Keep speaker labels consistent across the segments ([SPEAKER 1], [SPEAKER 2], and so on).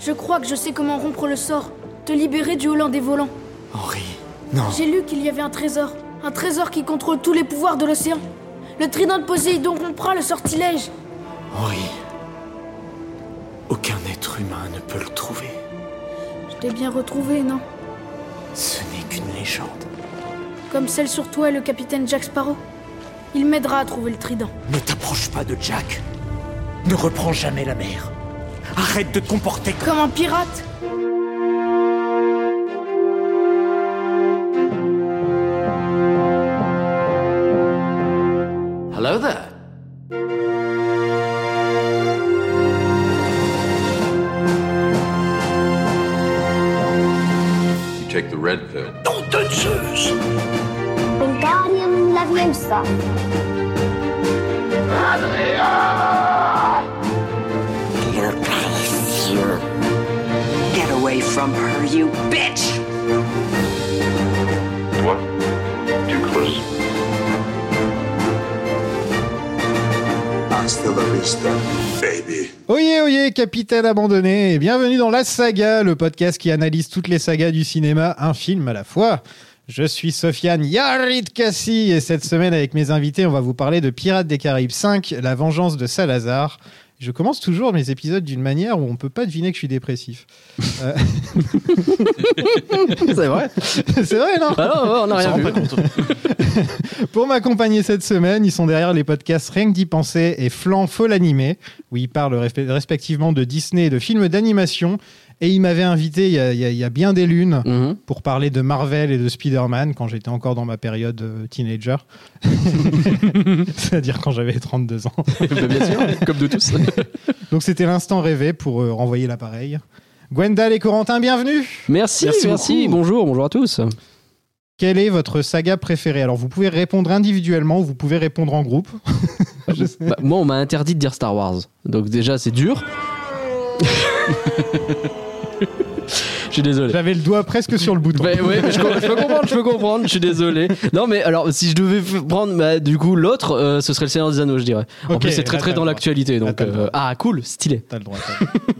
[SPEAKER 1] Je crois que je sais comment rompre le sort. Te libérer du Holland des volants.
[SPEAKER 2] Henri, non.
[SPEAKER 1] J'ai lu qu'il y avait un trésor. Un trésor qui contrôle tous les pouvoirs de l'océan. Le trident de Poséidon rompra le sortilège.
[SPEAKER 2] Henri. Aucun être humain ne peut le trouver.
[SPEAKER 1] Je t'ai bien retrouvé, non
[SPEAKER 2] Ce n'est qu'une légende.
[SPEAKER 1] Comme celle sur toi et le capitaine Jack Sparrow. Il m'aidera à trouver le trident.
[SPEAKER 2] Ne t'approche pas de Jack. Ne reprends jamais la mer. Arrête de te comporter comme...
[SPEAKER 1] Comme un pirate
[SPEAKER 3] Hello there.
[SPEAKER 4] You take the red pill.
[SPEAKER 5] Wingardium Leviosa.
[SPEAKER 6] Look you. Get away from her, you bitch!
[SPEAKER 7] Toi, tu creuses.
[SPEAKER 8] Hasta la vista, baby.
[SPEAKER 9] Oyez, oyez, capitaine abandonné, et bienvenue dans La Saga, le podcast qui analyse toutes les sagas du cinéma, un film à la fois. Je suis Sofiane Yaritkassi, et cette semaine, avec mes invités, on va vous parler de Pirates des Caraïbes 5, La vengeance de Salazar. Je commence toujours mes épisodes d'une manière où on peut pas deviner que je suis dépressif. Euh,
[SPEAKER 3] C'est vrai
[SPEAKER 9] C'est vrai, non
[SPEAKER 3] Ah non, on n'a rien
[SPEAKER 9] s'en
[SPEAKER 3] vu.
[SPEAKER 9] rend Pour m'accompagner cette semaine, ils sont derrière les podcasts Rien que d'y penser et Flan Foll Animé, où ils parlent respe- respectivement de Disney et de films d'animation. Et ils m'avaient invité il y, a, il y a- il y a bien des lunes
[SPEAKER 3] Mhm.
[SPEAKER 9] pour parler de Marvel et de Spider-Man quand j'étais encore dans ma période euh, teenager. C'est-à-dire quand j'avais 32 ans.
[SPEAKER 3] Bah, Bien sûr, comme de tous.
[SPEAKER 9] Donc c'était l'instant rêvé pour euh, renvoyer l'appareil. Gwendal et Corentin, bienvenue
[SPEAKER 3] Merci,
[SPEAKER 9] Merci
[SPEAKER 3] merci,
[SPEAKER 9] beaucoup.
[SPEAKER 3] bonjour, bonjour à tous.
[SPEAKER 9] Quelle est votre saga préférée Alors vous pouvez répondre individuellement ou vous pouvez répondre en groupe.
[SPEAKER 3] Bah, moi, on m'a interdit de dire Star Wars. Donc déjà, c'est dur. Je suis désolé.
[SPEAKER 9] J'avais le doigt presque sur le bouton.
[SPEAKER 3] Mais Ben ouais, mais je, com- je peux comprendre, je peux comprendre, je suis désolé. Non, mais alors, si je devais f- prendre bah, du coup l'autre, euh, ce serait le Seigneur des Anneaux, je dirais. En
[SPEAKER 9] Ok,
[SPEAKER 3] plus, c'est très
[SPEAKER 9] là,
[SPEAKER 3] très
[SPEAKER 9] t'as
[SPEAKER 3] dans
[SPEAKER 9] le droit.
[SPEAKER 3] l'actualité.
[SPEAKER 9] Là,
[SPEAKER 3] Donc,
[SPEAKER 9] t'as le
[SPEAKER 3] euh,
[SPEAKER 9] droit.
[SPEAKER 3] ah, cool, stylé.
[SPEAKER 9] T'as le droit. t'as le droit.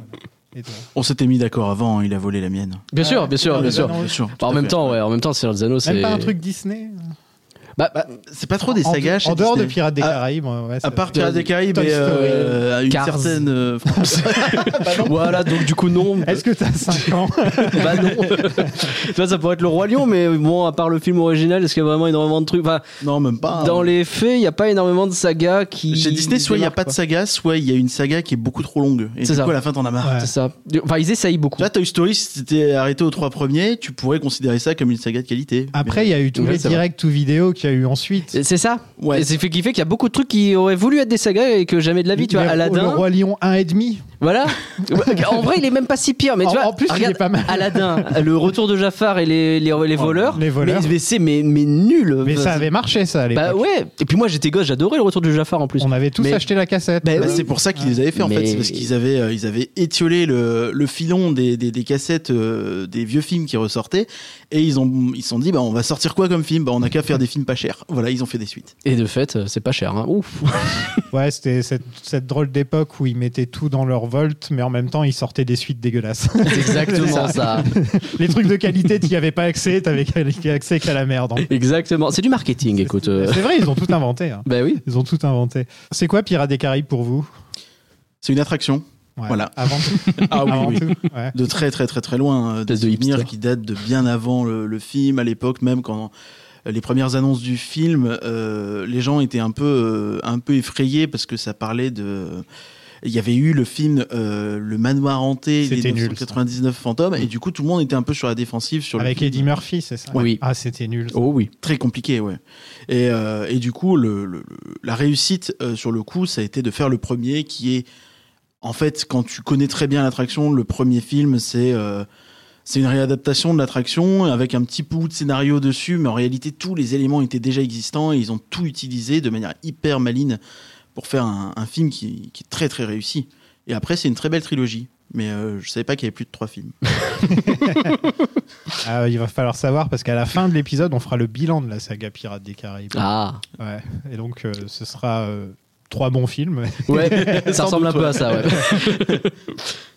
[SPEAKER 9] Et toi
[SPEAKER 10] On s'était mis d'accord avant, hein, il a volé la mienne.
[SPEAKER 3] Bien sûr, bien sûr,
[SPEAKER 9] Seigneur
[SPEAKER 3] bien
[SPEAKER 9] des
[SPEAKER 3] sûr. Bah,
[SPEAKER 9] Anneaux.
[SPEAKER 10] Bien sûr. tout
[SPEAKER 3] en
[SPEAKER 10] à
[SPEAKER 3] même
[SPEAKER 10] fait.
[SPEAKER 3] temps, ouais, en même temps, le Seigneur des Anneaux, c'est.
[SPEAKER 9] Même pas un truc Disney hein
[SPEAKER 3] Bah,
[SPEAKER 10] Bah, c'est pas trop des
[SPEAKER 9] En-
[SPEAKER 10] sagas. chez
[SPEAKER 9] En, dehors de
[SPEAKER 10] Disney.
[SPEAKER 9] Pirates des
[SPEAKER 10] À-
[SPEAKER 9] Caraïbes. ouais,
[SPEAKER 10] À
[SPEAKER 9] ça-
[SPEAKER 10] part Pirates des Caraïbes
[SPEAKER 9] Toy
[SPEAKER 10] et euh, à une
[SPEAKER 3] Cars.
[SPEAKER 10] certaine euh, France.
[SPEAKER 3] voilà, donc du coup, non.
[SPEAKER 9] Est-ce que t'as 5 ans
[SPEAKER 3] bah non. tu vois, ça pourrait être le Roi Lion, mais bon, à part le film original, est-ce qu'il y a vraiment énormément de trucs Enfin,
[SPEAKER 10] non, même pas. hein.
[SPEAKER 9] Ah
[SPEAKER 3] dans les faits, il n'y a pas énormément de sagas qui.
[SPEAKER 10] Chez Disney, soit il n'y a
[SPEAKER 3] démarquent,
[SPEAKER 10] pas de
[SPEAKER 3] quoi.
[SPEAKER 10] saga, soit il y a une saga qui est beaucoup trop longue. Et
[SPEAKER 3] C'est
[SPEAKER 10] du
[SPEAKER 3] ça.
[SPEAKER 10] coup, à la fin, t'en as marre.
[SPEAKER 9] Ouais.
[SPEAKER 3] C'est ça. Enfin, ils essayent beaucoup.
[SPEAKER 10] Tu vois, Toy Story, si t'étais arrêté aux trois premiers, tu pourrais considérer ça comme une saga de qualité.
[SPEAKER 9] Après, il y a eu tous
[SPEAKER 3] Ouais,
[SPEAKER 9] les
[SPEAKER 3] c'est vrai.
[SPEAKER 9] directs ou vidéos qu'il y a eu ensuite.
[SPEAKER 3] Et C'est ça.
[SPEAKER 10] Ouais.
[SPEAKER 3] Et c'est fait qui fait qu'il y a beaucoup de trucs qui auraient voulu être des sagas et que jamais de la vie, tu vois.
[SPEAKER 9] Les- Le
[SPEAKER 3] Aladdin,
[SPEAKER 9] Roi Lion 1,5.
[SPEAKER 3] voilà. en vrai, il est même pas si pire, mais
[SPEAKER 9] En-
[SPEAKER 3] tu vois.
[SPEAKER 9] en plus, il
[SPEAKER 3] regarde,
[SPEAKER 9] est pas mal. Oh,
[SPEAKER 3] Aladdin, le retour de Jafar et les, les, les voleurs.
[SPEAKER 9] les voleurs.
[SPEAKER 3] Mais, mais c'est mais, mais nul.
[SPEAKER 9] Mais ça
[SPEAKER 3] Bah,
[SPEAKER 9] avait marché, ça, à l'époque.
[SPEAKER 3] Bah ouais. Et puis moi, j'étais gosse, j'adorais le retour de Jafar en plus.
[SPEAKER 9] On avait tous
[SPEAKER 3] Mais-
[SPEAKER 9] acheté la cassette.
[SPEAKER 3] Bah
[SPEAKER 10] Bah,
[SPEAKER 3] oui.
[SPEAKER 10] c'est pour ça qu'ils les avaient fait en
[SPEAKER 3] Mais-
[SPEAKER 10] fait, c'est parce qu'ils avaient, euh, ils avaient étiolé le, le filon des, des, des cassettes euh, des vieux films qui ressortaient et ils ont ils se sont dit bah on va sortir quoi comme film bah on n'a qu'à faire des films pas chers voilà ils ont fait des suites.
[SPEAKER 3] Et de fait, euh, c'est pas cher. hein. Ouf.
[SPEAKER 9] Ouais, c'était cette, cette drôle d'époque où ils mettaient tout dans leur volt, mais en même temps, ils sortaient des suites dégueulasses.
[SPEAKER 3] C'est exactement ça.
[SPEAKER 9] les trucs de qualité, t'y avais pas accès, t'avais qu'à- accès qu'à la merde. hein.
[SPEAKER 3] Exactement. C'est du marketing, écoute. euh.
[SPEAKER 9] C'est vrai, ils ont tout inventé. hein.
[SPEAKER 3] Bah oui.
[SPEAKER 9] Ils ont tout inventé. C'est quoi Pirates des Caraïbes pour vous
[SPEAKER 10] C'est une attraction
[SPEAKER 9] Ouais,
[SPEAKER 10] Voilà.
[SPEAKER 9] Avant tout.
[SPEAKER 10] Ah
[SPEAKER 9] Avant
[SPEAKER 10] oui, oui.
[SPEAKER 9] tout, ouais.
[SPEAKER 10] de très très très très loin euh,
[SPEAKER 3] Espèce de
[SPEAKER 10] souvenirs
[SPEAKER 3] hipster.
[SPEAKER 10] qui datent de bien avant le, le film à l'époque même quand les premières annonces du film euh, les gens étaient un peu euh, un peu effrayés parce que ça parlait de il y avait eu le film euh, Le Manoir hanté des
[SPEAKER 9] C'était nul, Mm.
[SPEAKER 10] 99 fantômes et du coup tout le monde était un peu sur la défensive sur le
[SPEAKER 9] Avec
[SPEAKER 10] film.
[SPEAKER 9] Eddie Murphy, c'est ça
[SPEAKER 3] Oui.
[SPEAKER 9] Ah, c'était nul. ça.
[SPEAKER 3] Oh oui.
[SPEAKER 10] très compliqué ouais et, euh, et du coup le, le- le- la réussite euh, sur le coup ça a été de faire le premier qui est en fait quand tu connais très bien l'attraction le premier film c'est euh, c'est une réadaptation de l'attraction avec un petit bout de scénario dessus mais en réalité tous les éléments étaient déjà existants et ils ont tout utilisé de manière hyper maligne pour faire un, un film qui, qui est très très réussi et après c'est une très belle trilogie mais euh, je savais pas qu'il y avait plus de trois films
[SPEAKER 9] Ah, il va falloir savoir parce qu'à la fin de l'épisode, on fera le bilan de la saga Pirates des Caraïbes.
[SPEAKER 3] Ah.
[SPEAKER 9] Ouais. Et donc, euh, ce sera euh, trois bons films.
[SPEAKER 3] Ouais, ça
[SPEAKER 10] Sans
[SPEAKER 3] ressemble un
[SPEAKER 10] doute,
[SPEAKER 3] peu à ça, ouais.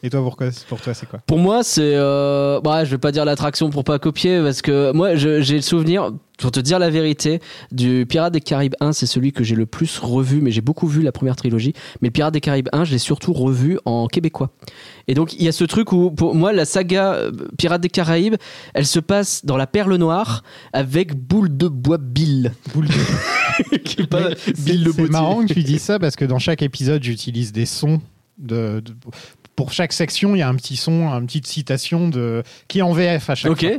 [SPEAKER 9] Et toi, pourquoi Pour toi, c'est quoi
[SPEAKER 3] Pour moi, c'est. Euh... Bah, je vais pas dire l'attraction pour pas copier, parce que moi, je- j'ai le souvenir, pour te dire la vérité, du Pirate des Caraïbes 1, c'est celui que j'ai le plus revu, mais j'ai beaucoup vu la première trilogie. Mais le Pirate des Caraïbes 1, je l'ai surtout revu en québécois. Et donc, il y a ce truc où, pour moi, la saga euh, Pirates des Caraïbes, elle se passe dans la Perle Noire avec Boule de Bois Bill.
[SPEAKER 9] Boule
[SPEAKER 3] Qui est
[SPEAKER 10] Bah,
[SPEAKER 3] pas
[SPEAKER 9] C'est-
[SPEAKER 3] Bill le
[SPEAKER 9] C'est
[SPEAKER 3] bottier.
[SPEAKER 9] marrant que tu dises ça parce que dans chaque épisode, j'utilise des sons. De, de- pour chaque section, il y a un petit son, une petite citation de qui est en VF à chaque
[SPEAKER 3] Ok.
[SPEAKER 9] fois.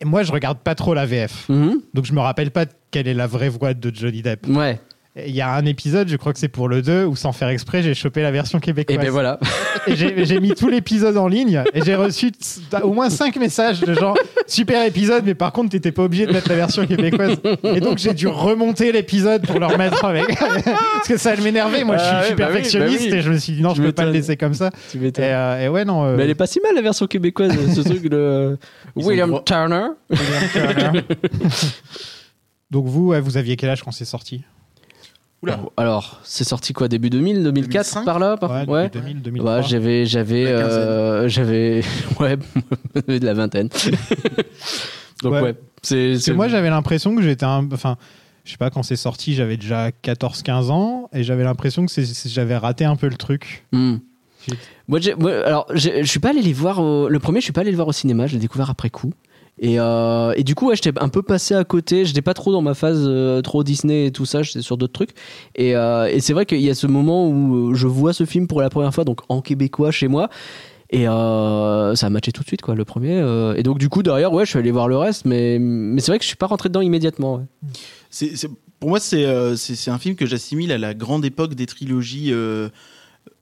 [SPEAKER 9] Et moi, je regarde pas trop la VF,
[SPEAKER 10] Hmm.
[SPEAKER 3] Mhm.
[SPEAKER 9] donc je me rappelle pas quelle est la vraie voix de Johnny Depp.
[SPEAKER 3] Ouais.
[SPEAKER 9] Et Il y a un épisode, je crois que c'est pour le 2, où sans faire exprès, j'ai chopé la version
[SPEAKER 3] Et
[SPEAKER 9] québécoise.
[SPEAKER 3] ben voilà.
[SPEAKER 9] Et j'ai j'ai mis tout l'épisode en ligne et j'ai reçu t- au moins 5 messages de genre super épisode, mais par contre, t'étais pas obligé de mettre la version québécoise. Et donc, j'ai dû remonter l'épisode pour le remettre avec. Parce que ça m'énervait. Moi, je suis,
[SPEAKER 3] Ah
[SPEAKER 9] je suis
[SPEAKER 3] ouais, bah oui,
[SPEAKER 9] perfectionniste
[SPEAKER 3] bah oui.
[SPEAKER 9] et je me suis dit non,
[SPEAKER 3] Tu
[SPEAKER 9] je peux pas le
[SPEAKER 3] m'étonnes.
[SPEAKER 9] laisser comme ça.
[SPEAKER 3] Tu
[SPEAKER 9] Et,
[SPEAKER 3] m'étonnes.
[SPEAKER 9] euh, et ouais, non. euh,
[SPEAKER 3] Mais elle est pas si mal la version québécoise, ce truc de euh,
[SPEAKER 10] Ils ont le
[SPEAKER 3] William
[SPEAKER 10] droit.
[SPEAKER 3] Turner.
[SPEAKER 9] William Turner. euh, donc, vous, ouais, vous aviez quel âge quand c'est sorti
[SPEAKER 10] Oula.
[SPEAKER 3] Alors, c'est sorti quoi début 2000, 2004
[SPEAKER 10] 2005?
[SPEAKER 3] par là, par...
[SPEAKER 9] depuis 2000, 2003.
[SPEAKER 3] Ouais, Bah, j'avais j'avais
[SPEAKER 10] La quinzaine.
[SPEAKER 3] euh, j'avais ouais de la vingtaine. Donc
[SPEAKER 9] Ouais.
[SPEAKER 3] ouais, c'est
[SPEAKER 9] Parce que moi, j'avais l'impression que j'étais un. Enfin, je sais pas, quand c'est sorti, j'avais déjà 14-15 ans et j'avais l'impression que c'est- c'est- j'avais raté un peu le truc.
[SPEAKER 3] Hmm.
[SPEAKER 9] Shit.
[SPEAKER 3] Moi, j'ai- moi, alors, j'ai- je suis pas allé les voir. Au, le premier, je suis pas allé le voir au cinéma. Je l'ai découvert après coup. Et, euh, et du coup, ouais, j'étais un peu passé à côté. J'étais pas trop dans ma phase euh, trop Disney et tout ça. J'étais sur d'autres trucs. Et, euh, et c'est vrai qu'il y a ce moment où euh, je vois ce film pour la première fois, donc en québécois chez moi. Et euh, ça a matché tout de suite, quoi, le premier. euh, et donc, du coup, derrière, ouais, je suis allé voir le reste. Mais, mais c'est vrai que je suis pas rentré dedans immédiatement. ouais.
[SPEAKER 10] C'est- c'est- pour moi, c'est euh, c'est c'est un film que j'assimile à la grande époque des trilogies euh,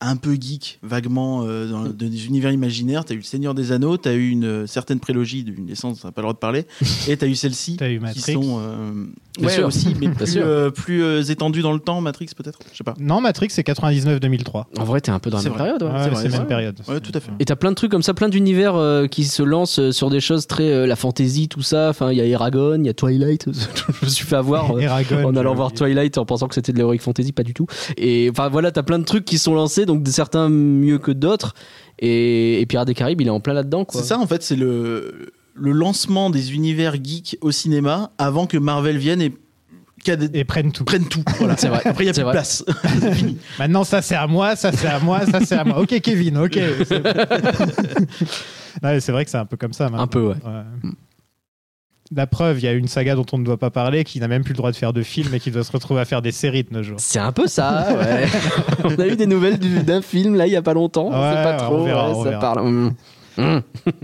[SPEAKER 10] un peu geek, vaguement euh, dans, dans des univers imaginaires. T'as eu Le Seigneur des Anneaux, t'as eu une euh, certaine prélogie d'une naissance, on n'a pas le droit de parler, et t'as eu celle-ci
[SPEAKER 9] T'as eu
[SPEAKER 10] qui
[SPEAKER 9] Matrix.
[SPEAKER 10] sont euh,
[SPEAKER 3] Bien
[SPEAKER 10] ouais,
[SPEAKER 3] sûr.
[SPEAKER 10] aussi, mais
[SPEAKER 3] Bien
[SPEAKER 10] plus,
[SPEAKER 3] sûr.
[SPEAKER 10] euh, plus, euh, étendues dans le temps. Matrix, peut-être, je sais pas.
[SPEAKER 9] Non, Matrix, c'est 99-2003.
[SPEAKER 3] En vrai, t'es un peu dans la
[SPEAKER 10] C'est
[SPEAKER 3] même
[SPEAKER 10] vrai.
[SPEAKER 3] période. ouais.
[SPEAKER 10] c'est
[SPEAKER 9] Ouais,
[SPEAKER 10] vrai,
[SPEAKER 9] c'est
[SPEAKER 10] c'est
[SPEAKER 9] la même
[SPEAKER 10] vrai.
[SPEAKER 9] période.
[SPEAKER 10] Ouais, tout à fait.
[SPEAKER 3] Et t'as plein de trucs comme ça, plein d'univers euh, qui se lancent euh, sur des choses très. euh, la fantaisie, tout ça. Enfin, il y a Eragon, il y a Twilight. je me suis fait avoir euh,
[SPEAKER 9] Eragon,
[SPEAKER 3] en
[SPEAKER 9] je
[SPEAKER 3] allant
[SPEAKER 9] l'ai
[SPEAKER 3] voir
[SPEAKER 9] oublié.
[SPEAKER 3] Twilight en pensant que c'était de l'heroic fantasy, pas du tout. Et enfin, voilà, t'as plein de trucs qui sont lancés, donc des- certains mieux que d'autres. Et, et Pirates des Caraïbes, il est en plein là-dedans, quoi.
[SPEAKER 10] C'est ça, en fait, c'est le, le lancement des univers geeks au cinéma avant que Marvel vienne et, qu'ad-
[SPEAKER 9] Et prennent tout.
[SPEAKER 10] prenne tout. Voilà.
[SPEAKER 3] C'est vrai.
[SPEAKER 10] Après, il n'y a
[SPEAKER 3] C'est
[SPEAKER 10] plus de
[SPEAKER 3] vrai.
[SPEAKER 10] place.
[SPEAKER 9] Maintenant, ça c'est à moi, ça c'est à moi, ça c'est à moi. Ok, Kevin, ok. c'est bon. Non, mais c'est vrai que c'est un peu comme ça. maintenant.
[SPEAKER 3] Un peu, ouais.
[SPEAKER 9] Ouais. La preuve, il y a une saga dont on ne doit pas parler, qui n'a même plus le droit de faire de films et qui doit se retrouver à faire des séries de nos jours.
[SPEAKER 3] C'est un peu ça, ouais. on a eu des nouvelles du- d'un film, là, il y a pas longtemps. on
[SPEAKER 9] Ouais,
[SPEAKER 3] sait pas
[SPEAKER 9] ouais,
[SPEAKER 3] trop,
[SPEAKER 9] on verra,
[SPEAKER 3] ouais,
[SPEAKER 9] on
[SPEAKER 3] ça
[SPEAKER 9] verra.
[SPEAKER 3] parle. Mm. Mm.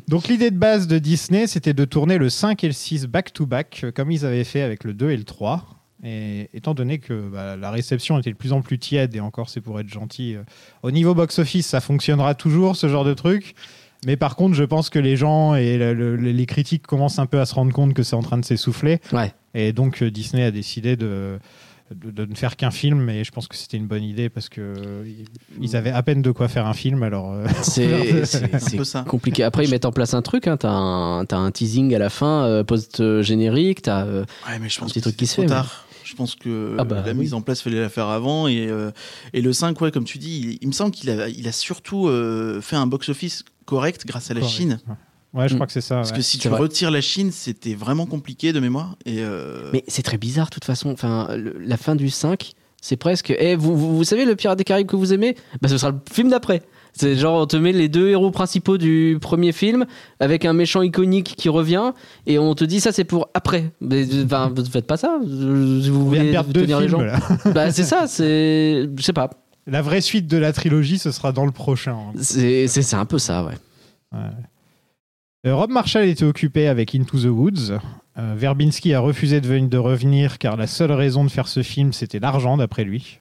[SPEAKER 9] Donc l'idée de base de Disney, c'était de tourner le 5 et le 6 back-to-back, euh, comme ils avaient fait avec le 2 et le 3. Et étant donné que bah, la réception était de plus en plus tiède, et encore c'est pour être gentil, euh, au niveau box-office, ça fonctionnera toujours, ce genre de truc. Mais par contre, je pense que les gens et le- le- les critiques commencent un peu à se rendre compte que c'est en train de s'essouffler.
[SPEAKER 3] Ouais.
[SPEAKER 9] Et donc euh, Disney a décidé de, de, de ne faire qu'un film, et je pense que c'était une bonne idée parce que euh, ils avaient à peine de quoi faire un film, alors... euh,
[SPEAKER 3] C'est c'est-
[SPEAKER 10] un peu ça.
[SPEAKER 3] c'est compliqué. Après, ils mettent en place un truc. Hein. T'as un, t'as un teasing à la fin, euh, post-générique. T'as euh,
[SPEAKER 10] Ouais, mais je pense
[SPEAKER 3] petit
[SPEAKER 10] que
[SPEAKER 3] truc qui
[SPEAKER 10] c'était
[SPEAKER 3] se
[SPEAKER 10] trop
[SPEAKER 3] fait,
[SPEAKER 10] tard. Je pense que
[SPEAKER 3] Ah bah,
[SPEAKER 10] la
[SPEAKER 3] oui.
[SPEAKER 10] mise en place, fallait la faire avant. Et, euh, et le 5, ouais, comme tu dis, il, il me semble qu'il a, il a surtout euh, fait un box-office correct grâce à la
[SPEAKER 9] Correct.
[SPEAKER 10] Chine.
[SPEAKER 9] Ouais, je
[SPEAKER 3] Mm.
[SPEAKER 9] crois que c'est ça.
[SPEAKER 10] Parce
[SPEAKER 9] ouais.
[SPEAKER 10] que si
[SPEAKER 3] C'est
[SPEAKER 10] tu
[SPEAKER 3] vrai.
[SPEAKER 10] retires la Chine, c'était vraiment compliqué de mémoire. Et, euh,
[SPEAKER 3] Mais c'est très bizarre, de toute façon. Enfin, le- la fin du 5, c'est presque. Eh, vous, vous, vous savez le Pirate des Caraïbes que vous aimez Bah, ce sera le film d'après. C'est genre, on te met les deux héros principaux du premier film avec un méchant iconique qui revient et on te dit ça, c'est pour après. Mais enfin, vous faites pas ça. euh, si Vous
[SPEAKER 9] On vient de
[SPEAKER 3] voulez
[SPEAKER 9] perdre deux
[SPEAKER 3] tenir les
[SPEAKER 9] films,
[SPEAKER 3] gens.
[SPEAKER 9] là.
[SPEAKER 3] Bah, c'est ça, c'est. Je sais pas.
[SPEAKER 9] La vraie suite de la trilogie, ce sera dans le prochain. hein.
[SPEAKER 3] C'est c'est- c'est un peu ça, ouais.
[SPEAKER 9] Euh, Rob Marshall était occupé avec Into the Woods. Euh, Verbinski a refusé de, ven- de revenir car la seule raison de faire ce film, c'était l'argent, d'après lui.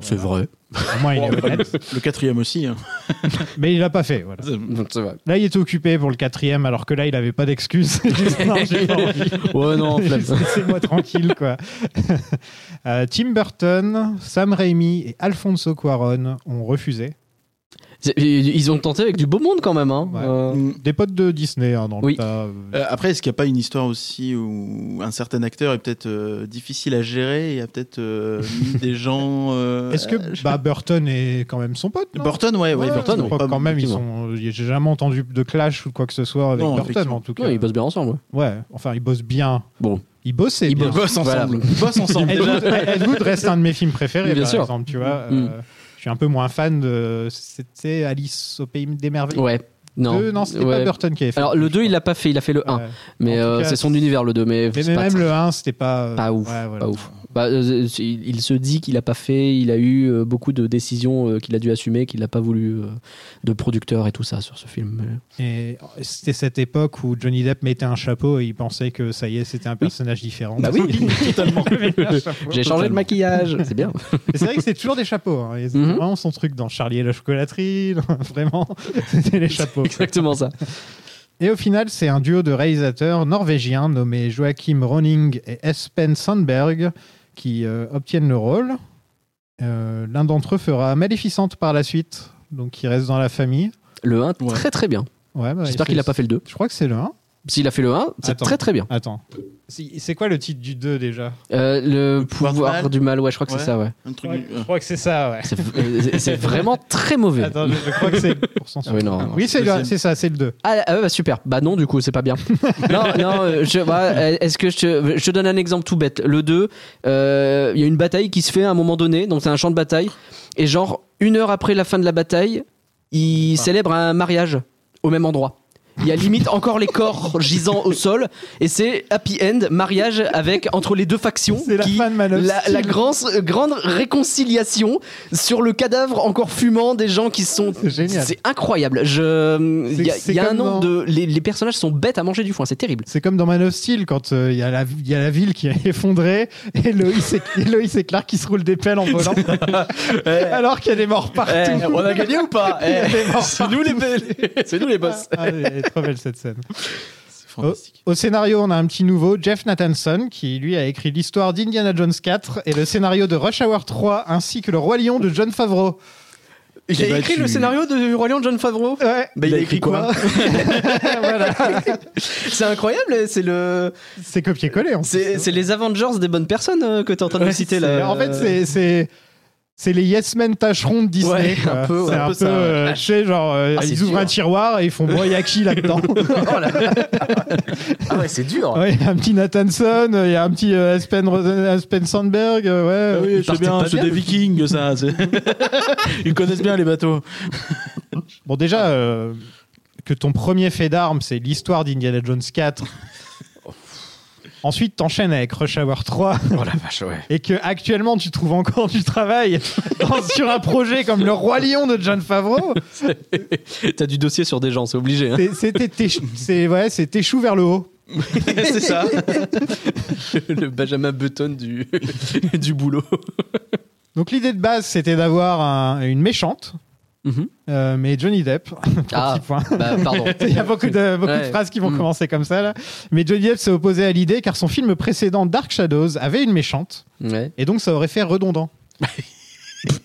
[SPEAKER 3] C'est vrai.
[SPEAKER 9] Au moins, il est honnête.
[SPEAKER 10] le quatrième aussi. hein.
[SPEAKER 9] Mais il l'a pas fait. Voilà.
[SPEAKER 3] Donc, c'est vrai.
[SPEAKER 9] Là, il était occupé pour le quatrième, alors que là, il avait pas d'excuse. Il dit, Non, j'ai pas envie.
[SPEAKER 3] Ouais, non, flemme.
[SPEAKER 9] Juste Laissez-moi tranquille, quoi. Euh, Tim Burton, Sam Raimi et Alfonso Cuaron ont refusé.
[SPEAKER 3] C'est- Ils ont tenté avec du beau monde quand même. hein.
[SPEAKER 9] Ouais.
[SPEAKER 3] Euh,
[SPEAKER 9] Des potes de Disney, hein, dans
[SPEAKER 3] Oui.
[SPEAKER 9] le tas.
[SPEAKER 10] Euh, après, est-ce qu'il n'y a pas une histoire aussi où un certain acteur est peut-être euh, difficile à gérer et a peut-être euh, mis des gens. euh,
[SPEAKER 9] Est-ce que
[SPEAKER 10] je-
[SPEAKER 9] bah, Burton est quand même son pote non
[SPEAKER 10] Burton, ouais, ouais,
[SPEAKER 9] Ouais,
[SPEAKER 10] Burton.
[SPEAKER 9] je
[SPEAKER 10] ouais.
[SPEAKER 9] crois que
[SPEAKER 10] Pas-
[SPEAKER 9] quand même, ils
[SPEAKER 3] effectivement.
[SPEAKER 9] sont. J'ai jamais entendu de clash ou quoi que ce soit avec
[SPEAKER 10] Non,
[SPEAKER 9] Burton,
[SPEAKER 10] effectivement.
[SPEAKER 9] en tout cas.
[SPEAKER 3] ouais, ils bossent bien ensemble. ouais.
[SPEAKER 9] Ouais, enfin, ils bossent bien.
[SPEAKER 3] Bon.
[SPEAKER 9] Ils bossaient
[SPEAKER 3] Ils
[SPEAKER 9] bien.
[SPEAKER 10] Ils bossent
[SPEAKER 3] Voilà.
[SPEAKER 10] ensemble. Ils bossent ensemble.
[SPEAKER 9] Ed
[SPEAKER 10] déjà.
[SPEAKER 9] Wood, Ed Wood reste un de mes films préférés,
[SPEAKER 3] Bien
[SPEAKER 9] par
[SPEAKER 3] sûr.
[SPEAKER 9] exemple, tu vois.
[SPEAKER 3] Mm.
[SPEAKER 9] Euh, je suis un peu moins fan de. C'était Alice au pays des merveilles.
[SPEAKER 3] Ouais. Non.
[SPEAKER 9] Deux, non, c'était
[SPEAKER 3] Ouais.
[SPEAKER 9] pas Burton qui avait fait.
[SPEAKER 3] Alors le 2, il l'a pas fait, il a fait le 1.
[SPEAKER 9] Ouais.
[SPEAKER 3] Mais
[SPEAKER 9] En tout
[SPEAKER 3] euh,
[SPEAKER 9] cas,
[SPEAKER 3] c'est son univers le 2, mais,
[SPEAKER 9] Mais
[SPEAKER 3] c'est pas
[SPEAKER 9] même
[SPEAKER 3] très-
[SPEAKER 9] le 1, c'était pas. euh,
[SPEAKER 3] Pas ouf,
[SPEAKER 9] ouais, voilà.
[SPEAKER 3] pas ouf. Bah, euh, c'est- il il se dit qu'il a pas fait, il a eu euh, beaucoup de décisions euh, qu'il a dû assumer, qu'il n'a pas voulu euh, de producteur et tout ça sur ce film. Mais-
[SPEAKER 9] Et c'était cette époque où Johnny Depp mettait un chapeau et il pensait que ça y est, c'était un personnage différent.
[SPEAKER 3] Bah oui,
[SPEAKER 9] totalement.
[SPEAKER 3] J'ai changé de maquillage, c'est bien.
[SPEAKER 9] Et C'est vrai que c'est toujours des chapeaux. hein. Et c'est
[SPEAKER 3] Mhm.
[SPEAKER 9] vraiment son truc dans Charlie et la chocolaterie. dans- Vraiment, c'était les chapeaux.
[SPEAKER 3] Exactement ça.
[SPEAKER 9] Et au final, c'est un duo de réalisateurs norvégiens nommés Joachim Ronning et Espen Sandberg qui euh, obtiennent le rôle. Euh, L'un d'entre eux fera Maléficente par la suite, donc il reste dans la famille.
[SPEAKER 3] Le 1,
[SPEAKER 10] Ouais.
[SPEAKER 3] très très bien.
[SPEAKER 9] Ouais, bah,
[SPEAKER 3] J'espère
[SPEAKER 9] il fait-
[SPEAKER 3] qu'il a pas fait le 2.
[SPEAKER 9] Je crois que c'est le 1.
[SPEAKER 3] S'il a fait le 1, c'est
[SPEAKER 9] Attends.
[SPEAKER 3] très très bien.
[SPEAKER 9] Attends. Si- C'est quoi le titre du 2 déjà
[SPEAKER 3] Euh, le,
[SPEAKER 10] Le pouvoir
[SPEAKER 3] pouvoir,
[SPEAKER 10] du mal.
[SPEAKER 3] du mal, ouais, je crois que
[SPEAKER 10] Ouais.
[SPEAKER 3] c'est ça, ouais.
[SPEAKER 10] Un truc.
[SPEAKER 9] Je
[SPEAKER 3] Ah.
[SPEAKER 9] crois que c'est ça, ouais.
[SPEAKER 3] C'est- euh, C'est c'est vraiment très mauvais.
[SPEAKER 9] Attends, je, je crois que c'est pour cent-
[SPEAKER 3] Ah oui, non.
[SPEAKER 9] Oui, c'est le-
[SPEAKER 10] Deuxième.
[SPEAKER 9] c'est ça, c'est le 2.
[SPEAKER 3] Ah, ah ouais, bah super. Bah non, du coup, c'est pas bien. non, non, euh, je, bah, euh, est-ce que je te, je te donne un exemple tout bête. Le 2, euh, il y a une bataille qui se fait à un moment donné, donc c'est un champ de bataille, et genre, une heure après la fin de la bataille,
[SPEAKER 9] Ah.
[SPEAKER 3] ils célèbrent un mariage au même endroit. Il y a limite encore les corps gisant au sol, et c'est happy end, mariage avec entre les deux factions.
[SPEAKER 9] C'est la
[SPEAKER 3] qui-
[SPEAKER 9] fin de Man of
[SPEAKER 3] la,
[SPEAKER 9] Steel.
[SPEAKER 3] la grande, euh, grande réconciliation sur le cadavre encore fumant des gens qui sont.
[SPEAKER 9] C'est génial.
[SPEAKER 3] C'est incroyable. Je... hum, Il y a,
[SPEAKER 9] C'est- c'est
[SPEAKER 3] il y a un
[SPEAKER 9] comme
[SPEAKER 3] an
[SPEAKER 9] dans-
[SPEAKER 3] de. Les, les personnages sont bêtes à manger du foin, c'est terrible.
[SPEAKER 9] C'est comme dans Man of Steel, quand euh, il y, a la- il y a la ville qui est effondrée et Loïs et, et Loïs et Clark qui se roulent des pelles en volant, alors qu'il y a des morts partout.
[SPEAKER 3] Eh. on a gagné ou pas Eh, C'est nous, les boss.
[SPEAKER 9] Ah, elle est trop belle cette scène.
[SPEAKER 10] C'est fantastique.
[SPEAKER 9] Au scénario, on a un petit nouveau, Jeff Nathanson, qui lui a écrit l'histoire d'Indiana Jones 4 et le scénario de Rush Hour 3, ainsi que le Roi Lion de John Favreau.
[SPEAKER 3] Il
[SPEAKER 10] Eh
[SPEAKER 3] a
[SPEAKER 10] bah,
[SPEAKER 3] écrit
[SPEAKER 10] tu-
[SPEAKER 3] le scénario de Roi Lion de John Favreau
[SPEAKER 9] Ouais,
[SPEAKER 10] Bah, il a écrit quoi
[SPEAKER 3] C'est incroyable, eh, c'est le,
[SPEAKER 9] c'est copier-coller. en
[SPEAKER 3] c'est
[SPEAKER 9] plus.
[SPEAKER 3] c'est les Avengers des bonnes personnes euh, que t'es en train de
[SPEAKER 9] Ouais,
[SPEAKER 3] me citer
[SPEAKER 9] c'est-
[SPEAKER 3] là.
[SPEAKER 9] En fait, c'est- c'est. C'est les Yes Men tâcherons de Disney.
[SPEAKER 3] Ouais,
[SPEAKER 9] quoi.
[SPEAKER 3] un peu, ouais,
[SPEAKER 9] c'est
[SPEAKER 3] un
[SPEAKER 9] un
[SPEAKER 3] peu
[SPEAKER 9] peu,
[SPEAKER 3] ça, ouais.
[SPEAKER 9] euh, tu sais, genre, euh,
[SPEAKER 3] Ah, c'est
[SPEAKER 9] ils ouvrent
[SPEAKER 3] dur. Oh
[SPEAKER 9] un tiroir et ils font, bon, il y a qui là-dedans
[SPEAKER 3] Ah ouais, c'est dur.
[SPEAKER 9] Ouais, Il y a un petit Nathanson, il y a un petit euh, Aspen, Rosen- Aspen Sandberg, euh, ouais.
[SPEAKER 10] Ah oui,
[SPEAKER 3] partait
[SPEAKER 10] c'est bien,
[SPEAKER 3] pas
[SPEAKER 10] c'est
[SPEAKER 3] bien.
[SPEAKER 10] des vikings, ça. c'est- Ils connaissent bien les bateaux.
[SPEAKER 9] Bon, déjà, euh, que ton premier fait d'armes, c'est l'histoire d'Indiana Jones 4. Ensuite, t'enchaînes avec Rush Hour 3
[SPEAKER 3] Oh la vache, ouais.
[SPEAKER 9] et que actuellement tu trouves encore du travail dans- sur un projet comme Le Roi Lion de John Favreau.
[SPEAKER 3] T'as du dossier sur des gens, c'est obligé. hein.
[SPEAKER 9] C'est- C'était tes, c'est ouais, c'est tes choux vers le haut.
[SPEAKER 10] c'est ça.
[SPEAKER 3] le Benjamin Button du, du boulot.
[SPEAKER 9] Donc l'idée de base, c'était d'avoir un- une méchante,
[SPEAKER 3] Mhm.
[SPEAKER 9] euh, mais Johnny Depp.
[SPEAKER 3] Ah.
[SPEAKER 9] petit point.
[SPEAKER 3] Bah, pardon.
[SPEAKER 9] Il y a beaucoup de, beaucoup de
[SPEAKER 3] Ouais.
[SPEAKER 9] phrases qui vont
[SPEAKER 3] Mm.
[SPEAKER 9] commencer comme ça. Là. Mais Johnny Depp s'est opposé à l'idée car son film précédent Dark Shadows avait une méchante
[SPEAKER 3] Ouais.
[SPEAKER 9] et donc ça aurait fait redondant.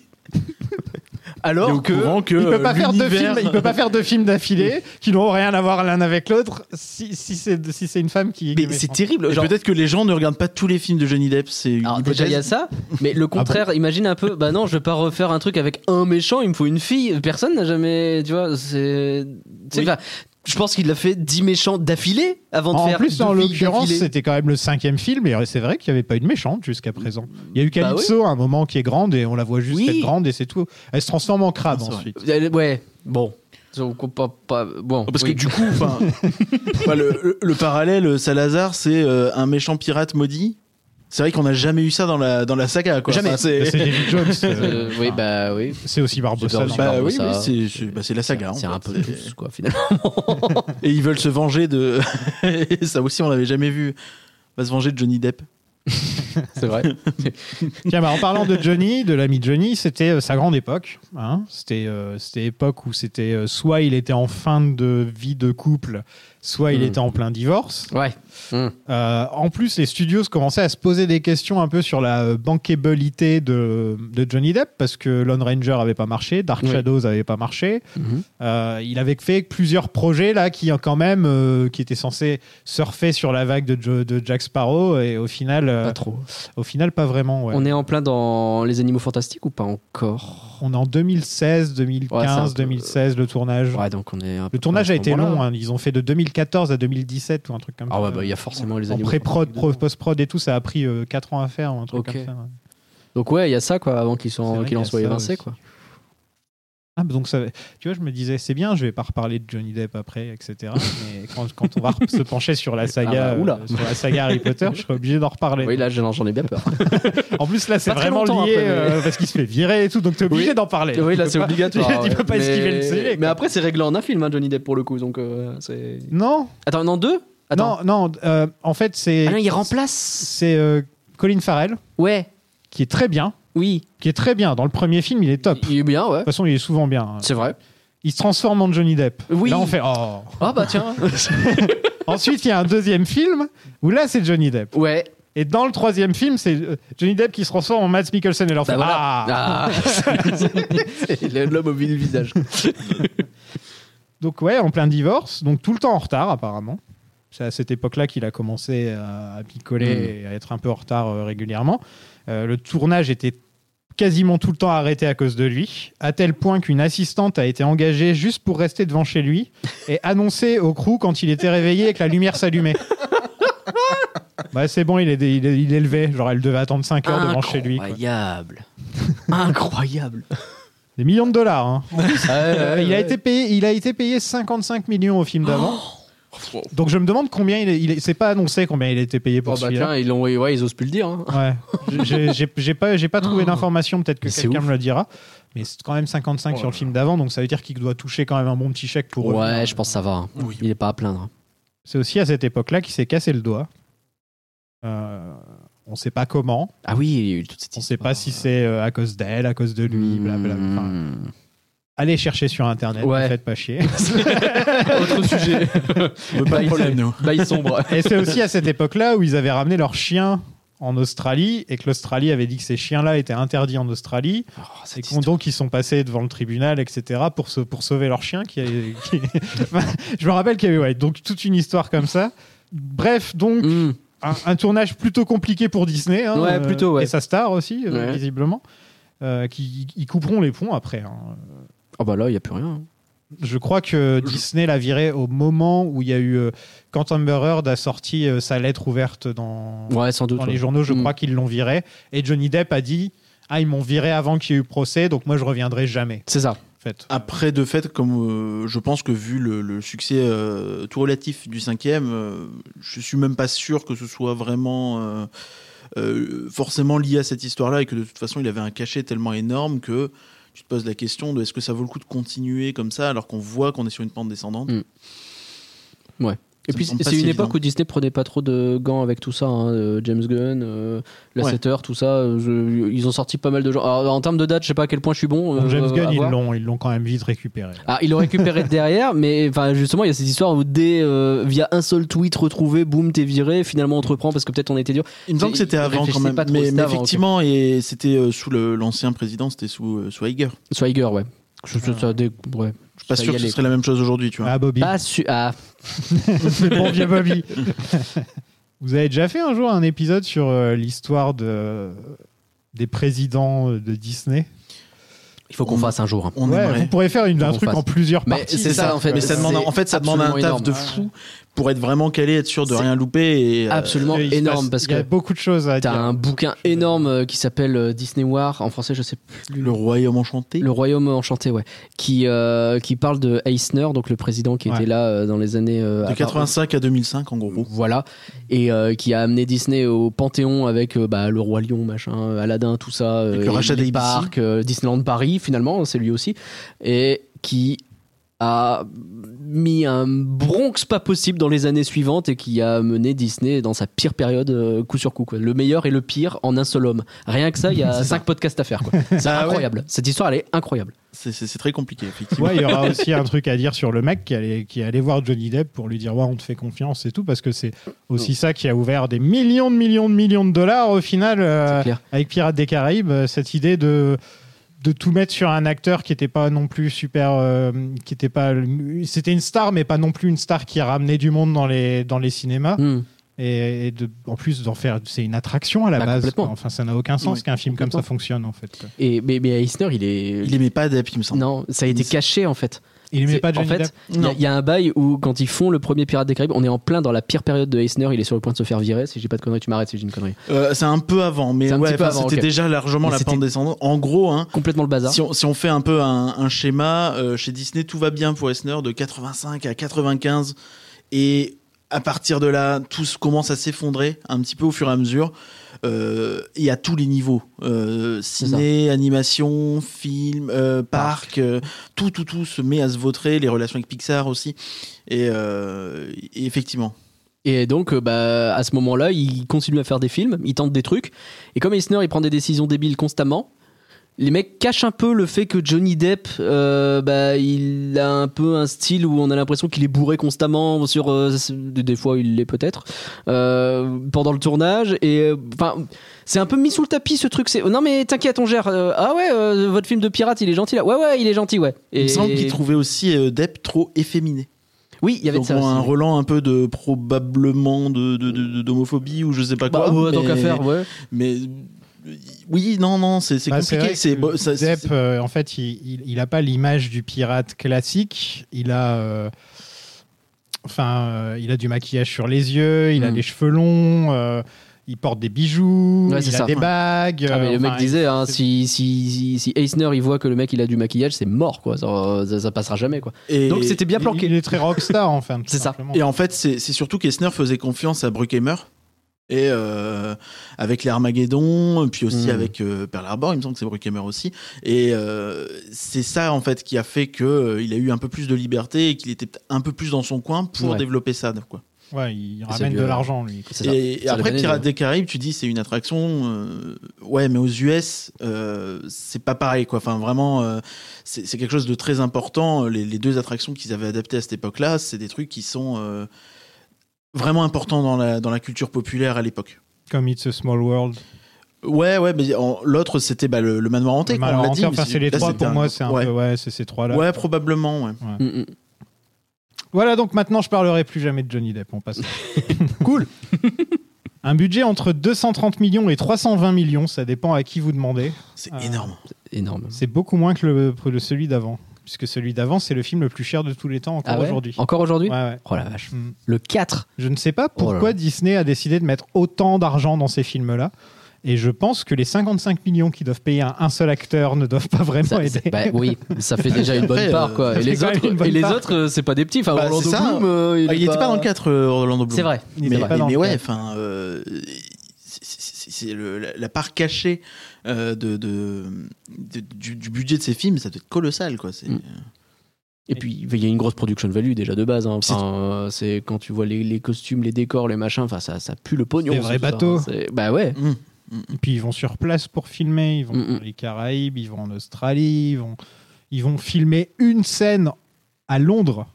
[SPEAKER 10] Il est au
[SPEAKER 3] Alors que.
[SPEAKER 10] courant que
[SPEAKER 9] il peut pas
[SPEAKER 10] euh,
[SPEAKER 9] faire deux
[SPEAKER 10] l'univers-
[SPEAKER 9] films, il peut pas faire deux films d'affilée qui n'ont rien à voir l'un avec l'autre si, si c'est si c'est une femme qui. qui est
[SPEAKER 3] Mais c'est
[SPEAKER 9] méchante.
[SPEAKER 3] terrible.
[SPEAKER 10] Et
[SPEAKER 3] Genre,
[SPEAKER 10] Peut-être que les gens ne regardent pas tous les films de Johnny Depp. C'est une
[SPEAKER 3] alors, déjà, il Ah, y a
[SPEAKER 10] hypothèse.
[SPEAKER 3] ça. Mais le contraire, imagine un peu. Bah non, je vais pas refaire un truc avec un méchant, il me faut une fille. Personne n'a jamais. Tu vois, c'est. tu sais,
[SPEAKER 10] Oui.
[SPEAKER 3] enfin, Je pense qu'il a fait 10 méchants d'affilée avant de
[SPEAKER 9] En
[SPEAKER 3] faire.
[SPEAKER 9] plus, en
[SPEAKER 3] deux filles
[SPEAKER 9] l'occurrence,
[SPEAKER 3] d'affilée.
[SPEAKER 9] c'était quand même le cinquième film, et c'est vrai qu'il n'y avait pas une méchante jusqu'à présent. Il y a eu
[SPEAKER 3] Bah
[SPEAKER 9] Calypso à un moment qui est grande, et on la voit juste
[SPEAKER 3] Oui.
[SPEAKER 9] être grande, et c'est tout. Elle se transforme en crabe
[SPEAKER 10] C'est vrai.
[SPEAKER 9] Ah, ensuite.
[SPEAKER 3] Elle- Ouais, bon. Donc, on peut pas, bon,
[SPEAKER 10] Oh, Parce
[SPEAKER 3] oui.
[SPEAKER 10] que du coup, enfin, enfin, le, le- le parallèle Salazar, c'est euh, un méchant pirate maudit. C'est vrai qu'on n'a jamais eu ça dans la, dans la saga. Quoi.
[SPEAKER 3] Jamais.
[SPEAKER 10] Enfin, c'est-
[SPEAKER 9] Bah, C'est David Jones. euh,
[SPEAKER 3] Euh, oui, bah oui.
[SPEAKER 9] C'est aussi Barbossa.
[SPEAKER 3] C'est
[SPEAKER 9] dans-
[SPEAKER 10] Bah
[SPEAKER 3] Non,
[SPEAKER 10] oui,
[SPEAKER 3] ça-
[SPEAKER 10] oui, c'est- c'est bah, c'est la saga.
[SPEAKER 3] C'est un
[SPEAKER 10] en fait.
[SPEAKER 3] peu
[SPEAKER 10] C'est-
[SPEAKER 3] tous, quoi, finalement.
[SPEAKER 10] Et ils veulent se venger de. ça aussi, on l'avait jamais vu. On va se venger de Johnny Depp.
[SPEAKER 3] C'est vrai.
[SPEAKER 9] Tiens, bah, en parlant de Johnny, de l'ami Johnny, c'était euh, sa grande époque. hein. C'était euh, c'était époque où c'était euh, soit il était en fin de vie de couple, soit il
[SPEAKER 3] Mm.
[SPEAKER 9] était en plein divorce.
[SPEAKER 3] Ouais.
[SPEAKER 9] Euh, en plus, les studios commençaient à se poser des questions un peu sur la euh, bankabilité de, de Johnny Depp parce que Lone Ranger avait pas marché, Dark
[SPEAKER 3] Oui.
[SPEAKER 9] Shadows avait pas marché.
[SPEAKER 3] Mhm.
[SPEAKER 9] Euh, il avait fait plusieurs projets là qui quand même euh, qui étaient censés surfer sur la vague de, Jo- de Jack Sparrow et au final, euh,
[SPEAKER 3] Pas trop.
[SPEAKER 9] au final pas vraiment. ouais.
[SPEAKER 3] On est en plein dans les animaux fantastiques ou pas encore
[SPEAKER 9] On est en 2016, 2015,
[SPEAKER 3] Ouais, c'est un peu-
[SPEAKER 9] 2016 le tournage.
[SPEAKER 3] Ouais, donc on est. à peu
[SPEAKER 9] Le
[SPEAKER 3] près
[SPEAKER 9] tournage
[SPEAKER 3] à
[SPEAKER 9] a
[SPEAKER 3] ce
[SPEAKER 9] été
[SPEAKER 3] moment-là.
[SPEAKER 9] long. hein. Ils ont fait de 2014 à 2017 ou un truc comme
[SPEAKER 3] Ah
[SPEAKER 9] ça.
[SPEAKER 3] ouais, bah il y a forcément les
[SPEAKER 9] en
[SPEAKER 3] animaux.
[SPEAKER 9] pré-prod,
[SPEAKER 3] fantastiques dedans.
[SPEAKER 9] pro- post-prod et tout, ça a pris 4 ans à faire ou un truc
[SPEAKER 3] Ok.
[SPEAKER 9] comme ça. ouais.
[SPEAKER 3] Donc ouais, il y a ça quoi, avant qu'il
[SPEAKER 9] C'est vrai
[SPEAKER 3] soit- qu'il
[SPEAKER 9] qu'il y
[SPEAKER 3] en
[SPEAKER 9] a
[SPEAKER 3] soit
[SPEAKER 9] ça
[SPEAKER 3] évincé
[SPEAKER 9] aussi.
[SPEAKER 3] quoi.
[SPEAKER 9] Ah, donc ça, tu vois, je me disais, c'est bien, je vais pas reparler de Johnny Depp après, etc. Mais quand, quand on va re- se pencher sur la saga,
[SPEAKER 3] Ah bah, oula.
[SPEAKER 9] euh, sur la saga Harry Potter, je serai obligé d'en reparler.
[SPEAKER 3] Oui, là j'en j'en ai bien peur.
[SPEAKER 9] en plus, là, c'est
[SPEAKER 3] Pas très
[SPEAKER 9] vraiment lié
[SPEAKER 3] longtemps après, mais-
[SPEAKER 9] euh, parce qu'il se fait virer et tout, donc t'es obligé
[SPEAKER 3] Oui.
[SPEAKER 9] d'en parler.
[SPEAKER 3] oui, là
[SPEAKER 9] Tu
[SPEAKER 3] c'est
[SPEAKER 9] peux pas-
[SPEAKER 3] obligatoire.
[SPEAKER 9] tu peux pas
[SPEAKER 3] ouais.
[SPEAKER 9] esquiver le
[SPEAKER 3] Ah, Mais-
[SPEAKER 9] sujet.
[SPEAKER 3] Mais
[SPEAKER 9] quoi.
[SPEAKER 3] après c'est réglé en un film, hein, Johnny Depp pour le coup. Donc euh, c'est.
[SPEAKER 9] Non,
[SPEAKER 3] Attends, en deux Attends.
[SPEAKER 9] non, non. euh, en fait, c'est
[SPEAKER 3] Ah non, il remplace.
[SPEAKER 9] c'est euh, Colin Farrell
[SPEAKER 3] Ouais.
[SPEAKER 9] qui est très bien,
[SPEAKER 3] Oui.
[SPEAKER 9] qui est très bien. Dans le premier film, il est top. De
[SPEAKER 3] Il est bien, ouais.
[SPEAKER 9] toute façon, il est souvent bien. hein.
[SPEAKER 3] C'est vrai.
[SPEAKER 9] Il se transforme en Johnny Depp.
[SPEAKER 3] Oui.
[SPEAKER 9] Là, on fait. oh.
[SPEAKER 3] Ah bah tiens.
[SPEAKER 9] Ensuite, il y a un deuxième film où là, c'est Johnny Depp.
[SPEAKER 3] ouais.
[SPEAKER 9] Et dans le troisième film, c'est euh, Johnny Depp qui se transforme en Mads Mikkelsen et leur
[SPEAKER 3] Bah
[SPEAKER 9] fait,
[SPEAKER 3] voilà.
[SPEAKER 9] Ah
[SPEAKER 3] C'est l'homme au vil visage.
[SPEAKER 9] Donc ouais, en plein divorce, donc tout le temps en retard apparemment. C'est à cette époque-là qu'il a commencé euh, à à picoler et à être un peu en retard euh, régulièrement. Euh, le tournage était quasiment tout le temps arrêté à cause de lui, à tel point qu'une assistante a été engagée juste pour rester devant chez lui et annoncer au crew quand il était réveillé et que la lumière s'allumait. bah c'est bon, il est, il, est, il est levé, genre elle devait attendre 5
[SPEAKER 10] Ah,
[SPEAKER 9] heures devant chez lui. quoi.
[SPEAKER 3] Incroyable. Incroyable.
[SPEAKER 9] Des millions de dollars. hein.
[SPEAKER 3] Ah Ouais, ouais,
[SPEAKER 9] il, a
[SPEAKER 3] ouais. Oh
[SPEAKER 9] été payé, il a été payé 55 millions au film d'avant. Donc je me demande combien il est. il est- c'est pas annoncé combien il a été payé pour
[SPEAKER 3] Oh bah
[SPEAKER 9] celui-là.
[SPEAKER 3] tiens, ils l'ont, ouais, ils osent plus le dire. hein.
[SPEAKER 9] Ouais. J'ai- J'ai j'ai pas, j'ai pas trouvé
[SPEAKER 3] Oh.
[SPEAKER 9] d'informations. Peut-être que
[SPEAKER 3] Mais c'est
[SPEAKER 9] quelqu'un
[SPEAKER 3] ouf.
[SPEAKER 9] me le dira. Mais c'est quand même
[SPEAKER 3] Oh
[SPEAKER 9] 55 sur le film d'avant, donc ça veut dire qu'il doit toucher quand même un bon petit chèque pour.
[SPEAKER 3] Ouais,
[SPEAKER 9] revenir.
[SPEAKER 3] je pense que ça va. hein.
[SPEAKER 10] Oui.
[SPEAKER 3] Il est pas à plaindre.
[SPEAKER 9] C'est aussi à cette époque-là qu'il s'est cassé le doigt. Euh, on sait pas comment.
[SPEAKER 3] Ah oui, il y a eu toute cette
[SPEAKER 9] On sait pas si c'est euh, à cause d'elle, à cause de lui, blablabla. Enfin,
[SPEAKER 3] Hmm.
[SPEAKER 9] allez chercher sur internet.
[SPEAKER 3] Ouais.
[SPEAKER 9] Ne faites pas chier.
[SPEAKER 3] Autre sujet.
[SPEAKER 10] Pas de problème, nous.
[SPEAKER 3] Bail sombre.
[SPEAKER 9] Et c'est aussi à cette époque-là où ils avaient ramené leurs chiens en Australie et que l'Australie avait dit que ces chiens-là étaient interdits en Australie.
[SPEAKER 3] Oh,
[SPEAKER 9] Et
[SPEAKER 3] cette
[SPEAKER 9] qu'on- donc ils sont passés devant le tribunal, etc., pour, sau- pour sauver leurs chiens. Qui, qui- Enfin, je me rappelle qu'il y avait ouais, donc toute une histoire comme ça. Bref, donc
[SPEAKER 3] histoire. Hmm.
[SPEAKER 9] un, un tournage plutôt compliqué pour Disney. hein,
[SPEAKER 3] Ouais, plutôt, ouais.
[SPEAKER 9] Et sa star aussi, euh,
[SPEAKER 3] Ouais.
[SPEAKER 9] visiblement. Euh, qui ils couperont les ponts après. hein.
[SPEAKER 3] Oh bah là, il n'y a plus rien.
[SPEAKER 9] Je crois que Disney l'a viré au moment où il y a eu. euh, quand Amber Heard a sorti euh, sa lettre ouverte dans,
[SPEAKER 3] Ouais, sans doute.
[SPEAKER 9] dans
[SPEAKER 3] ouais.
[SPEAKER 9] les journaux, je
[SPEAKER 3] Mm.
[SPEAKER 9] crois qu'ils l'ont viré. Et Johnny Depp a dit Ah, ils m'ont viré avant qu'il y ait eu procès, donc moi je reviendrai jamais.
[SPEAKER 3] C'est ça.
[SPEAKER 9] En fait.
[SPEAKER 10] Après, de fait, comme euh, je pense que vu le, le succès euh, tout relatif du cinquième, euh, je suis même pas sûr que ce soit vraiment euh, euh, forcément lié à cette histoire-là et que de toute façon, il avait un cachet tellement énorme que tu te poses la question de est-ce que ça vaut le coup de continuer comme ça alors qu'on voit qu'on est sur une pente descendante.
[SPEAKER 3] Mm. Et
[SPEAKER 10] Ça
[SPEAKER 3] puis
[SPEAKER 10] me semble
[SPEAKER 3] c'est
[SPEAKER 10] pas
[SPEAKER 3] une
[SPEAKER 10] si
[SPEAKER 3] époque
[SPEAKER 10] évident.
[SPEAKER 3] où Disney prenait pas trop de gants avec tout ça, hein, euh, James Gunn, euh, Lasseter, tout ça. euh, je- ils ont sorti pas mal de gens. Alors, en termes de date, je sais pas à quel point je suis bon. euh,
[SPEAKER 9] Donc, James
[SPEAKER 3] à
[SPEAKER 9] Gunn, ils
[SPEAKER 3] voir.
[SPEAKER 9] l'ont, ils l'ont quand même vite récupéré.
[SPEAKER 3] Ah, ils l'ont récupéré de derrière, mais enfin justement, il y a cette histoire où dès euh, via un seul tweet retrouvé, boum, t'es viré. Finalement, on te reprend parce que peut-être on était dur.
[SPEAKER 10] Il me semble que c'était
[SPEAKER 3] Ils
[SPEAKER 10] avant quand
[SPEAKER 3] réfléchissaient
[SPEAKER 10] même.
[SPEAKER 3] pas trop,
[SPEAKER 10] mais,
[SPEAKER 3] c'était
[SPEAKER 10] mais
[SPEAKER 3] avant,
[SPEAKER 10] effectivement, et c'était euh, sous le- l'ancien président, c'était sous euh, Swiger.
[SPEAKER 3] Swiger, ouais. Je, je- ça, dé- ouais.
[SPEAKER 10] Ah. Je suis pas
[SPEAKER 3] Ça y
[SPEAKER 10] sûr que ce
[SPEAKER 3] allait,
[SPEAKER 10] serait la même chose aujourd'hui, tu vois.
[SPEAKER 9] Ah, Bobby.
[SPEAKER 3] Pas su- ah,
[SPEAKER 9] C'est bon vieux Bobby. Vous avez déjà fait un jour un épisode sur euh, l'histoire de, des présidents euh, de Disney
[SPEAKER 3] il faut qu'on
[SPEAKER 10] On-
[SPEAKER 3] fasse un jour. hein.
[SPEAKER 10] On
[SPEAKER 9] Ouais,
[SPEAKER 10] aimerait.
[SPEAKER 9] Vous pourrez faire une, un
[SPEAKER 3] Qu'on
[SPEAKER 9] truc
[SPEAKER 3] fasse.
[SPEAKER 9] en plusieurs
[SPEAKER 3] Mais
[SPEAKER 9] parties.
[SPEAKER 3] c'est ça, en fait.
[SPEAKER 10] Mais ça demande,
[SPEAKER 3] C'est
[SPEAKER 10] en fait, ça demande un taf
[SPEAKER 3] absolument
[SPEAKER 10] de
[SPEAKER 3] énorme.
[SPEAKER 10] fou pour être vraiment calé, être sûr de rien louper. Et, euh,
[SPEAKER 3] Absolument
[SPEAKER 9] Et il se
[SPEAKER 3] énorme
[SPEAKER 9] passe-
[SPEAKER 3] parce
[SPEAKER 9] Il y a
[SPEAKER 3] que
[SPEAKER 9] beaucoup de choses à
[SPEAKER 3] t'as
[SPEAKER 9] dire.
[SPEAKER 3] un bouquin énorme euh, qui s'appelle euh, Disney War en français, je sais plus.
[SPEAKER 10] Le royaume enchanté.
[SPEAKER 3] Le Royaume Enchanté, ouais. Qui, euh, qui parle de Eisner, donc le président qui
[SPEAKER 9] Ouais.
[SPEAKER 3] était là euh, dans les années. euh,
[SPEAKER 10] De
[SPEAKER 3] à-
[SPEAKER 10] 85 à 2005, en gros.
[SPEAKER 3] Voilà. Et euh, qui a amené Disney au Panthéon avec euh, bah, le Roi Lion, machin, Aladdin, tout ça.
[SPEAKER 10] Avec
[SPEAKER 3] euh,
[SPEAKER 10] le
[SPEAKER 3] et
[SPEAKER 10] rachat
[SPEAKER 3] les
[SPEAKER 10] d'ABC.
[SPEAKER 3] parcs, euh, Disneyland Paris, finalement, c'est lui aussi. Et qui a mis un bronx pas possible dans les années suivantes et qui a mené Disney dans sa pire période euh, coup sur coup. quoi. Le meilleur et le pire en un seul homme. Rien que ça, il y a cinq podcasts à faire. quoi. C'est
[SPEAKER 10] Ah ouais.
[SPEAKER 3] incroyable. Cette histoire, elle est incroyable.
[SPEAKER 10] C'est- C'est c'est très compliqué, effectivement.
[SPEAKER 9] Ouais, il y aura aussi un truc à dire sur le mec qui allait, qui allait voir Johnny Depp pour lui dire ouais, on te fait confiance et tout, parce que c'est
[SPEAKER 3] Oh.
[SPEAKER 9] aussi ça qui a ouvert des millions de millions de millions de dollars au final euh,
[SPEAKER 3] C'est clair.
[SPEAKER 9] avec Pirates des Caraïbes, euh, cette idée de de tout mettre sur un acteur qui n'était pas non plus super, euh, qui était pas, c'était une star mais pas non plus une star qui ramenait du monde dans les dans les cinémas
[SPEAKER 10] Ah.
[SPEAKER 3] Hmm.
[SPEAKER 9] et, et de, en plus d'en faire, c'est une attraction à la
[SPEAKER 3] Bah,
[SPEAKER 9] base.
[SPEAKER 3] complètement.
[SPEAKER 9] quoi. Enfin, ça n'a aucun sens
[SPEAKER 10] Oui,
[SPEAKER 9] qu'un film comme ça
[SPEAKER 3] complètement.
[SPEAKER 9] fonctionne en fait. quoi.
[SPEAKER 3] Et, mais, mais Eisner, il est.
[SPEAKER 10] Il aimait pas Depp, il me semble.
[SPEAKER 3] Non, ça a été
[SPEAKER 10] Il-
[SPEAKER 3] caché en fait.
[SPEAKER 9] Il aimait
[SPEAKER 3] C'est-
[SPEAKER 9] pas Johnny
[SPEAKER 3] en fait,
[SPEAKER 9] Depp.
[SPEAKER 3] Il y, a-
[SPEAKER 10] Non.
[SPEAKER 3] il y a un bail où quand ils font le premier Pirate des Caraïbes, on est en plein dans la pire période de Eisner. Il est sur le point de se faire virer. Si j'ai pas de conneries, tu m'arrêtes si j'ai une connerie.
[SPEAKER 10] Euh, c'est un peu avant, mais
[SPEAKER 3] C'est un
[SPEAKER 10] ouais,
[SPEAKER 3] petit peu
[SPEAKER 10] enfin,
[SPEAKER 3] avant,
[SPEAKER 10] c'était
[SPEAKER 3] ok.
[SPEAKER 10] déjà largement
[SPEAKER 3] Mais
[SPEAKER 10] la
[SPEAKER 3] c'était-
[SPEAKER 10] pente descendante. En gros, hein,
[SPEAKER 3] Complètement le bazar.
[SPEAKER 10] si, on, si on fait un peu un, un schéma, euh, chez Disney, tout va bien pour Eisner de 85 à 95. Et à partir de là, tout se commence à s'effondrer un petit peu au fur et à mesure. Euh, et à tous les niveaux Euh, ciné, animation, film, euh, parc, euh, tout, tout, tout se met à se vautrer. Les relations avec Pixar aussi. Et, euh, et effectivement,
[SPEAKER 3] Et donc, euh, bah, à ce moment-là, il continue à faire des films, il tente des trucs. Et comme Eisner, il prend des décisions débiles constamment, les mecs cachent un peu le fait que Johnny Depp, euh, bah, il a un peu un style où on a l'impression qu'il est bourré constamment. Sur euh, des des fois, il l'est peut-être euh, pendant le tournage. Et euh, enfin, c'est un peu mis sous le tapis ce truc. C'est non mais t'inquiète, on gère. Euh, ah ouais, euh, votre film de pirate, il est gentil là. Ouais ouais, il est gentil ouais.
[SPEAKER 10] il
[SPEAKER 3] Et-
[SPEAKER 10] me semble qu'il trouvait aussi euh, Depp trop efféminé.
[SPEAKER 3] Oui, il y avait de
[SPEAKER 10] Donc,
[SPEAKER 3] ça.
[SPEAKER 10] on a un
[SPEAKER 3] aussi.
[SPEAKER 10] relan un peu de probablement de de- de- de- d'homophobie ou je sais pas hein,
[SPEAKER 3] Bah,
[SPEAKER 10] quoi.
[SPEAKER 3] ouais, tant
[SPEAKER 10] mais-
[SPEAKER 3] qu'à faire, ouais.
[SPEAKER 10] Mais euh, oui, non, non, c'est c'est
[SPEAKER 9] Bah, c'est
[SPEAKER 10] compliqué. C'est
[SPEAKER 9] vrai que
[SPEAKER 10] bon, ça- c'est-
[SPEAKER 9] Depp, euh, en fait, il, il, il a pas l'image du pirate classique. Il a, euh, enfin, euh, il a du maquillage sur les yeux, il a
[SPEAKER 3] Mm.
[SPEAKER 9] des cheveux longs, euh, il porte des bijoux,
[SPEAKER 3] Ouais,
[SPEAKER 9] il
[SPEAKER 3] c'est
[SPEAKER 9] a
[SPEAKER 3] ça.
[SPEAKER 9] des
[SPEAKER 3] Ouais.
[SPEAKER 9] bagues.
[SPEAKER 3] Ah, mais
[SPEAKER 9] euh,
[SPEAKER 3] le mec
[SPEAKER 9] enfin,
[SPEAKER 3] disait, hein,
[SPEAKER 9] c'est-
[SPEAKER 3] si, si, si, si Eisner il voit que le mec il a du maquillage, c'est mort quoi, ça, ça- ça passera jamais quoi.
[SPEAKER 10] et-
[SPEAKER 3] Donc c'était bien
[SPEAKER 9] il-
[SPEAKER 3] planqué.
[SPEAKER 9] Il est très rockstar, enfin. tout
[SPEAKER 3] C'est ça.
[SPEAKER 9] simplement.
[SPEAKER 10] Et en fait, c'est c'est surtout qu'Esner faisait confiance à Bruckheimer. Et euh, avec les Armageddon, puis aussi
[SPEAKER 3] Mm.
[SPEAKER 10] avec euh, Pearl Harbor, il me semble que c'est Bruckheimer aussi. Et euh, c'est ça en fait qui a fait que euh, il a eu un peu plus de liberté et qu'il était un peu plus dans son coin pour
[SPEAKER 3] Ouais.
[SPEAKER 10] développer ça. Quoi.
[SPEAKER 9] Ouais, il
[SPEAKER 3] ça
[SPEAKER 9] ramène
[SPEAKER 3] lui
[SPEAKER 9] de
[SPEAKER 3] a-
[SPEAKER 9] l'argent lui.
[SPEAKER 3] C'est ça.
[SPEAKER 10] Et, et
[SPEAKER 3] Ça
[SPEAKER 10] après,
[SPEAKER 3] devenait
[SPEAKER 10] Pirates
[SPEAKER 3] de-
[SPEAKER 10] des Caraïbes, tu dis c'est une attraction. euh, ouais, mais aux US, euh, c'est pas pareil, quoi. Enfin, vraiment, euh, c'est c'est quelque chose de très important. Les, les deux attractions qu'ils avaient adaptées à cette époque-là, c'est des trucs qui sont euh, vraiment importants dans la, dans la culture populaire à l'époque.
[SPEAKER 9] Comme It's a Small World.
[SPEAKER 10] Ouais, ouais, mais en- l'autre, c'était bah, le, le manoir hanté. quoi, on l'a
[SPEAKER 9] Malheureusement,
[SPEAKER 10] dit, mais
[SPEAKER 9] enfin, c'est les
[SPEAKER 10] là,
[SPEAKER 9] trois
[SPEAKER 10] c'était
[SPEAKER 9] pour
[SPEAKER 10] un-
[SPEAKER 9] moi, c'est un
[SPEAKER 10] ouais.
[SPEAKER 9] peu ouais, c'est ces trois là.
[SPEAKER 10] Ouais, probablement, ouais.
[SPEAKER 3] Mm, mm.
[SPEAKER 9] Voilà, donc maintenant je parlerai plus jamais de Johnny Depp. On passe. cool. Un budget entre 230 millions et 320 millions, ça dépend à qui vous demandez.
[SPEAKER 10] C'est
[SPEAKER 9] Ah.
[SPEAKER 10] énorme.
[SPEAKER 3] Énorme.
[SPEAKER 9] C'est beaucoup moins que le, que le- celui d'avant, puisque celui d'avant c'est le film le plus cher de tous les temps encore
[SPEAKER 3] Ah ouais
[SPEAKER 9] aujourd'hui.
[SPEAKER 3] Encore aujourd'hui
[SPEAKER 9] Ouais, ouais.
[SPEAKER 3] Oh la vache.
[SPEAKER 9] Mm.
[SPEAKER 3] Le 4
[SPEAKER 9] Je ne sais pas pourquoi
[SPEAKER 3] Oh là là.
[SPEAKER 9] Disney a décidé de mettre autant d'argent dans ces films-là. Et je pense que les 55 millions qui doivent payer à un seul acteur ne doivent pas vraiment
[SPEAKER 3] ça-
[SPEAKER 9] aider.
[SPEAKER 3] c'est- bah oui, ça fait déjà une bonne
[SPEAKER 10] Après,
[SPEAKER 3] part
[SPEAKER 10] euh,
[SPEAKER 3] quoi.
[SPEAKER 9] ça
[SPEAKER 3] Et
[SPEAKER 9] fait
[SPEAKER 3] les
[SPEAKER 9] quand même
[SPEAKER 3] autres,
[SPEAKER 9] une bonne
[SPEAKER 3] et les
[SPEAKER 9] part.
[SPEAKER 3] autres, euh, c'est pas des petits. Enfin,
[SPEAKER 10] Bah,
[SPEAKER 3] Orlando
[SPEAKER 10] c'est ça.
[SPEAKER 3] Bloom, euh,
[SPEAKER 10] Ah, il
[SPEAKER 3] est
[SPEAKER 10] n'était pas... dans le 4, euh, Orlando Bloom.
[SPEAKER 3] C'est vrai.
[SPEAKER 9] Il
[SPEAKER 10] mais,
[SPEAKER 9] était pas dans
[SPEAKER 10] mais
[SPEAKER 9] le
[SPEAKER 10] ouais,
[SPEAKER 9] cadre.
[SPEAKER 10] enfin, euh, c'est- c'est c'est le- la, la part cachée euh, de, de- de- du, du budget de ces films, ça doit être colossal, quoi. C'est
[SPEAKER 3] Mm. Et puis il y a une grosse production value déjà de base. hein. Enfin, euh, c'est quand tu vois les, les costumes, les décors, les machins. Enfin, ça, ça pue le pognon.
[SPEAKER 9] Des vrais
[SPEAKER 3] ce soir,
[SPEAKER 9] bateaux.
[SPEAKER 3] hein. C'est- Bah ouais.
[SPEAKER 10] Mm.
[SPEAKER 9] Et puis ils vont sur place pour filmer, ils vont
[SPEAKER 3] Mm, mm.
[SPEAKER 9] dans les Caraïbes, ils vont en Australie, ils vont, ils vont filmer une scène à Londres.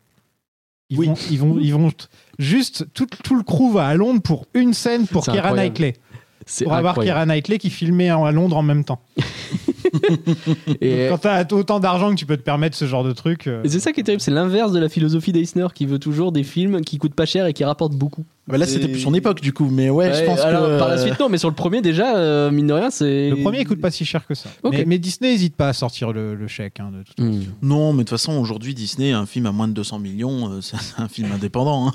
[SPEAKER 9] Ils,
[SPEAKER 10] Oui.
[SPEAKER 9] vont, ils, vont, ils vont t- juste tout, tout le crew va à Londres pour une scène pour
[SPEAKER 3] C'est
[SPEAKER 9] Keira
[SPEAKER 3] incroyable.
[SPEAKER 9] Knightley.
[SPEAKER 3] C'est
[SPEAKER 9] Pour avoir
[SPEAKER 3] incroyable.
[SPEAKER 9] Keira Knightley qui filmait en- à Londres en même temps.
[SPEAKER 3] Et-
[SPEAKER 9] Quand t'as autant d'argent que tu peux te permettre ce genre de truc. euh,
[SPEAKER 3] Et c'est ça qui est terrible, c'est l'inverse de la philosophie d'Eisner qui veut toujours des films qui coûtent pas cher et qui rapportent beaucoup.
[SPEAKER 10] Bah là, c'était
[SPEAKER 3] Et-
[SPEAKER 10] plus son époque, du coup. Mais ouais, je
[SPEAKER 3] Ouais,
[SPEAKER 10] pense
[SPEAKER 3] alors,
[SPEAKER 10] que.
[SPEAKER 3] Par la
[SPEAKER 10] euh,
[SPEAKER 3] suite, non, mais sur le premier, déjà, euh, mine de rien, c'est.
[SPEAKER 9] Le premier il coûte pas si cher que ça.
[SPEAKER 3] Ok.
[SPEAKER 9] Mais, mais Disney n'hésite pas à sortir le, le chèque. hein, de toute-
[SPEAKER 3] Hmm.
[SPEAKER 10] Non, mais de toute façon, aujourd'hui, Disney, un film à moins de 200 millions, euh, c'est un film indépendant. hein.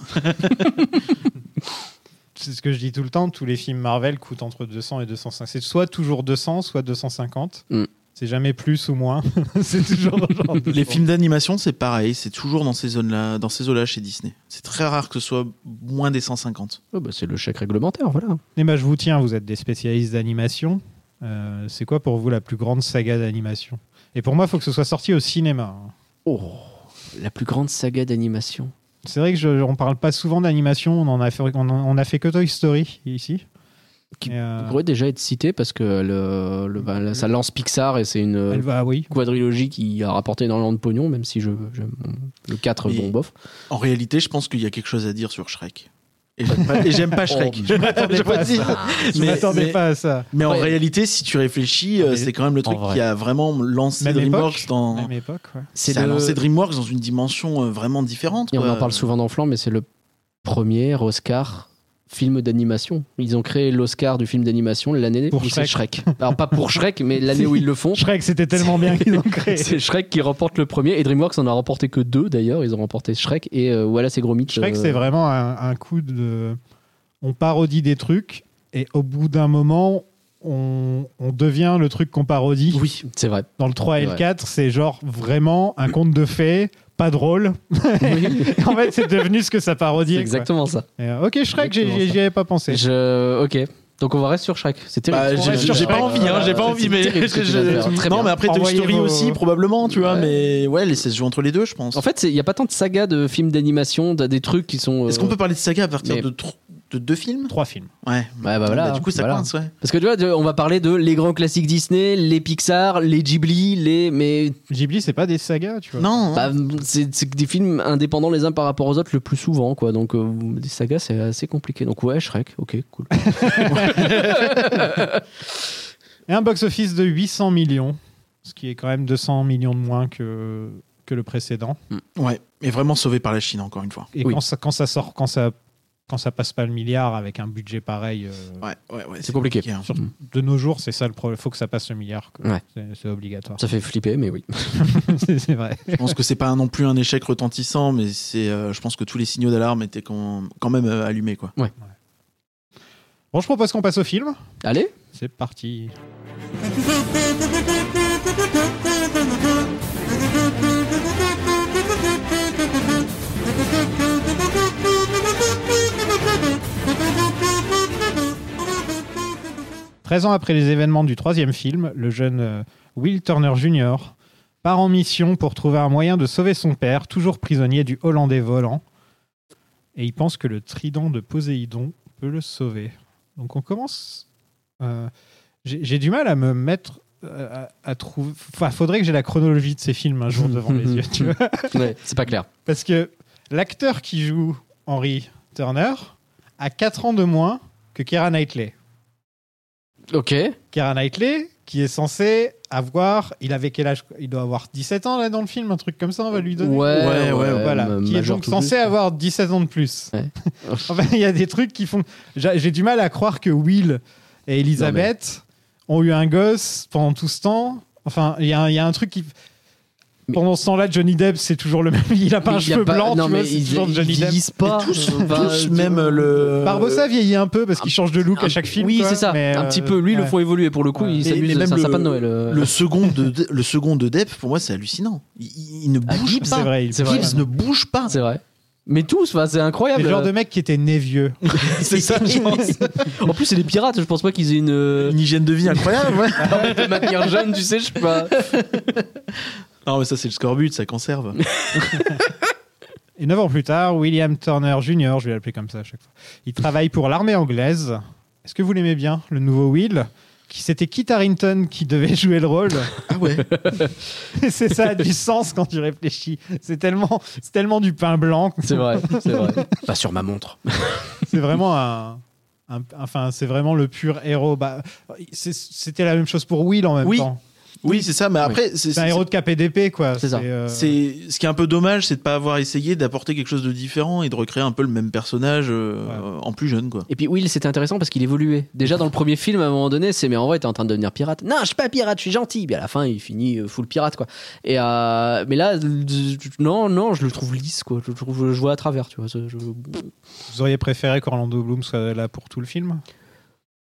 [SPEAKER 9] C'est ce que je dis tout le temps. Tous les films Marvel coûtent entre 200 et 205. C'est soit toujours 200, soit 250.
[SPEAKER 3] Mm.
[SPEAKER 9] C'est jamais plus ou moins. c'est toujours dans le genre de
[SPEAKER 10] Les
[SPEAKER 9] genre.
[SPEAKER 10] films d'animation, c'est pareil, c'est toujours dans ces zones-là, dans ces eaux-là chez Disney. C'est très rare que ce soit moins des 150.
[SPEAKER 3] Oh, bah, c'est le chèque réglementaire, voilà.
[SPEAKER 9] Eh ben, je vous tiens, vous êtes des spécialistes d'animation. Euh, c'est quoi pour vous la plus grande saga d'animation Et pour moi, il faut que ce soit sorti au cinéma. hein.
[SPEAKER 3] Oh. la plus grande saga d'animation.
[SPEAKER 9] C'est vrai que je, on parle pas souvent d'animation, on en a fait, on, en- on a fait que Toy Story ici.
[SPEAKER 3] Qui
[SPEAKER 9] Et, euh,
[SPEAKER 3] Elle pourrait déjà être citée parce que le, le- bah, là, ça lance Pixar et c'est une euh,
[SPEAKER 9] elle va, ah oui.
[SPEAKER 3] quadrilogie qui a rapporté énormément de pognon, même si je, je- le 4,
[SPEAKER 10] Mais-
[SPEAKER 3] bon bof.
[SPEAKER 10] En réalité, je pense qu'il y a quelque chose à dire sur Shrek. Et j'aime pas, et j'aime pas Shrek.
[SPEAKER 3] Oh,
[SPEAKER 10] je m'attendais
[SPEAKER 9] pas à
[SPEAKER 10] dire.
[SPEAKER 9] ça. Je
[SPEAKER 10] Mais-
[SPEAKER 9] m'attendais
[SPEAKER 10] mais-
[SPEAKER 9] pas à ça.
[SPEAKER 10] Mais en
[SPEAKER 3] Ouais.
[SPEAKER 10] réalité, si tu réfléchis, euh,
[SPEAKER 9] Mais-
[SPEAKER 10] c'est quand même le truc
[SPEAKER 4] vrai.
[SPEAKER 10] qui a vraiment lancé
[SPEAKER 9] Même
[SPEAKER 10] DreamWorks
[SPEAKER 9] époque.
[SPEAKER 10] dans.
[SPEAKER 9] Même époque, ouais.
[SPEAKER 3] C'est
[SPEAKER 10] ça a
[SPEAKER 3] le-
[SPEAKER 10] lancé DreamWorks dans une dimension euh, vraiment différente.
[SPEAKER 3] Et on
[SPEAKER 10] quoi.
[SPEAKER 3] en parle souvent dans Flan, mais c'est le premier Oscar film d'animation. Ils ont créé l'Oscar du film d'animation l'année
[SPEAKER 9] Pour
[SPEAKER 3] où c'est Shrek. Alors pas pour Shrek, mais l'année où ils le font.
[SPEAKER 9] Shrek, c'était tellement bien qu'ils l'ont créé.
[SPEAKER 3] C'est Shrek qui remporte le premier et DreamWorks en a remporté que deux d'ailleurs. Ils ont remporté Shrek et euh, Wallace et Gromit.
[SPEAKER 9] Shrek,
[SPEAKER 3] euh,
[SPEAKER 9] c'est vraiment un, un coup de. On parodie des trucs et au bout d'un moment, on, on devient le truc qu'on parodie.
[SPEAKER 3] Oui, c'est vrai.
[SPEAKER 9] Dans le 3 et le
[SPEAKER 3] Ouais.
[SPEAKER 9] 4, c'est genre vraiment un conte de fées, pas drôle. en fait, c'est devenu ce que ça parodie.
[SPEAKER 3] C'est
[SPEAKER 9] quoi.
[SPEAKER 3] exactement ça.
[SPEAKER 9] Et, euh, ok, Shrek, j'y
[SPEAKER 3] Exactement
[SPEAKER 9] j'y-
[SPEAKER 3] ça.
[SPEAKER 9] j'y avais pas pensé.
[SPEAKER 3] Je... Ok. Donc on va rester sur Shrek. C'était
[SPEAKER 10] Bah,
[SPEAKER 9] On
[SPEAKER 10] j'ai
[SPEAKER 9] reste sur
[SPEAKER 10] j'ai pas
[SPEAKER 9] Shrek.
[SPEAKER 10] envie, hein, j'ai pas
[SPEAKER 9] C'est
[SPEAKER 10] envie, mais non, mais après Toy
[SPEAKER 9] Envoyez
[SPEAKER 10] Story
[SPEAKER 9] vos-
[SPEAKER 10] aussi probablement, tu vois,
[SPEAKER 3] Ouais.
[SPEAKER 10] mais ouais, les- ça se joue entre les deux, je pense.
[SPEAKER 3] En fait, c'est- il n'y a pas tant de sagas de films d'animation, t'as des trucs qui sont. euh,
[SPEAKER 10] Est-ce qu'on peut parler de saga à partir
[SPEAKER 3] mais-
[SPEAKER 10] de, tro- de deux films
[SPEAKER 9] Trois films.
[SPEAKER 10] Ouais.
[SPEAKER 3] Bah, bah, voilà,
[SPEAKER 10] Bah, du coup, ça
[SPEAKER 3] voilà.
[SPEAKER 10] coince, ouais.
[SPEAKER 3] Parce que tu vois, de- on va parler de les grands classiques Disney, les Pixar, les Ghibli, les. Mais
[SPEAKER 9] Ghibli, c'est pas des sagas, tu vois.
[SPEAKER 10] Non.
[SPEAKER 3] bah, c'est c'est des films indépendants les uns par rapport aux autres le plus souvent, quoi. Donc euh, des sagas, c'est assez compliqué. Donc ouais, Shrek, ok, cool.
[SPEAKER 9] Et un box-office de 800 millions, ce qui est quand même 200 millions de moins que, que le précédent.
[SPEAKER 10] Ouais, mais vraiment sauvé par la Chine, encore une fois.
[SPEAKER 9] Et
[SPEAKER 3] Oui.
[SPEAKER 9] quand, ça, quand ça sort, quand ça, quand ça passe pas le milliard avec un budget pareil, euh,
[SPEAKER 10] Ouais, ouais, ouais.
[SPEAKER 3] C'est compliqué.
[SPEAKER 10] hein.
[SPEAKER 9] Sur- de nos jours, c'est ça le problème. faut que ça passe le milliard. quoi.
[SPEAKER 3] Ouais.
[SPEAKER 9] C'est- C'est obligatoire.
[SPEAKER 3] Ça fait flipper, mais oui.
[SPEAKER 9] c'est c'est vrai.
[SPEAKER 10] Je pense que c'est pas non plus un échec retentissant, mais c'est, euh, je pense que tous les signaux d'alarme étaient quand, quand même euh, allumés, quoi.
[SPEAKER 9] Bon, je propose qu'on passe au film.
[SPEAKER 3] Allez
[SPEAKER 9] C'est parti. Treize ans après les événements du troisième film, le jeune euh, Will Turner Jr. part en mission pour trouver un moyen de sauver son père, toujours prisonnier du Hollandais volant. Et il pense que le trident de Poséidon peut le sauver. Donc on commence euh, j'ai j'ai du mal à me mettre euh, à, à trouver. Enfin, faudrait que j'ai la chronologie de ces films un jour devant les yeux, tu vois.
[SPEAKER 3] Ouais, C'est pas clair.
[SPEAKER 9] Parce que l'acteur qui joue Henry Turner a 4 ans de moins que Keira Knightley.
[SPEAKER 3] Ok.
[SPEAKER 9] Keira Knightley, qui est censé avoir. Il avait quel âge Il doit avoir 17 ans là dans le film, un truc comme ça, on va lui donner. Euh,
[SPEAKER 3] Ouais,
[SPEAKER 10] ouais, ouais,
[SPEAKER 9] Voilà,
[SPEAKER 3] ma-
[SPEAKER 9] qui est
[SPEAKER 3] majeur
[SPEAKER 9] donc
[SPEAKER 3] tout
[SPEAKER 9] censé
[SPEAKER 3] juste.
[SPEAKER 9] avoir 17 ans de plus.
[SPEAKER 3] Ouais.
[SPEAKER 9] Enfin, il y a des trucs qui font. J'a- J'ai du mal à croire que Will et Elisabeth ont eu un gosse pendant tout ce temps. Enfin, il y, a un- il y a un truc qui.
[SPEAKER 3] Mais-
[SPEAKER 9] Pendant ce temps-là, Johnny Depp, c'est toujours le même. Il a pas
[SPEAKER 3] Mais
[SPEAKER 9] un
[SPEAKER 3] il y a
[SPEAKER 9] cheveu
[SPEAKER 3] pas-
[SPEAKER 9] blanc,
[SPEAKER 3] non,
[SPEAKER 9] tu vois,
[SPEAKER 3] mais
[SPEAKER 9] c'est
[SPEAKER 3] ils-
[SPEAKER 9] toujours
[SPEAKER 3] ils
[SPEAKER 9] Johnny Depp.
[SPEAKER 3] vieillissent pas.
[SPEAKER 10] tous,
[SPEAKER 3] Enfin,
[SPEAKER 10] tous,
[SPEAKER 3] tu
[SPEAKER 10] même euh,
[SPEAKER 3] vois.
[SPEAKER 10] le.
[SPEAKER 9] euh, bah, Barbossa vieillit un peu parce qu'il change de look à chaque film.
[SPEAKER 3] Oui,
[SPEAKER 9] quoi,
[SPEAKER 3] c'est ça.
[SPEAKER 9] mais,
[SPEAKER 3] un
[SPEAKER 9] euh,
[SPEAKER 3] petit peu. Lui, le
[SPEAKER 9] ouais.
[SPEAKER 3] font évoluer pour le coup.
[SPEAKER 9] Ouais.
[SPEAKER 3] Il
[SPEAKER 10] Mais- mais
[SPEAKER 3] s'amuse.
[SPEAKER 10] même
[SPEAKER 3] C'est un
[SPEAKER 10] le-
[SPEAKER 3] sapin de Noël. euh.
[SPEAKER 10] Le second de, de- le second de Depp, pour moi, c'est hallucinant. Il, il- il ne
[SPEAKER 3] Ah,
[SPEAKER 10] bouge
[SPEAKER 3] Gibbs,
[SPEAKER 10] pas.
[SPEAKER 9] C'est vrai, il
[SPEAKER 3] C'est
[SPEAKER 9] bouge
[SPEAKER 3] vrai.
[SPEAKER 10] Gibbs ne bouge pas.
[SPEAKER 3] C'est vrai. Mais tous, enfin, c'est
[SPEAKER 9] C'est
[SPEAKER 3] incroyable.
[SPEAKER 9] le genre de mec qui était né vieux.
[SPEAKER 10] C'est ça, je pense.
[SPEAKER 3] En plus, c'est des pirates. Je pense pas qu'ils aient une. euh,
[SPEAKER 10] Une hygiène de vie incroyable. ouais.
[SPEAKER 3] de manière jeune, tu sais, je sais pas.
[SPEAKER 10] Non, mais ça, c'est le scorbut, ça conserve.
[SPEAKER 9] Et 9 ans plus tard, William Turner Jr., je vais l'appeler comme ça à chaque fois, il travaille pour l'armée anglaise. Est-ce que vous l'aimez bien, le nouveau Will qui C'était Kit Harrington qui devait jouer le rôle.
[SPEAKER 10] Ah ouais.
[SPEAKER 9] c'est ça, a du sens quand tu réfléchis. C'est tellement, c'est tellement du pain blanc.
[SPEAKER 3] C'est vrai, c'est vrai. Pas sur ma montre.
[SPEAKER 9] C'est vraiment un. un- Enfin, c'est vraiment le pur héros. Bah, c'est- C'était la même chose pour Will en même
[SPEAKER 10] Oui.
[SPEAKER 9] temps.
[SPEAKER 10] Oui, c'est ça, mais après, c'est
[SPEAKER 9] C'est un héros de KPDP, quoi.
[SPEAKER 3] C'est ça.
[SPEAKER 9] euh,
[SPEAKER 10] c'est- ce qui est un peu dommage, c'est de pas avoir essayé d'apporter quelque chose de différent et de recréer un peu le même personnage euh,
[SPEAKER 9] Ouais.
[SPEAKER 10] euh, en plus jeune, quoi.
[SPEAKER 3] Et puis Will, c'était intéressant parce qu'il évoluait. Déjà dans le premier film, à un moment donné, c'est mais en vrai, t'es en train de devenir pirate. Non, je suis pas pirate, je suis gentil. Puis à la fin, il finit euh, full pirate, quoi. Et euh, mais là, euh, non, non, je le trouve lisse, quoi. Je le trouve, je vois à travers, tu vois. Je, je-
[SPEAKER 9] Vous auriez préféré qu'Orlando Bloom soit là pour tout le film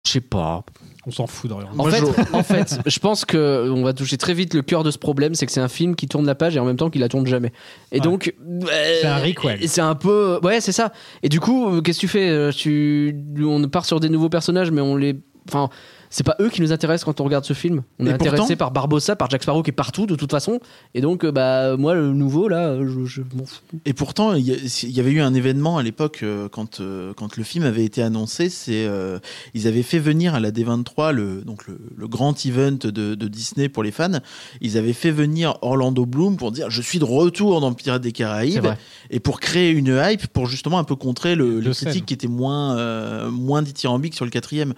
[SPEAKER 3] je sais pas.
[SPEAKER 9] On s'en fout d'Orlando.
[SPEAKER 3] En fait, en fait, je pense que on va toucher très vite le cœur de ce problème, c'est que c'est un film qui tourne la page et en même temps qu'il la tourne jamais. Et
[SPEAKER 9] Ouais.
[SPEAKER 3] donc, euh,
[SPEAKER 9] C'est un requel.
[SPEAKER 3] C'est un peu, ouais, c'est ça. Et du coup, euh, qu'est-ce que tu fais Euh, Tu, on part sur des nouveaux personnages, mais on les, enfin, C'est pas eux qui nous intéressent quand on regarde ce film. On
[SPEAKER 10] Et
[SPEAKER 3] est
[SPEAKER 10] pourtant-
[SPEAKER 3] intéressé par Barbossa, par Jack Sparrow qui est partout de toute façon. Et donc, euh, bah, moi, le nouveau, là, euh, je, je m'en fous.
[SPEAKER 10] Et pourtant, il y, a- il y avait eu un événement à l'époque euh, quand, euh, quand le film avait été annoncé. C'est euh, ils avaient fait venir à la D23 le donc le, le grand event de, de Disney pour les fans. Ils avaient fait venir Orlando Bloom pour dire je suis de retour dans Pirates des
[SPEAKER 3] C'est
[SPEAKER 10] Caraïbes
[SPEAKER 3] vrai.
[SPEAKER 10] et pour créer une hype pour justement un peu contrer le, les
[SPEAKER 9] scènes.
[SPEAKER 10] critiques qui étaient moins euh, moins dithyrambiques sur le quatrième.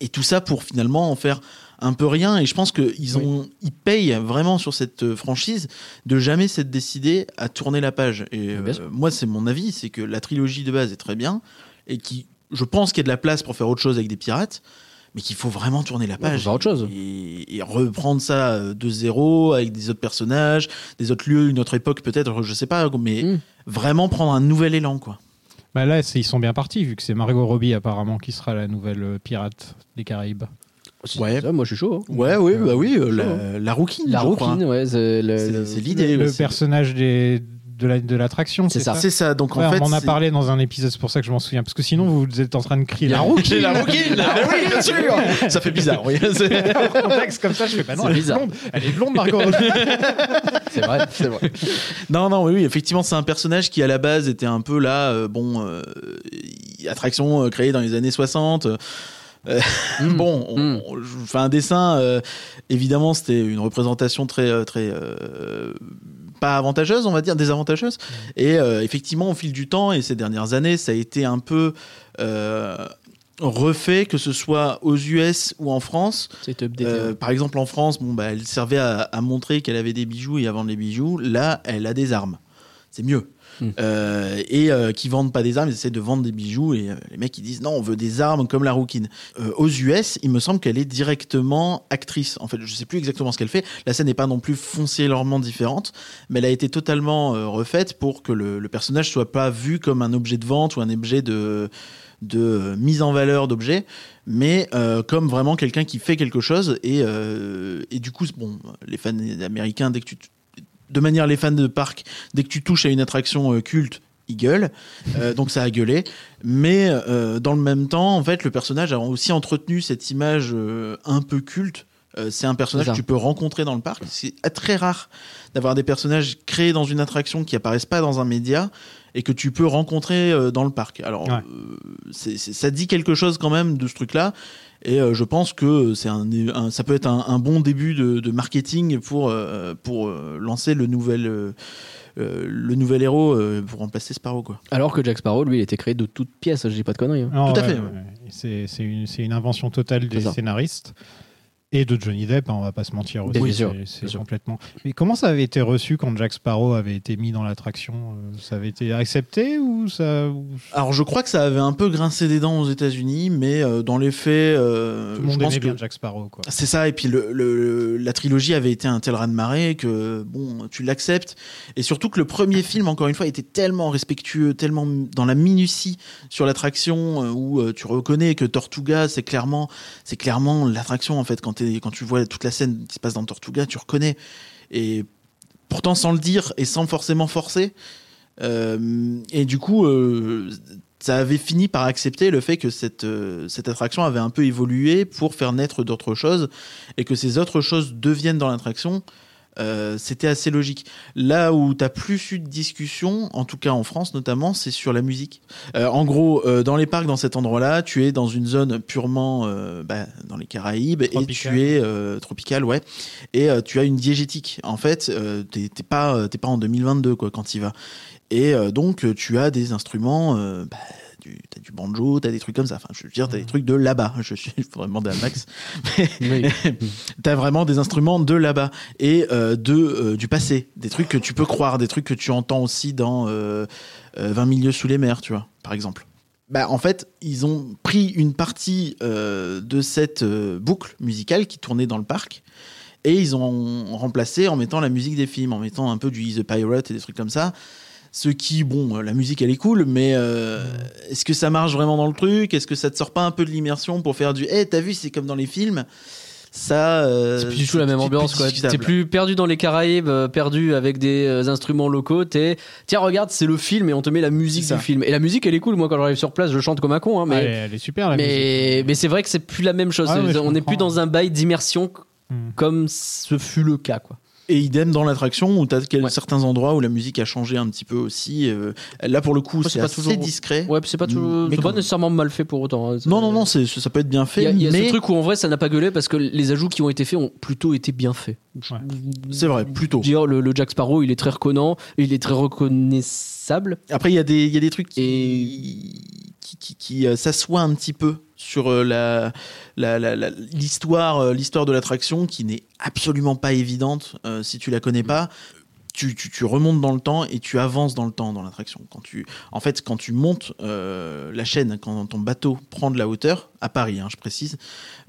[SPEAKER 10] Et tout ça pour finalement en faire un peu rien. Et je pense qu'ils ont ils payent vraiment sur cette euh, franchise de jamais s'être décidé à tourner la page. Et
[SPEAKER 3] Bien sûr.
[SPEAKER 10] euh, moi, c'est mon avis, c'est que la trilogie de base est très bien et qui, je pense qu'il y a de la place pour faire autre chose avec des pirates, mais qu'il faut vraiment tourner la
[SPEAKER 3] faut
[SPEAKER 10] page.
[SPEAKER 3] faire autre chose.
[SPEAKER 10] Et, et reprendre ça euh, de zéro avec des autres personnages, des autres lieux, une autre époque peut-être, je sais pas, mais
[SPEAKER 3] Mm.
[SPEAKER 10] vraiment prendre un nouvel élan, quoi.
[SPEAKER 9] Bah là, c'est- ils sont bien partis, vu que c'est Margot Robbie apparemment qui sera la nouvelle euh, pirate des Caraïbes.
[SPEAKER 3] Si
[SPEAKER 10] Ouais.
[SPEAKER 3] c'est ça, moi, je suis chaud. hein.
[SPEAKER 10] Ouais, oui,
[SPEAKER 9] bah
[SPEAKER 10] oui, euh,
[SPEAKER 3] la-
[SPEAKER 10] la, rouquine.
[SPEAKER 3] hein. La rouquine, ouais, c'est le-
[SPEAKER 10] c'est
[SPEAKER 3] le-
[SPEAKER 10] c'est l'idée.
[SPEAKER 9] le
[SPEAKER 10] ouais, c'est-
[SPEAKER 9] personnage des, de la- de l'attraction.
[SPEAKER 3] C'est ça.
[SPEAKER 10] C'est ça. Donc
[SPEAKER 9] Ouais,
[SPEAKER 10] en fait,
[SPEAKER 9] on en a
[SPEAKER 10] c'est-
[SPEAKER 9] parlé dans un épisode, c'est pour ça que je m'en souviens. Parce que sinon, vous êtes en train de crier la roue.
[SPEAKER 10] J'ai la rouquine. Ah oui, bien sûr. Ça fait bizarre. oui. C'est-
[SPEAKER 9] contexte comme ça, je fais bah non,
[SPEAKER 3] C'est
[SPEAKER 9] elle est
[SPEAKER 3] bizarre.
[SPEAKER 9] blonde. Elle est blonde, Margot Robbie.
[SPEAKER 3] c'est vrai, c'est vrai.
[SPEAKER 10] Non, non, oui, oui, effectivement, c'est un personnage qui à la base était un peu là, euh, bon, euh, y- attraction euh, créée dans les années 60. euh,
[SPEAKER 3] Mm.
[SPEAKER 10] Bon, on,
[SPEAKER 3] Mm.
[SPEAKER 10] on- je fais un dessin. euh, évidemment, c'était une représentation très, euh, très euh, pas avantageuse, on va dire, désavantageuse.
[SPEAKER 3] Hmm.
[SPEAKER 10] Et euh, effectivement, au fil du temps et ces dernières années, ça a été un peu euh, refait, que ce soit aux US ou en France.
[SPEAKER 3] C'est updaté.
[SPEAKER 10] Euh, par exemple, en France, bon, bah, elle servait à, à montrer qu'elle avait des bijoux et à vendre les bijoux. Là, elle a des armes. C'est mieux.
[SPEAKER 3] Mm.
[SPEAKER 10] Euh, et euh, qui vendent pas des armes, ils essaient de vendre des bijoux. Et euh, les mecs, ils disent non, on veut des armes comme la rouquine. Euh, aux US, il me semble qu'elle est directement actrice. En fait, je sais plus exactement ce qu'elle fait. La scène n'est pas non plus foncièrement différente, mais elle a été totalement euh, refaite pour que le, le personnage soit pas vu comme un objet de vente ou un objet de, de euh, mise en valeur d'objet mais euh, comme vraiment quelqu'un qui fait quelque chose. Et, euh, et du coup, bon, les fans américains, dès que tu, de manière les fans de parc, dès que tu touches à une attraction euh, culte, ils gueulent. Euh, donc ça a gueulé. Mais euh, dans le même temps, en fait, le personnage a aussi entretenu cette image euh, un peu culte. Euh, c'est un personnage
[SPEAKER 3] C'est
[SPEAKER 10] que
[SPEAKER 3] ça.
[SPEAKER 10] tu peux rencontrer dans le parc. C'est très rare d'avoir des personnages créés dans une attraction qui apparaissent pas dans un média et que tu peux rencontrer euh, dans le parc. Alors,
[SPEAKER 9] Ouais.
[SPEAKER 10] euh, c'est- c'est- ça dit quelque chose quand même de ce truc-là. Et euh, je pense que c'est un, un- ça peut être un, un bon début de, de marketing pour, euh, pour euh, lancer le nouvel, euh, euh, le nouvel héros euh, pour remplacer Sparrow. Quoi.
[SPEAKER 3] Alors que Jack Sparrow, lui, il était créé de toutes pièces, je dis pas de conneries. hein.
[SPEAKER 9] Non,
[SPEAKER 10] Tout à
[SPEAKER 9] ouais,
[SPEAKER 10] fait,
[SPEAKER 9] ouais,
[SPEAKER 10] ouais.
[SPEAKER 9] ouais. C'est c'est une, c'est une invention totale des
[SPEAKER 3] C'est ça.
[SPEAKER 9] scénaristes et de Johnny Depp, hein, on va pas se mentir aussi.
[SPEAKER 3] Bien
[SPEAKER 9] c'est-
[SPEAKER 3] sûr, bien
[SPEAKER 9] C'est
[SPEAKER 3] sûr.
[SPEAKER 9] complètement. Mais comment ça avait été reçu quand Jack Sparrow avait été mis dans l'attraction Euh, Ça avait été accepté ou ça ou-
[SPEAKER 10] Alors je crois que ça avait un peu grincé des dents aux États-Unis, mais euh, dans les faits, euh,
[SPEAKER 9] Tout le monde
[SPEAKER 10] je pense
[SPEAKER 9] aimait
[SPEAKER 10] que
[SPEAKER 9] bien Jack Sparrow quoi.
[SPEAKER 10] C'est ça, et puis le, le- la trilogie avait été un tel raz-de-marée que, bon, tu l'acceptes. Et surtout que le premier film, encore une fois, était tellement respectueux, tellement dans la minutie sur l'attraction, euh, où euh, tu reconnais que Tortuga, c'est clairement, c'est clairement l'attraction, en fait, quand, t'es- quand tu vois toute la scène qui se passe dans Tortuga, tu reconnais. Et pourtant, sans le dire et sans forcément forcer. Euh, et du coup, euh, ça avait fini par accepter le fait que cette, euh, cette attraction avait un peu évolué pour faire naître d'autres choses et que ces autres choses deviennent dans l'attraction, euh, c'était assez logique. Là où tu plus eu de discussion, en tout cas en France notamment, c'est sur la musique. Euh, en gros, euh, dans les parcs, dans cet endroit-là, tu es dans une zone purement euh, bah, dans les Caraïbes et
[SPEAKER 9] Tropicale.
[SPEAKER 10] tu es euh, tropicale, ouais. Et euh, tu as une diégétique. En fait, euh, t'es t'es pas, euh, t'es pas en 2022 quoi, quand tu vas. Et euh, donc, euh, tu as des instruments. euh, bah, du- T'as du banjo, t'as des trucs comme ça. Enfin, je veux dire, t'as des trucs de là-bas. Je suis, il faudrait demander à Max.
[SPEAKER 3] Oui.
[SPEAKER 10] T'as vraiment des instruments de là-bas et euh, de euh, du passé, des trucs que tu peux croire, des trucs que tu entends aussi dans euh, euh, 20 milieux sous les mers, tu vois, par exemple. Bah, en fait, ils ont pris une partie euh, de cette euh, boucle musicale qui tournait dans le parc et ils ont remplacé en mettant la musique des films, en mettant un peu du Is the Pirate et des trucs comme ça. Ce qui, bon, euh, la musique elle est cool, mais euh, est-ce que ça marche vraiment dans le truc Est-ce que ça te sort pas un peu de l'immersion pour faire du Eh, t'as vu, c'est comme dans les films ça. euh,
[SPEAKER 3] C'est plus du tout la
[SPEAKER 10] c'est
[SPEAKER 3] même
[SPEAKER 10] plus
[SPEAKER 3] ambiance, quoi.
[SPEAKER 10] discutable.
[SPEAKER 3] T'es plus perdu dans les Caraïbes, euh, perdu avec des euh, instruments locaux. T'es, tiens, regarde, c'est le film et on te met la musique
[SPEAKER 10] C'est ça.
[SPEAKER 3] du film. Et la musique, elle est cool. Moi, quand j'arrive sur place, je chante comme un con, hein,
[SPEAKER 9] Ah, elle, est,
[SPEAKER 3] mais,
[SPEAKER 9] elle est super la musique.
[SPEAKER 3] mais, mais c'est vrai que c'est plus la même chose.
[SPEAKER 9] Ah, mais je
[SPEAKER 3] on n'est
[SPEAKER 9] comprends.
[SPEAKER 3] plus dans un bail d'immersion
[SPEAKER 9] Hmm.
[SPEAKER 3] comme ce fut le cas, quoi.
[SPEAKER 10] Et idem dans l'attraction où t'as quel-
[SPEAKER 3] Ouais.
[SPEAKER 10] certains endroits où la musique a changé un petit peu aussi. euh, là pour le coup,
[SPEAKER 3] c'est
[SPEAKER 10] c'est
[SPEAKER 3] pas
[SPEAKER 10] assez
[SPEAKER 3] toujours-
[SPEAKER 10] discret.
[SPEAKER 3] Ouais, puis c'est pas,
[SPEAKER 10] Mm,
[SPEAKER 3] toujours,
[SPEAKER 10] mais
[SPEAKER 3] c'est
[SPEAKER 10] quand
[SPEAKER 3] pas
[SPEAKER 10] même.
[SPEAKER 3] nécessairement mal fait pour autant. hein.
[SPEAKER 10] Non non non, c'est ça peut être bien
[SPEAKER 3] Hmm. Il y
[SPEAKER 10] fait.
[SPEAKER 3] a, il y a
[SPEAKER 10] mais
[SPEAKER 3] ce truc où en vrai ça n'a pas gueulé parce que les ajouts qui ont été faits ont plutôt été bien faits.
[SPEAKER 9] Ouais.
[SPEAKER 10] c'est vrai, plutôt.
[SPEAKER 3] Dire le, le Jack Sparrow il est très reconnaissant, il est très reconnaissable.
[SPEAKER 10] Après il y a des il y a des trucs qui qui, qui, qui, euh, s'assoient un petit peu sur euh, la la- la- la- l'histoire euh, l'histoire de l'attraction qui n'est absolument pas évidente euh, si tu la connais pas. Tu, tu, tu remontes dans le temps et tu avances dans le temps dans l'attraction. Quand tu, en fait, quand tu montes euh, la chaîne, quand ton bateau prend de la hauteur à Paris, hein, je précise,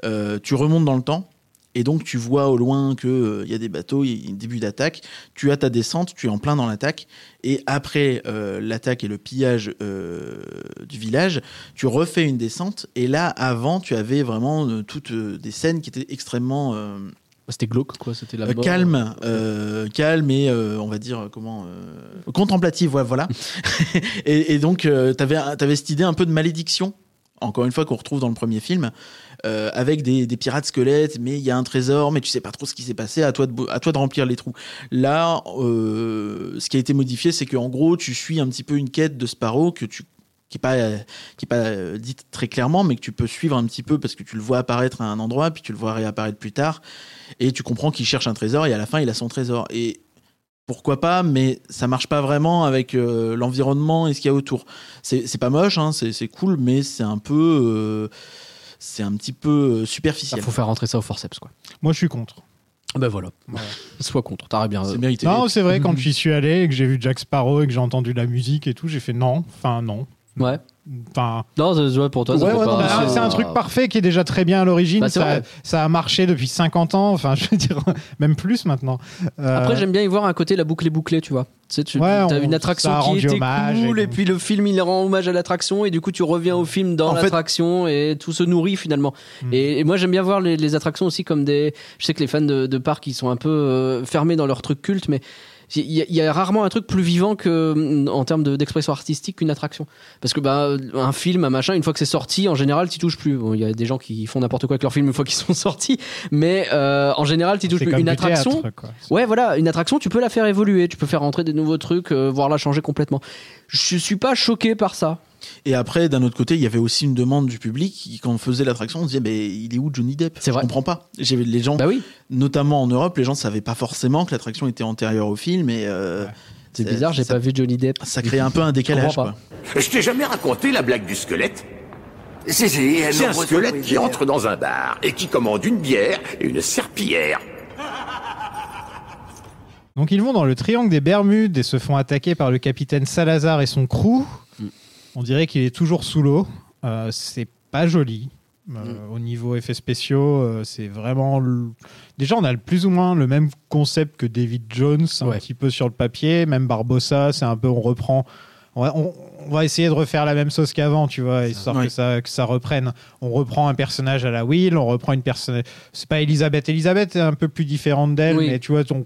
[SPEAKER 10] euh, tu remontes dans le temps et donc tu vois au loin que euh, il y a des bateaux, il y a un début d'attaque. Tu as ta descente, tu es en plein dans l'attaque et après euh, l'attaque et le pillage euh, du village, tu refais une descente. Et là, avant, tu avais vraiment euh, toutes euh, des scènes qui étaient extrêmement euh,
[SPEAKER 3] Ah, C'était glauque quoi, c'était la
[SPEAKER 10] euh,
[SPEAKER 3] mort.
[SPEAKER 10] calmes, euh, calmes et euh, on va dire comment euh, contemplative, ouais, voilà. et, et donc, euh, t'avais avais cette idée un peu de malédiction. Encore une fois, qu'on retrouve dans le premier film, euh, avec des, des pirates squelettes, mais il y a un trésor, mais tu sais pas trop ce qui s'est passé, à toi de, bou- à toi de remplir les trous. Là, euh, ce qui a été modifié, c'est qu'en gros, tu suis un petit peu une quête de Sparrow que tu qui n'est pas, euh, qui est pas euh, dite très clairement, mais que tu peux suivre un petit peu parce que tu le vois apparaître à un endroit, puis tu le vois réapparaître plus tard, et tu comprends qu'il cherche un trésor, et à la fin, il a son trésor. Et pourquoi pas, mais ça marche pas vraiment avec euh, l'environnement et ce qu'il y a autour. C'est c'est pas moche, hein, c'est c'est cool, mais c'est un peu. euh, c'est un petit peu euh,
[SPEAKER 3] Ah,
[SPEAKER 10] superficiel.
[SPEAKER 3] faut faire rentrer ça au forceps quoi.
[SPEAKER 9] Moi, je suis contre.
[SPEAKER 3] Ben voilà.
[SPEAKER 9] Voilà.
[SPEAKER 3] Sois contre, t'aurais bien.
[SPEAKER 10] Ah, bah C'est mérité.
[SPEAKER 9] Non, c'est vrai, quand j'y suis allé et que j'ai vu Jack Sparrow et que j'ai entendu la musique et tout, j'ai fait non, enfin non.
[SPEAKER 3] euh, Ouais.
[SPEAKER 9] Enfin,
[SPEAKER 3] Non, ça se voit pour toi. ça
[SPEAKER 10] Ouais,
[SPEAKER 3] peut
[SPEAKER 10] ouais,
[SPEAKER 3] pas-
[SPEAKER 10] non, mais
[SPEAKER 9] bah,
[SPEAKER 10] c'est-
[SPEAKER 9] c'est un truc parfait qui est déjà très bien à l'origine.
[SPEAKER 3] Bah, c'est
[SPEAKER 9] ça,
[SPEAKER 3] vrai.
[SPEAKER 9] ça a marché depuis 50 ans, enfin, je veux dire, même plus maintenant. Euh,
[SPEAKER 3] Après, j'aime bien y voir un côté la boucle est bouclée, tu vois. Tu sais, tu
[SPEAKER 9] Ouais,
[SPEAKER 3] as
[SPEAKER 9] on-
[SPEAKER 3] une
[SPEAKER 9] ça a
[SPEAKER 3] attraction qui
[SPEAKER 9] rendu
[SPEAKER 3] était
[SPEAKER 9] hommage
[SPEAKER 3] cool,
[SPEAKER 9] et
[SPEAKER 3] et,
[SPEAKER 9] donc-
[SPEAKER 3] puis le film il rend hommage à l'attraction, et du coup tu reviens au film dans
[SPEAKER 10] En fait-
[SPEAKER 3] l'attraction, et tout se nourrit finalement.
[SPEAKER 9] Mm.
[SPEAKER 3] Et, et moi j'aime bien voir les, les attractions aussi comme des. Je sais que les fans de, de parcs ils sont un peu euh, fermés dans leur truc culte, mais il y, a- il y a rarement un truc plus vivant que mm, en termes de- d'expression artistique qu'une attraction. Parce que bah, un film, un machin, une fois que c'est sorti, en général t'y touches plus. Bon, il y a des gens qui font n'importe quoi avec leurs films une fois qu'ils sont sortis, mais euh, en général t'y touches
[SPEAKER 9] Ah, c'est
[SPEAKER 3] plus.
[SPEAKER 9] comme
[SPEAKER 3] Une
[SPEAKER 9] du
[SPEAKER 3] attraction.
[SPEAKER 9] théâtre, quoi.
[SPEAKER 3] Ouais, voilà, une attraction, tu peux la faire évoluer, tu peux faire rentrer des nouveaux trucs, euh, voire la changer complètement. Je suis pas choqué par ça.
[SPEAKER 10] Et après, d'un autre côté, il y avait aussi une demande du public qui, quand on faisait l'attraction, on se disait, mais il est où Johnny Depp
[SPEAKER 3] C'est vrai.
[SPEAKER 10] Je comprends pas. J'avais les gens,
[SPEAKER 3] Bah oui,
[SPEAKER 10] notamment en Europe, les gens savaient pas forcément que l'attraction était antérieure au film et euh,
[SPEAKER 3] c'est
[SPEAKER 10] ça-
[SPEAKER 3] bizarre, j'ai
[SPEAKER 10] ça-
[SPEAKER 3] pas vu Johnny Depp.
[SPEAKER 10] Ça crée un peu un décalage.
[SPEAKER 3] comprends pas.
[SPEAKER 10] quoi.
[SPEAKER 4] Je t'ai jamais raconté la blague du squelette.
[SPEAKER 6] Si, si, elle
[SPEAKER 4] C'est un
[SPEAKER 6] me reçoit-
[SPEAKER 4] squelette
[SPEAKER 6] oui,
[SPEAKER 4] qui entre dans un bar et qui commande une bière et une serpillière.
[SPEAKER 9] Donc ils vont dans le triangle des Bermudes et se font attaquer par le capitaine Salazar et son crew. On dirait qu'il est toujours sous l'eau. Euh, c'est pas joli. Euh, Au niveau effets spéciaux, euh, c'est vraiment. l- Déjà, on a le plus ou moins le même concept que David Jones, un
[SPEAKER 3] Ouais.
[SPEAKER 9] petit peu sur le papier. Même Barbossa, c'est un peu. On reprend. On va, on- on va essayer de refaire la même sauce qu'avant, tu vois, histoire
[SPEAKER 10] Ouais.
[SPEAKER 9] que, ça, que ça reprenne. On reprend un personnage à la Will, on reprend une personne. C'est pas Elisabeth. Elisabeth est un peu plus différente d'elle,
[SPEAKER 3] Oui.
[SPEAKER 9] mais tu vois, ton,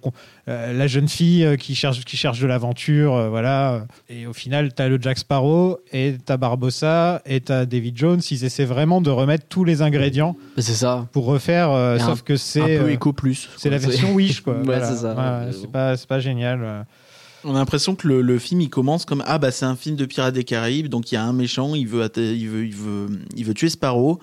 [SPEAKER 9] euh, la jeune fille euh, qui cherche, qui cherche de l'aventure, euh, voilà. Et au final, t'as le Jack Sparrow, et t'as Barbossa, et t'as David Jones. Ils essaient vraiment de remettre tous les ingrédients
[SPEAKER 3] C'est ça,
[SPEAKER 9] pour refaire, euh,
[SPEAKER 3] Et
[SPEAKER 9] sauf que
[SPEAKER 3] un
[SPEAKER 9] c'est
[SPEAKER 3] peu
[SPEAKER 9] euh,
[SPEAKER 3] éco plus.
[SPEAKER 9] c'est la version Wish, quoi.
[SPEAKER 3] Ouais,
[SPEAKER 9] Voilà.
[SPEAKER 3] c'est ça.
[SPEAKER 9] Ouais,
[SPEAKER 3] Euh,
[SPEAKER 9] c'est pas, c'est pas génial. euh.
[SPEAKER 10] On a l'impression que le, le film il commence comme ah bah c'est un film de pirates des Caraïbes, donc il y a un méchant, il veut atta- il veut il veut il veut tuer Sparrow.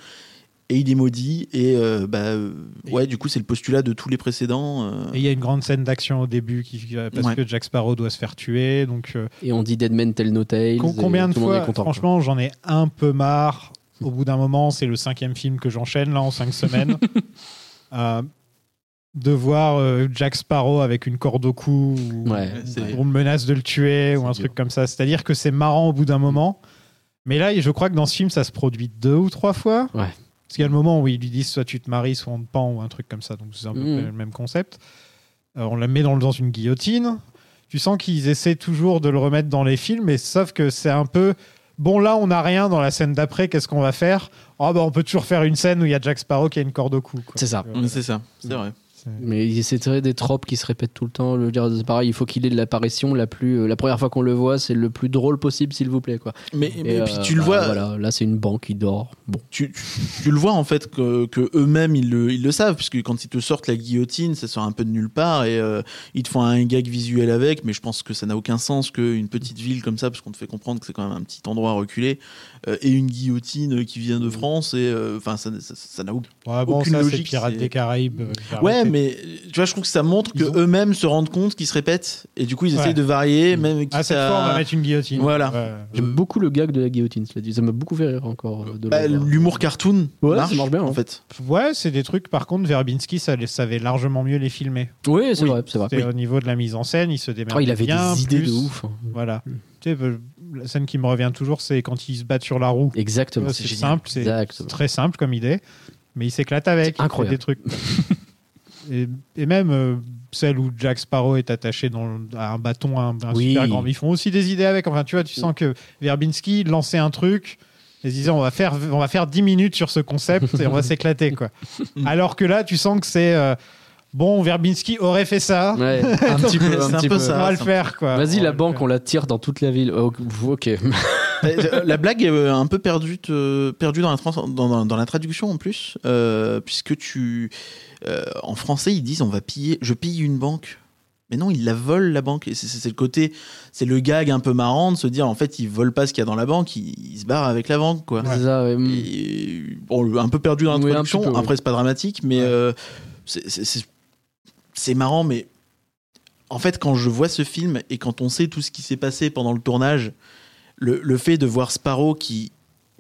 [SPEAKER 10] Et il est maudit, et euh, bah euh, ouais, du coup, c'est le postulat de tous les précédents. euh.
[SPEAKER 9] Et il y a une grande scène d'action au début qui, euh, parce
[SPEAKER 10] Ouais.
[SPEAKER 9] que Jack Sparrow doit se faire tuer, donc. euh,
[SPEAKER 3] Et on dit Deadman Tell No Tales.
[SPEAKER 9] Com- combien
[SPEAKER 3] et
[SPEAKER 9] de
[SPEAKER 3] tout le monde
[SPEAKER 9] fois,
[SPEAKER 3] est content, quoi.
[SPEAKER 9] franchement, j'en ai un peu marre. Au bout d'un moment, c'est le cinquième film que j'enchaîne là en cinq semaines. Euh, de voir euh, Jack Sparrow avec une corde au cou ou
[SPEAKER 3] Ouais.
[SPEAKER 10] C'est-
[SPEAKER 9] on me menace de le tuer ou
[SPEAKER 3] C'est
[SPEAKER 9] un
[SPEAKER 3] dur.
[SPEAKER 9] truc comme ça. C'est-à-dire que c'est marrant au bout d'un moment. Mais là, je crois que dans ce film, ça se produit deux ou trois fois.
[SPEAKER 3] Ouais.
[SPEAKER 9] Parce qu'il y a le moment où ils lui disent soit tu te maries, soit on te pend ou un truc comme ça. Donc c'est un peu
[SPEAKER 3] Mhm.
[SPEAKER 9] le même concept. Euh, on la met dans, dans une guillotine. Tu sens qu'ils essaient toujours de le remettre dans les films, mais sauf que c'est un peu Bon, là, on n'a rien dans la scène d'après, qu'est-ce qu'on va faire Oh, bah, on peut toujours faire une scène où il y a Jack Sparrow qui a une corde au cou. quoi. Euh,
[SPEAKER 3] C'est ça.
[SPEAKER 10] Mm, C'est ça, c'est vrai.
[SPEAKER 3] Mais c'est très des tropes qui se répètent tout le temps. Le dire, c'est pareil, il faut qu'il ait de l'apparition la plus, euh, la première fois qu'on le voit, c'est le plus drôle possible, s'il vous plaît, quoi.
[SPEAKER 10] Mais, mais
[SPEAKER 3] euh,
[SPEAKER 10] puis tu le
[SPEAKER 3] bah,
[SPEAKER 10] vois,
[SPEAKER 3] Voilà, là c'est une banque qui dort. Bon.
[SPEAKER 10] tu, tu- tu le vois en fait que, que eux-mêmes ils le, ils le savent puisque quand ils te sortent la guillotine ça sort un peu de nulle part et euh, ils te font un gag visuel avec mais je pense que ça n'a aucun sens qu'une petite ville comme ça parce qu'on te fait comprendre que c'est quand même un petit endroit reculé euh, et une guillotine qui vient de France et euh, enfin ça ça- ça n'a aucun
[SPEAKER 9] Ouais, bon,
[SPEAKER 10] Aucune
[SPEAKER 9] ça, c'est
[SPEAKER 10] logique,
[SPEAKER 9] Pirates
[SPEAKER 10] c'est-
[SPEAKER 9] des Caraïbes. euh, j'ai
[SPEAKER 10] Ouais,
[SPEAKER 9] arrêté.
[SPEAKER 10] mais tu vois, je trouve que ça montre que
[SPEAKER 9] Ils ont-
[SPEAKER 10] eux-mêmes se rendent compte qu'ils se répètent et du coup ils
[SPEAKER 9] Ouais.
[SPEAKER 10] essayent de varier, même
[SPEAKER 9] Ah,
[SPEAKER 10] quitte
[SPEAKER 9] cette
[SPEAKER 10] à-
[SPEAKER 9] fois, on va mettre une guillotine.
[SPEAKER 10] Voilà.
[SPEAKER 9] Ouais.
[SPEAKER 3] J'aime beaucoup le gag de la guillotine, cela dit. Ça m'a beaucoup fait rire encore. euh, de le
[SPEAKER 10] Mm. Bah,
[SPEAKER 3] voir.
[SPEAKER 10] l'humour cartoon
[SPEAKER 3] Ouais, ça
[SPEAKER 10] marche,
[SPEAKER 3] marche bien, hein.
[SPEAKER 10] en fait.
[SPEAKER 9] Ouais, c'est des trucs, par contre, Verbinski ça les- savait largement mieux les filmer.
[SPEAKER 3] Ah oui, c'est
[SPEAKER 10] oui,
[SPEAKER 3] vrai, c'est vrai.
[SPEAKER 9] C'était Au niveau de la mise en scène, il se démerdait
[SPEAKER 3] Oh, il avait
[SPEAKER 9] bien
[SPEAKER 3] des idées de
[SPEAKER 9] plus.
[SPEAKER 3] ouf. hein.
[SPEAKER 9] Voilà. Tu sais, euh, la scène qui me revient toujours, c'est quand ils se battent sur la roue. Tu
[SPEAKER 3] Exactement.
[SPEAKER 9] vois, C'est simple, c'est c'est
[SPEAKER 3] Exactement.
[SPEAKER 9] très simple comme idée, mais il s'éclate avec. il
[SPEAKER 3] Incroyable.
[SPEAKER 9] fait Des trucs. et, et même euh, celle où Jack Sparrow est attaché dans, le- à un bâton, à un, un
[SPEAKER 3] Oui.
[SPEAKER 9] super grand. Ils font aussi des idées avec. Enfin, tu vois, tu sens que Verbinski lançait un truc. Et se disait, on va faire, on va faire 10 minutes sur ce concept et on va s'éclater, quoi. Alors que là, tu sens que c'est euh, bon, Verbinski aurait fait ça,
[SPEAKER 3] Ouais, un petit peu, un
[SPEAKER 10] C'est un
[SPEAKER 3] petit
[SPEAKER 10] peu
[SPEAKER 3] peu.
[SPEAKER 9] on
[SPEAKER 10] ça.
[SPEAKER 9] va le faire, quoi. On
[SPEAKER 3] Vas-y,
[SPEAKER 9] va
[SPEAKER 3] la
[SPEAKER 9] le
[SPEAKER 3] banque,
[SPEAKER 9] faire.
[SPEAKER 3] on la tire dans toute la ville. Oh, ok.
[SPEAKER 10] Euh, la blague est euh, un peu perdue, te- perdue dans, la trans- dans, dans- dans la traduction en plus, euh, puisque tu. euh, en français, ils disent on va piller, je pille une banque. Mais non, ils la volent la banque. Et c'est- C'est c'est le côté, c'est le gag un peu marrant de se dire en fait ils volent pas ce qu'il y a dans la banque, ils, ils se barrent avec la banque quoi.
[SPEAKER 3] C'est ça, ouais.
[SPEAKER 10] Et, bon, un peu perdu dans
[SPEAKER 3] Mm. Oui, un
[SPEAKER 10] l'introduction.
[SPEAKER 3] petit peu, oui.
[SPEAKER 10] Après, c'est pas dramatique, mais
[SPEAKER 9] Ouais.
[SPEAKER 10] euh, c'est- c'est- c'est c'est marrant. Mais en fait, quand je vois ce film et quand on sait tout ce qui s'est passé pendant le tournage, le, le fait de voir Sparrow qui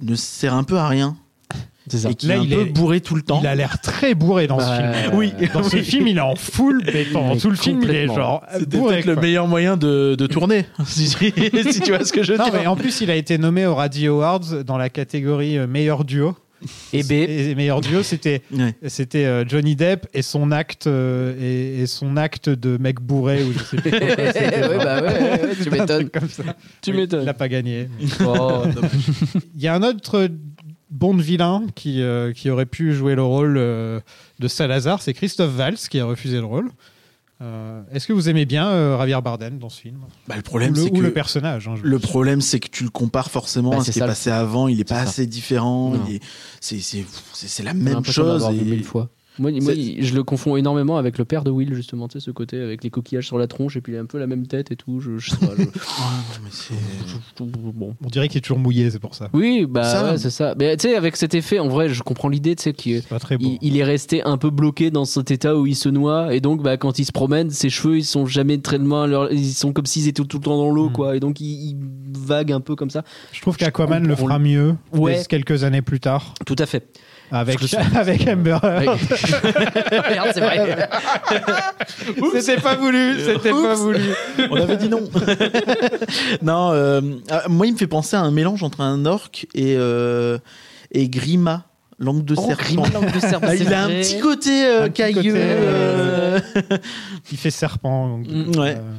[SPEAKER 10] ne sert un peu à rien
[SPEAKER 3] C'est ça.
[SPEAKER 10] et qui
[SPEAKER 9] Là,
[SPEAKER 10] est un
[SPEAKER 9] il
[SPEAKER 10] peu
[SPEAKER 9] est-
[SPEAKER 10] bourré tout le temps.
[SPEAKER 9] Il a l'air très bourré dans ce
[SPEAKER 3] Ouais.
[SPEAKER 9] film.
[SPEAKER 3] Oui.
[SPEAKER 9] Dans ce film, il est en full, mais pendant
[SPEAKER 3] Mais
[SPEAKER 9] tout le film, il est
[SPEAKER 3] complètement.
[SPEAKER 9] genre
[SPEAKER 10] C'était
[SPEAKER 9] bourré.
[SPEAKER 10] peut-être le
[SPEAKER 9] quoi.
[SPEAKER 10] meilleur moyen de,
[SPEAKER 3] Mm.
[SPEAKER 10] de tourner, si, si tu vois ce que je veux
[SPEAKER 9] Non,
[SPEAKER 10] dire.
[SPEAKER 9] mais en plus, il a été nommé au Radio Awards dans la catégorie euh, meilleur duo.
[SPEAKER 3] Et B.
[SPEAKER 9] Et meilleur duo, c'était
[SPEAKER 10] Ouais.
[SPEAKER 9] c'était euh, Johnny Depp et son acte euh, et, et son acte de mec bourré ou je sais plus.
[SPEAKER 3] Ouais,
[SPEAKER 9] quoi, c'était genre-
[SPEAKER 3] bah ouais, ouais, ouais, tu
[SPEAKER 9] C'était un
[SPEAKER 3] m'étonnes.
[SPEAKER 9] truc comme ça.
[SPEAKER 3] Tu
[SPEAKER 9] Oui, Il
[SPEAKER 3] m'étonnes.
[SPEAKER 9] l'a pas gagné.
[SPEAKER 3] Oh,
[SPEAKER 9] Il y a un autre bon de vilain qui, euh, qui aurait pu jouer le rôle euh, de Salazar, c'est Christophe Valls qui a refusé le rôle. Euh, Est-ce que vous aimez bien euh, Javier Bardem dans ce film
[SPEAKER 10] Bah, le
[SPEAKER 9] Ou,
[SPEAKER 10] problème,
[SPEAKER 9] le,
[SPEAKER 10] c'est
[SPEAKER 9] ou
[SPEAKER 10] que
[SPEAKER 9] le personnage hein, je-
[SPEAKER 10] Le problème, c'est que tu le compares forcément
[SPEAKER 3] Bah,
[SPEAKER 10] à
[SPEAKER 3] c'est
[SPEAKER 10] ce qui
[SPEAKER 3] ça,
[SPEAKER 10] est
[SPEAKER 3] le
[SPEAKER 10] passé avant. Il est
[SPEAKER 3] C'est
[SPEAKER 10] pas
[SPEAKER 3] ça.
[SPEAKER 10] assez différent.
[SPEAKER 3] Non.
[SPEAKER 10] il est- C'est c'est- c'est- c'est la
[SPEAKER 3] j'ai
[SPEAKER 10] même
[SPEAKER 3] l'impression d'avoir
[SPEAKER 10] chose.
[SPEAKER 3] vu
[SPEAKER 10] et-
[SPEAKER 3] mille fois. Moi, moi,
[SPEAKER 10] C'est-
[SPEAKER 3] il- je le confonds énormément avec le père de Will, justement, tu sais, ce côté avec les coquillages sur la tronche et puis il a un peu la même tête et tout. Je, je sais pas. je- je- bon.
[SPEAKER 9] On dirait qu'il est toujours mouillé, c'est pour ça.
[SPEAKER 3] Oui, bah
[SPEAKER 10] Ça.
[SPEAKER 3] ouais, c'est ça. Mais tu sais, avec cet effet, en vrai, je comprends l'idée, tu sais, qu'il
[SPEAKER 9] C'est pas très beau.
[SPEAKER 3] il, il est resté un peu bloqué dans cet état où il se noie et donc bah, quand il se promène ses cheveux ils sont jamais très loin leur- ils sont comme s'ils étaient tout le temps dans l'eau
[SPEAKER 9] Mm.
[SPEAKER 3] quoi et donc il, il vague un peu comme ça
[SPEAKER 9] Je trouve qu'Aquaman le
[SPEAKER 3] comprends.
[SPEAKER 9] fera mieux
[SPEAKER 3] Ouais.
[SPEAKER 9] juste quelques années plus tard
[SPEAKER 3] tout à fait
[SPEAKER 9] avec,
[SPEAKER 3] Parce que
[SPEAKER 9] avec Amber Heard.
[SPEAKER 3] Merde, c'est vrai
[SPEAKER 9] C'était pas voulu, c'était pas voulu.
[SPEAKER 10] On avait dit non. non, euh, ah, moi, il me fait penser à un mélange entre un orc et, euh, et Grima, langue
[SPEAKER 3] Oh,
[SPEAKER 9] Oh,
[SPEAKER 10] de serpent. Bah, il a un petit côté euh,
[SPEAKER 9] Un petit
[SPEAKER 10] cailleux.
[SPEAKER 9] côté,
[SPEAKER 10] euh,
[SPEAKER 9] Il fait serpent. donc,
[SPEAKER 10] Mm, ouais.
[SPEAKER 9] euh,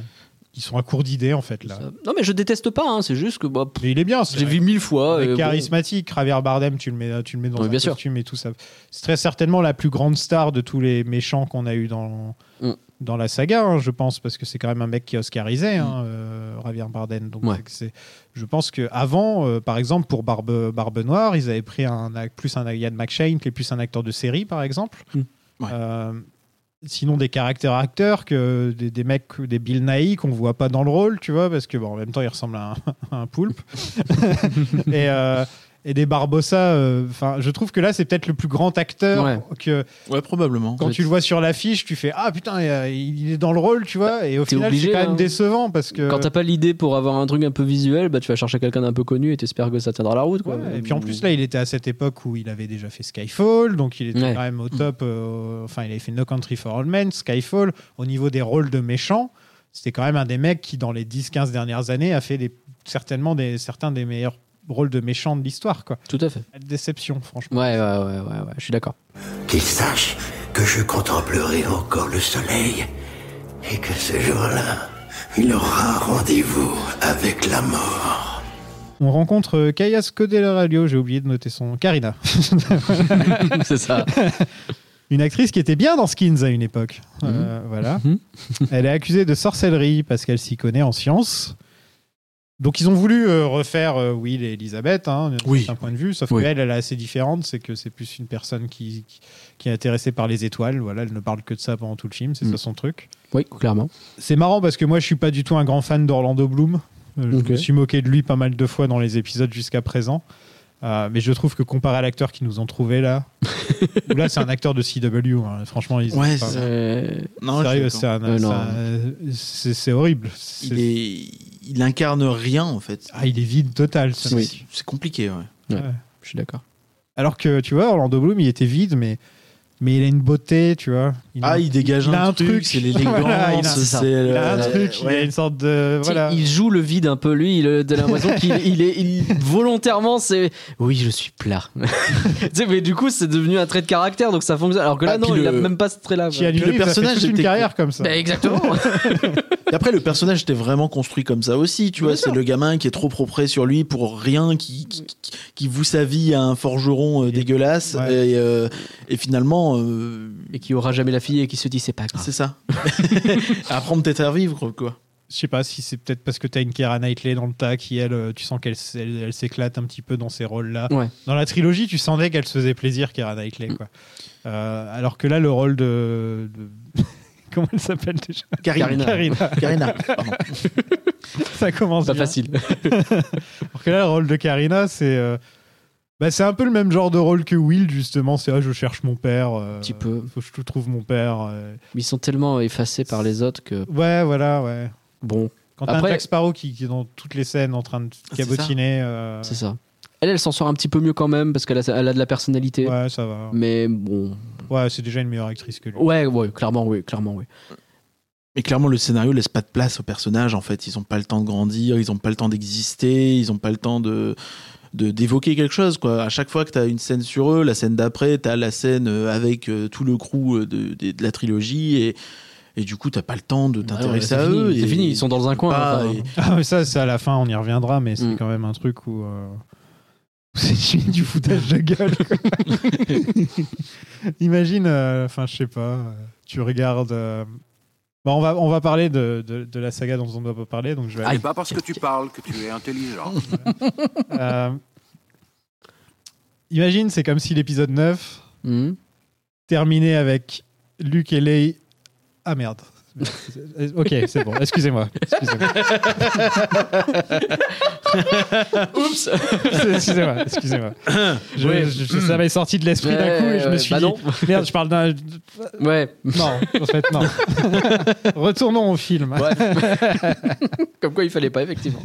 [SPEAKER 9] ils sont à court d'idées en fait là.
[SPEAKER 3] Euh, non mais je déteste pas hein, c'est juste que bah, pff,
[SPEAKER 9] Mais il est bien. c'est
[SPEAKER 3] j'ai
[SPEAKER 9] vrai.
[SPEAKER 3] vu mille fois
[SPEAKER 9] Il est
[SPEAKER 3] et bon.
[SPEAKER 9] charismatique, Javier Bardem, tu le mets, tu le mets dans
[SPEAKER 3] Oui,
[SPEAKER 9] un
[SPEAKER 3] bien sûr.
[SPEAKER 9] costume et tout ça. C'est très certainement la plus grande star de tous les méchants qu'on a eu dans
[SPEAKER 3] Mm.
[SPEAKER 9] dans la saga, hein, je pense, parce que c'est quand même un mec qui est Oscarisé, hein, euh, Javier Bardem. Donc
[SPEAKER 3] Mm. Ouais.
[SPEAKER 9] c'est que c'est, je pense que avant, euh, par exemple, pour Barbe Barbe Noire, ils avaient pris un ac- plus un Ian McShane qui est plus un acteur de série, par exemple.
[SPEAKER 3] Mm.
[SPEAKER 10] Ouais.
[SPEAKER 9] Euh, sinon des caractères acteurs que des, des mecs des Bill Nighy qu'on voit pas dans le rôle tu vois parce que bon en même temps il ressemble à un, à un poulpe et, euh, et des Barbossa euh, enfin je trouve que là c'est peut-être le plus grand acteur
[SPEAKER 3] Ouais.
[SPEAKER 9] que
[SPEAKER 10] Ouais, probablement.
[SPEAKER 9] quand tu le vois sur l'affiche tu fais ah putain euh, il est dans le rôle tu vois et au
[SPEAKER 3] t'es
[SPEAKER 9] final
[SPEAKER 3] obligé,
[SPEAKER 9] c'est quand même
[SPEAKER 3] hein.
[SPEAKER 9] décevant parce que
[SPEAKER 3] quand t'as pas l'idée pour avoir un truc un peu visuel bah tu vas chercher quelqu'un d'un peu connu et t'espères que ça tiendra la route quoi
[SPEAKER 9] Ouais, et puis en plus là il était à cette époque où il avait déjà fait Skyfall donc il était
[SPEAKER 3] Ouais.
[SPEAKER 9] quand même au top euh, enfin il avait fait No Country for Old Men Skyfall au niveau des rôles de méchants c'était quand même un des mecs qui dans les 10-15 dernières années a fait des, certainement des, certains des meilleurs rôles de méchants de l'histoire quoi
[SPEAKER 3] tout à fait
[SPEAKER 9] déception franchement
[SPEAKER 3] ouais ouais ouais ouais, ouais, je suis d'accord
[SPEAKER 6] Qu'il sache que je contemplerai encore le soleil et que ce jour-là, il aura rendez-vous avec la mort.
[SPEAKER 9] On rencontre euh, Kaya Scodelario, j'ai oublié de noter son nom. Karina,
[SPEAKER 3] c'est ça.
[SPEAKER 9] une actrice qui était bien dans Skins à une époque. Euh, voilà.
[SPEAKER 3] Mhm.
[SPEAKER 9] Elle est accusée de sorcellerie parce qu'elle s'y connaît en sciences. Donc ils ont voulu euh, refaire euh, Will et Elisabeth, hein,
[SPEAKER 10] Oui.
[SPEAKER 9] d'un point de vue, sauf
[SPEAKER 3] Oui.
[SPEAKER 9] qu'elle, elle est assez différente, c'est que c'est plus une personne qui, qui, qui est intéressée par les étoiles, voilà, elle ne parle que de ça pendant tout le film, c'est
[SPEAKER 10] Mm.
[SPEAKER 9] ça son truc.
[SPEAKER 3] Oui, clairement.
[SPEAKER 9] C'est marrant parce que moi je suis pas du tout un grand fan d'Orlando Bloom. Euh, Je
[SPEAKER 3] Ok.
[SPEAKER 9] me suis moqué de lui pas mal de fois dans les épisodes jusqu'à présent. Euh, mais je trouve que comparé à l'acteur qui nous ont trouvé là, où là c'est un acteur de CW. hein. Franchement, ils
[SPEAKER 10] Ouais,
[SPEAKER 9] enfin,
[SPEAKER 10] c'est ça.
[SPEAKER 3] Euh,
[SPEAKER 10] Non,
[SPEAKER 9] sérieux,
[SPEAKER 10] je suis
[SPEAKER 9] c'est
[SPEAKER 10] d'accord.
[SPEAKER 9] un-
[SPEAKER 3] Euh,
[SPEAKER 9] c'est
[SPEAKER 3] non.
[SPEAKER 9] un- c'est c'est horrible. C'est-
[SPEAKER 10] il, est... il incarne rien en fait.
[SPEAKER 9] Ah, il est vide total. ce
[SPEAKER 10] C'est
[SPEAKER 9] mec.
[SPEAKER 10] c'est compliqué, ouais.
[SPEAKER 3] je suis d'accord.
[SPEAKER 9] Alors que tu vois, Orlando Bloom, il était vide, mais mais il a une beauté, tu vois. Il a-
[SPEAKER 10] Ah, il dégage
[SPEAKER 9] il a
[SPEAKER 10] un,
[SPEAKER 9] un
[SPEAKER 10] truc,
[SPEAKER 9] truc.
[SPEAKER 10] c'est l'élégance,
[SPEAKER 9] Voilà, il a-
[SPEAKER 10] c'est
[SPEAKER 9] il a un
[SPEAKER 10] le-
[SPEAKER 9] truc, il a
[SPEAKER 10] ouais.
[SPEAKER 9] une sorte de voilà.
[SPEAKER 3] Tu sais, Il joue le vide un peu lui, il a de l'impression qu'il il est il- volontairement c'est oui je suis plat. Tu sais, mais du coup c'est devenu un trait de caractère donc ça fonctionne. Alors que là
[SPEAKER 10] Ah,
[SPEAKER 3] non
[SPEAKER 10] puis
[SPEAKER 3] il a
[SPEAKER 10] le-
[SPEAKER 3] même pas ce trait là.
[SPEAKER 9] Keanu
[SPEAKER 10] Puis le
[SPEAKER 9] Reeves a fait
[SPEAKER 10] personnage
[SPEAKER 9] toute une
[SPEAKER 10] était- Bah,
[SPEAKER 9] carrière comme ça.
[SPEAKER 3] exactement.
[SPEAKER 10] Et Après, le personnage était vraiment construit comme ça aussi, tu vois. C'est le gamin qui est trop propre sur lui pour rien, qui, qui, qui- qui voue sa vie à un forgeron euh, dégueulasse.
[SPEAKER 9] ouais.
[SPEAKER 10] Et, euh, et finalement, euh,
[SPEAKER 3] Et qui aura jamais la fille et qui se dit c'est pas grave.
[SPEAKER 10] c'est ça. Apprendre peut-être à vivre, quoi.
[SPEAKER 9] Je sais pas si c'est peut-être parce que t'as une Kera Knightley dans le tas qui, elle, euh, tu sens qu'elle s- elle, elle s'éclate un petit peu dans ces rôles-là.
[SPEAKER 3] Ouais.
[SPEAKER 9] Dans la trilogie, tu sentais qu'elle se faisait plaisir, Kera Knightley. Quoi. Euh, alors que là, le rôle de. de- Comment elle s'appelle déjà
[SPEAKER 10] Karina.
[SPEAKER 3] Karina.
[SPEAKER 9] Karina.
[SPEAKER 10] Karina, pardon.
[SPEAKER 9] Ça commence
[SPEAKER 3] Pas
[SPEAKER 9] bien.
[SPEAKER 3] facile.
[SPEAKER 9] Alors que là, le rôle de Karina, c'est. euh, Bah, c'est un peu le même genre de rôle que Will, justement. C'est ah, je cherche mon père. Un
[SPEAKER 3] petit peu.
[SPEAKER 9] Faut que je trouve mon père. euh.
[SPEAKER 3] Ils sont tellement effacés par les autres que
[SPEAKER 9] Ouais, voilà, ouais.
[SPEAKER 3] bon
[SPEAKER 9] Quand t'as un
[SPEAKER 3] Après-
[SPEAKER 9] Jack Sparrow qui, qui est dans toutes les scènes en train de
[SPEAKER 10] ça.
[SPEAKER 9] cabotiner. euh,
[SPEAKER 3] c'est ça. Elle elle s'en sort un petit peu mieux quand même parce qu'elle a, elle a de la personnalité.
[SPEAKER 9] Ouais, ça va.
[SPEAKER 3] Mais bon
[SPEAKER 9] Ouais, c'est déjà une meilleure actrice que lui.
[SPEAKER 3] ouais ouais clairement oui clairement oui.
[SPEAKER 10] Mais clairement, le scénario laisse pas de place aux personnages. En fait, ils ont pas le temps de grandir, ils ont pas le temps d'exister, ils ont pas le temps de de- d'évoquer quelque chose quoi à chaque fois que tu as une scène sur eux la scène d'après tu as la scène euh, avec euh, tout le crew euh, de, de- de la trilogie et, et du coup t'as pas le temps de t'intéresser
[SPEAKER 3] Ouais,
[SPEAKER 10] à
[SPEAKER 3] c'est
[SPEAKER 10] eux Bah,
[SPEAKER 3] fini,
[SPEAKER 10] et-
[SPEAKER 3] C'est fini ils sont dans un coin.
[SPEAKER 10] pas-
[SPEAKER 3] enfin.
[SPEAKER 10] et-
[SPEAKER 9] Ah, mais ça, c'est à la fin, on y reviendra, mais c'est
[SPEAKER 3] Mm.
[SPEAKER 9] quand même un truc où. euh, C'est du foutage de gueule. quoi. Imagine, euh, enfin, je sais pas, euh, tu regardes. euh, Bon, on, va, on va parler de, de- de la saga dont on doit pas parler, donc je vais.
[SPEAKER 3] Aïe.
[SPEAKER 4] pas Ah, parce que tu parles que tu es intelligent.
[SPEAKER 9] Euh, Imagine, c'est comme si l'épisode 9
[SPEAKER 3] Mhm.
[SPEAKER 9] terminait avec Luke et Leigh. Ah merde. ok, c'est bon, excusez-moi. Excusez-moi.
[SPEAKER 3] Oups.
[SPEAKER 9] Excusez-moi, excusez-moi. Je-
[SPEAKER 3] Ouais.
[SPEAKER 9] je- je- ça m'est sorti de l'esprit d'un coup et je me
[SPEAKER 3] Ouais,
[SPEAKER 9] suis
[SPEAKER 3] bah
[SPEAKER 9] dit,
[SPEAKER 3] non.
[SPEAKER 9] merde, je parle d'un...
[SPEAKER 3] Ouais,
[SPEAKER 9] Non, en fait, non. Retournons au film.
[SPEAKER 3] comme quoi il fallait pas, effectivement.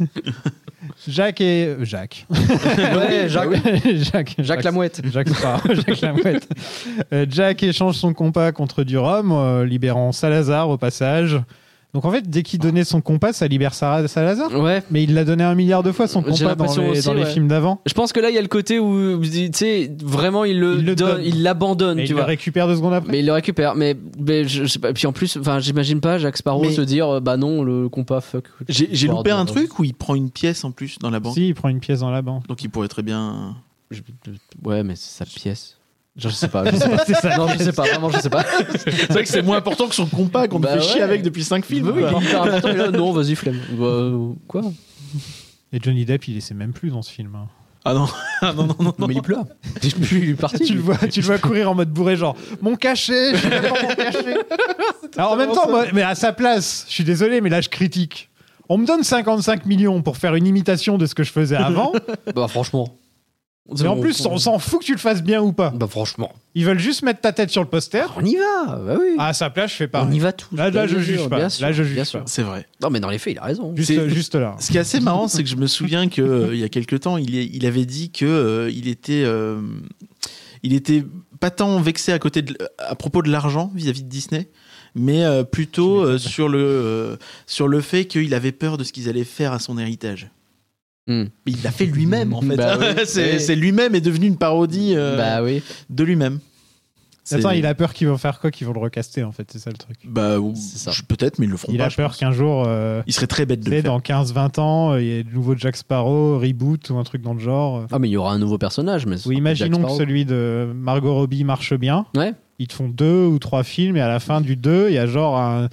[SPEAKER 9] Jacques et... euh, Jacques.
[SPEAKER 3] Ouais, bah Jacques,
[SPEAKER 9] Jacques.
[SPEAKER 3] Jacques Lamouette.
[SPEAKER 9] Jacques, Sparrow, Jacques Lamouette. Euh, Jack échange son compas contre Durham, euh, libérant Salazar au passage. Donc en fait, dès qu'il donnait son compas, ça libère Sarah Salazar.
[SPEAKER 3] Ouais.
[SPEAKER 9] Mais il l'a donné un milliard de fois son
[SPEAKER 3] J'ai
[SPEAKER 9] compas dans
[SPEAKER 3] l'impression
[SPEAKER 9] les,
[SPEAKER 3] aussi,
[SPEAKER 9] dans les
[SPEAKER 3] ouais.
[SPEAKER 9] films d'avant.
[SPEAKER 3] Je pense que là, il y a le côté où, tu sais, vraiment, il le,
[SPEAKER 9] Il le
[SPEAKER 3] donne,
[SPEAKER 9] donne.
[SPEAKER 3] il l'abandonne,
[SPEAKER 9] Et
[SPEAKER 3] tu
[SPEAKER 9] il le
[SPEAKER 3] vois.
[SPEAKER 9] récupère deux secondes après.
[SPEAKER 3] Mais il le récupère. Mais, mais je, je sais pas. Puis en plus, enfin, j'imagine pas Jacques Sparrow
[SPEAKER 10] Mais-
[SPEAKER 3] se dire, euh, bah non, le compas, fuck.
[SPEAKER 10] j'ai j'ai loupé
[SPEAKER 3] Bordel.
[SPEAKER 10] un truc où il prend une pièce en plus dans la banque
[SPEAKER 9] Si, il prend une pièce dans la banque.
[SPEAKER 10] donc il pourrait très bien
[SPEAKER 3] Je- Ouais, mais c'est sa pièce. Genre, je sais pas. Je sais pas.
[SPEAKER 9] C'est ça.
[SPEAKER 3] non, je sais pas. Vraiment, je sais pas.
[SPEAKER 10] c'est vrai que c'est moins important que son compas qu'on
[SPEAKER 3] Bah
[SPEAKER 10] fait
[SPEAKER 3] ouais.
[SPEAKER 10] chier avec depuis 5 films
[SPEAKER 3] Oui,
[SPEAKER 10] quoi.
[SPEAKER 3] il est hyper important, il est là, non, vas-y, flemme. Bah, euh, quoi
[SPEAKER 9] Et Johnny Depp, il essaie même plus dans ce film. hein.
[SPEAKER 10] ah non ah non non non, non.
[SPEAKER 3] Mais il pleure. Je suis parti.
[SPEAKER 9] tu le vois, tu le vois courir en mode bourré, genre mon cachet, je suis pas mon cachet. Alors en même temps, moi, mais à sa place, je suis désolé, mais là je critique. On me donne 55 millions pour faire une imitation de ce que je faisais avant,
[SPEAKER 3] Bah, franchement.
[SPEAKER 9] mais en plus, on s'en fout que tu le fasses bien ou pas.
[SPEAKER 3] Bah, franchement.
[SPEAKER 9] Ils veulent juste mettre ta tête sur le poster.
[SPEAKER 3] On y va, bah oui.
[SPEAKER 9] À sa place, je fais
[SPEAKER 3] on y
[SPEAKER 9] pareil.
[SPEAKER 3] va tous.
[SPEAKER 9] Ah, Là, là, je
[SPEAKER 3] Bien
[SPEAKER 9] juge
[SPEAKER 3] sûr,
[SPEAKER 9] pas.
[SPEAKER 3] bien sûr,
[SPEAKER 9] Là, je
[SPEAKER 3] bien
[SPEAKER 9] juge
[SPEAKER 3] sûr.
[SPEAKER 9] pas.
[SPEAKER 10] c'est vrai
[SPEAKER 3] Non, mais dans les faits, il a raison.
[SPEAKER 9] Juste,
[SPEAKER 10] C'est-
[SPEAKER 9] juste là.
[SPEAKER 10] Ce qui est assez marrant, c'est que je me souviens que euh, il y a quelque temps, il, est- il avait dit que euh, il était, euh, il était pas tant vexé à côté de, à propos de l'argent vis-à-vis de Disney, mais euh, plutôt euh, sur le euh, sur le fait qu'il avait peur de ce qu'ils allaient faire à son héritage.
[SPEAKER 3] Hmm.
[SPEAKER 10] Mais il l'a fait lui-même en fait.
[SPEAKER 3] Bah oui.
[SPEAKER 10] c'est
[SPEAKER 3] Oui.
[SPEAKER 10] c'est lui-même est devenu une parodie euh,
[SPEAKER 3] Bah oui.
[SPEAKER 10] de lui-même. C'est-
[SPEAKER 9] Attends, il a peur qu'ils vont faire quoi Qu'ils vont le recaster, en fait, c'est ça le truc.
[SPEAKER 10] Bah, ou-
[SPEAKER 3] C'est ça.
[SPEAKER 10] je- peut-être, mais ils le feront
[SPEAKER 9] Il
[SPEAKER 10] pas.
[SPEAKER 9] a
[SPEAKER 10] je
[SPEAKER 9] peur
[SPEAKER 10] pense.
[SPEAKER 9] qu'un jour, euh,
[SPEAKER 10] Il serait très bête
[SPEAKER 9] tu
[SPEAKER 10] de le
[SPEAKER 9] sais,
[SPEAKER 10] faire.
[SPEAKER 9] dans 15-20 ans, euh, il y ait de nouveau Jack Sparrow, reboot ou un truc dans le genre.
[SPEAKER 3] Ah, mais il y aura un nouveau personnage. Mais ce
[SPEAKER 9] Ou
[SPEAKER 3] sera plus
[SPEAKER 9] imaginons
[SPEAKER 3] Jack
[SPEAKER 9] que
[SPEAKER 3] Sparrow.
[SPEAKER 9] celui de Margot Robbie marche bien.
[SPEAKER 3] Ouais.
[SPEAKER 9] Ils te font deux ou trois films et à la fin du deux, il y a genre un,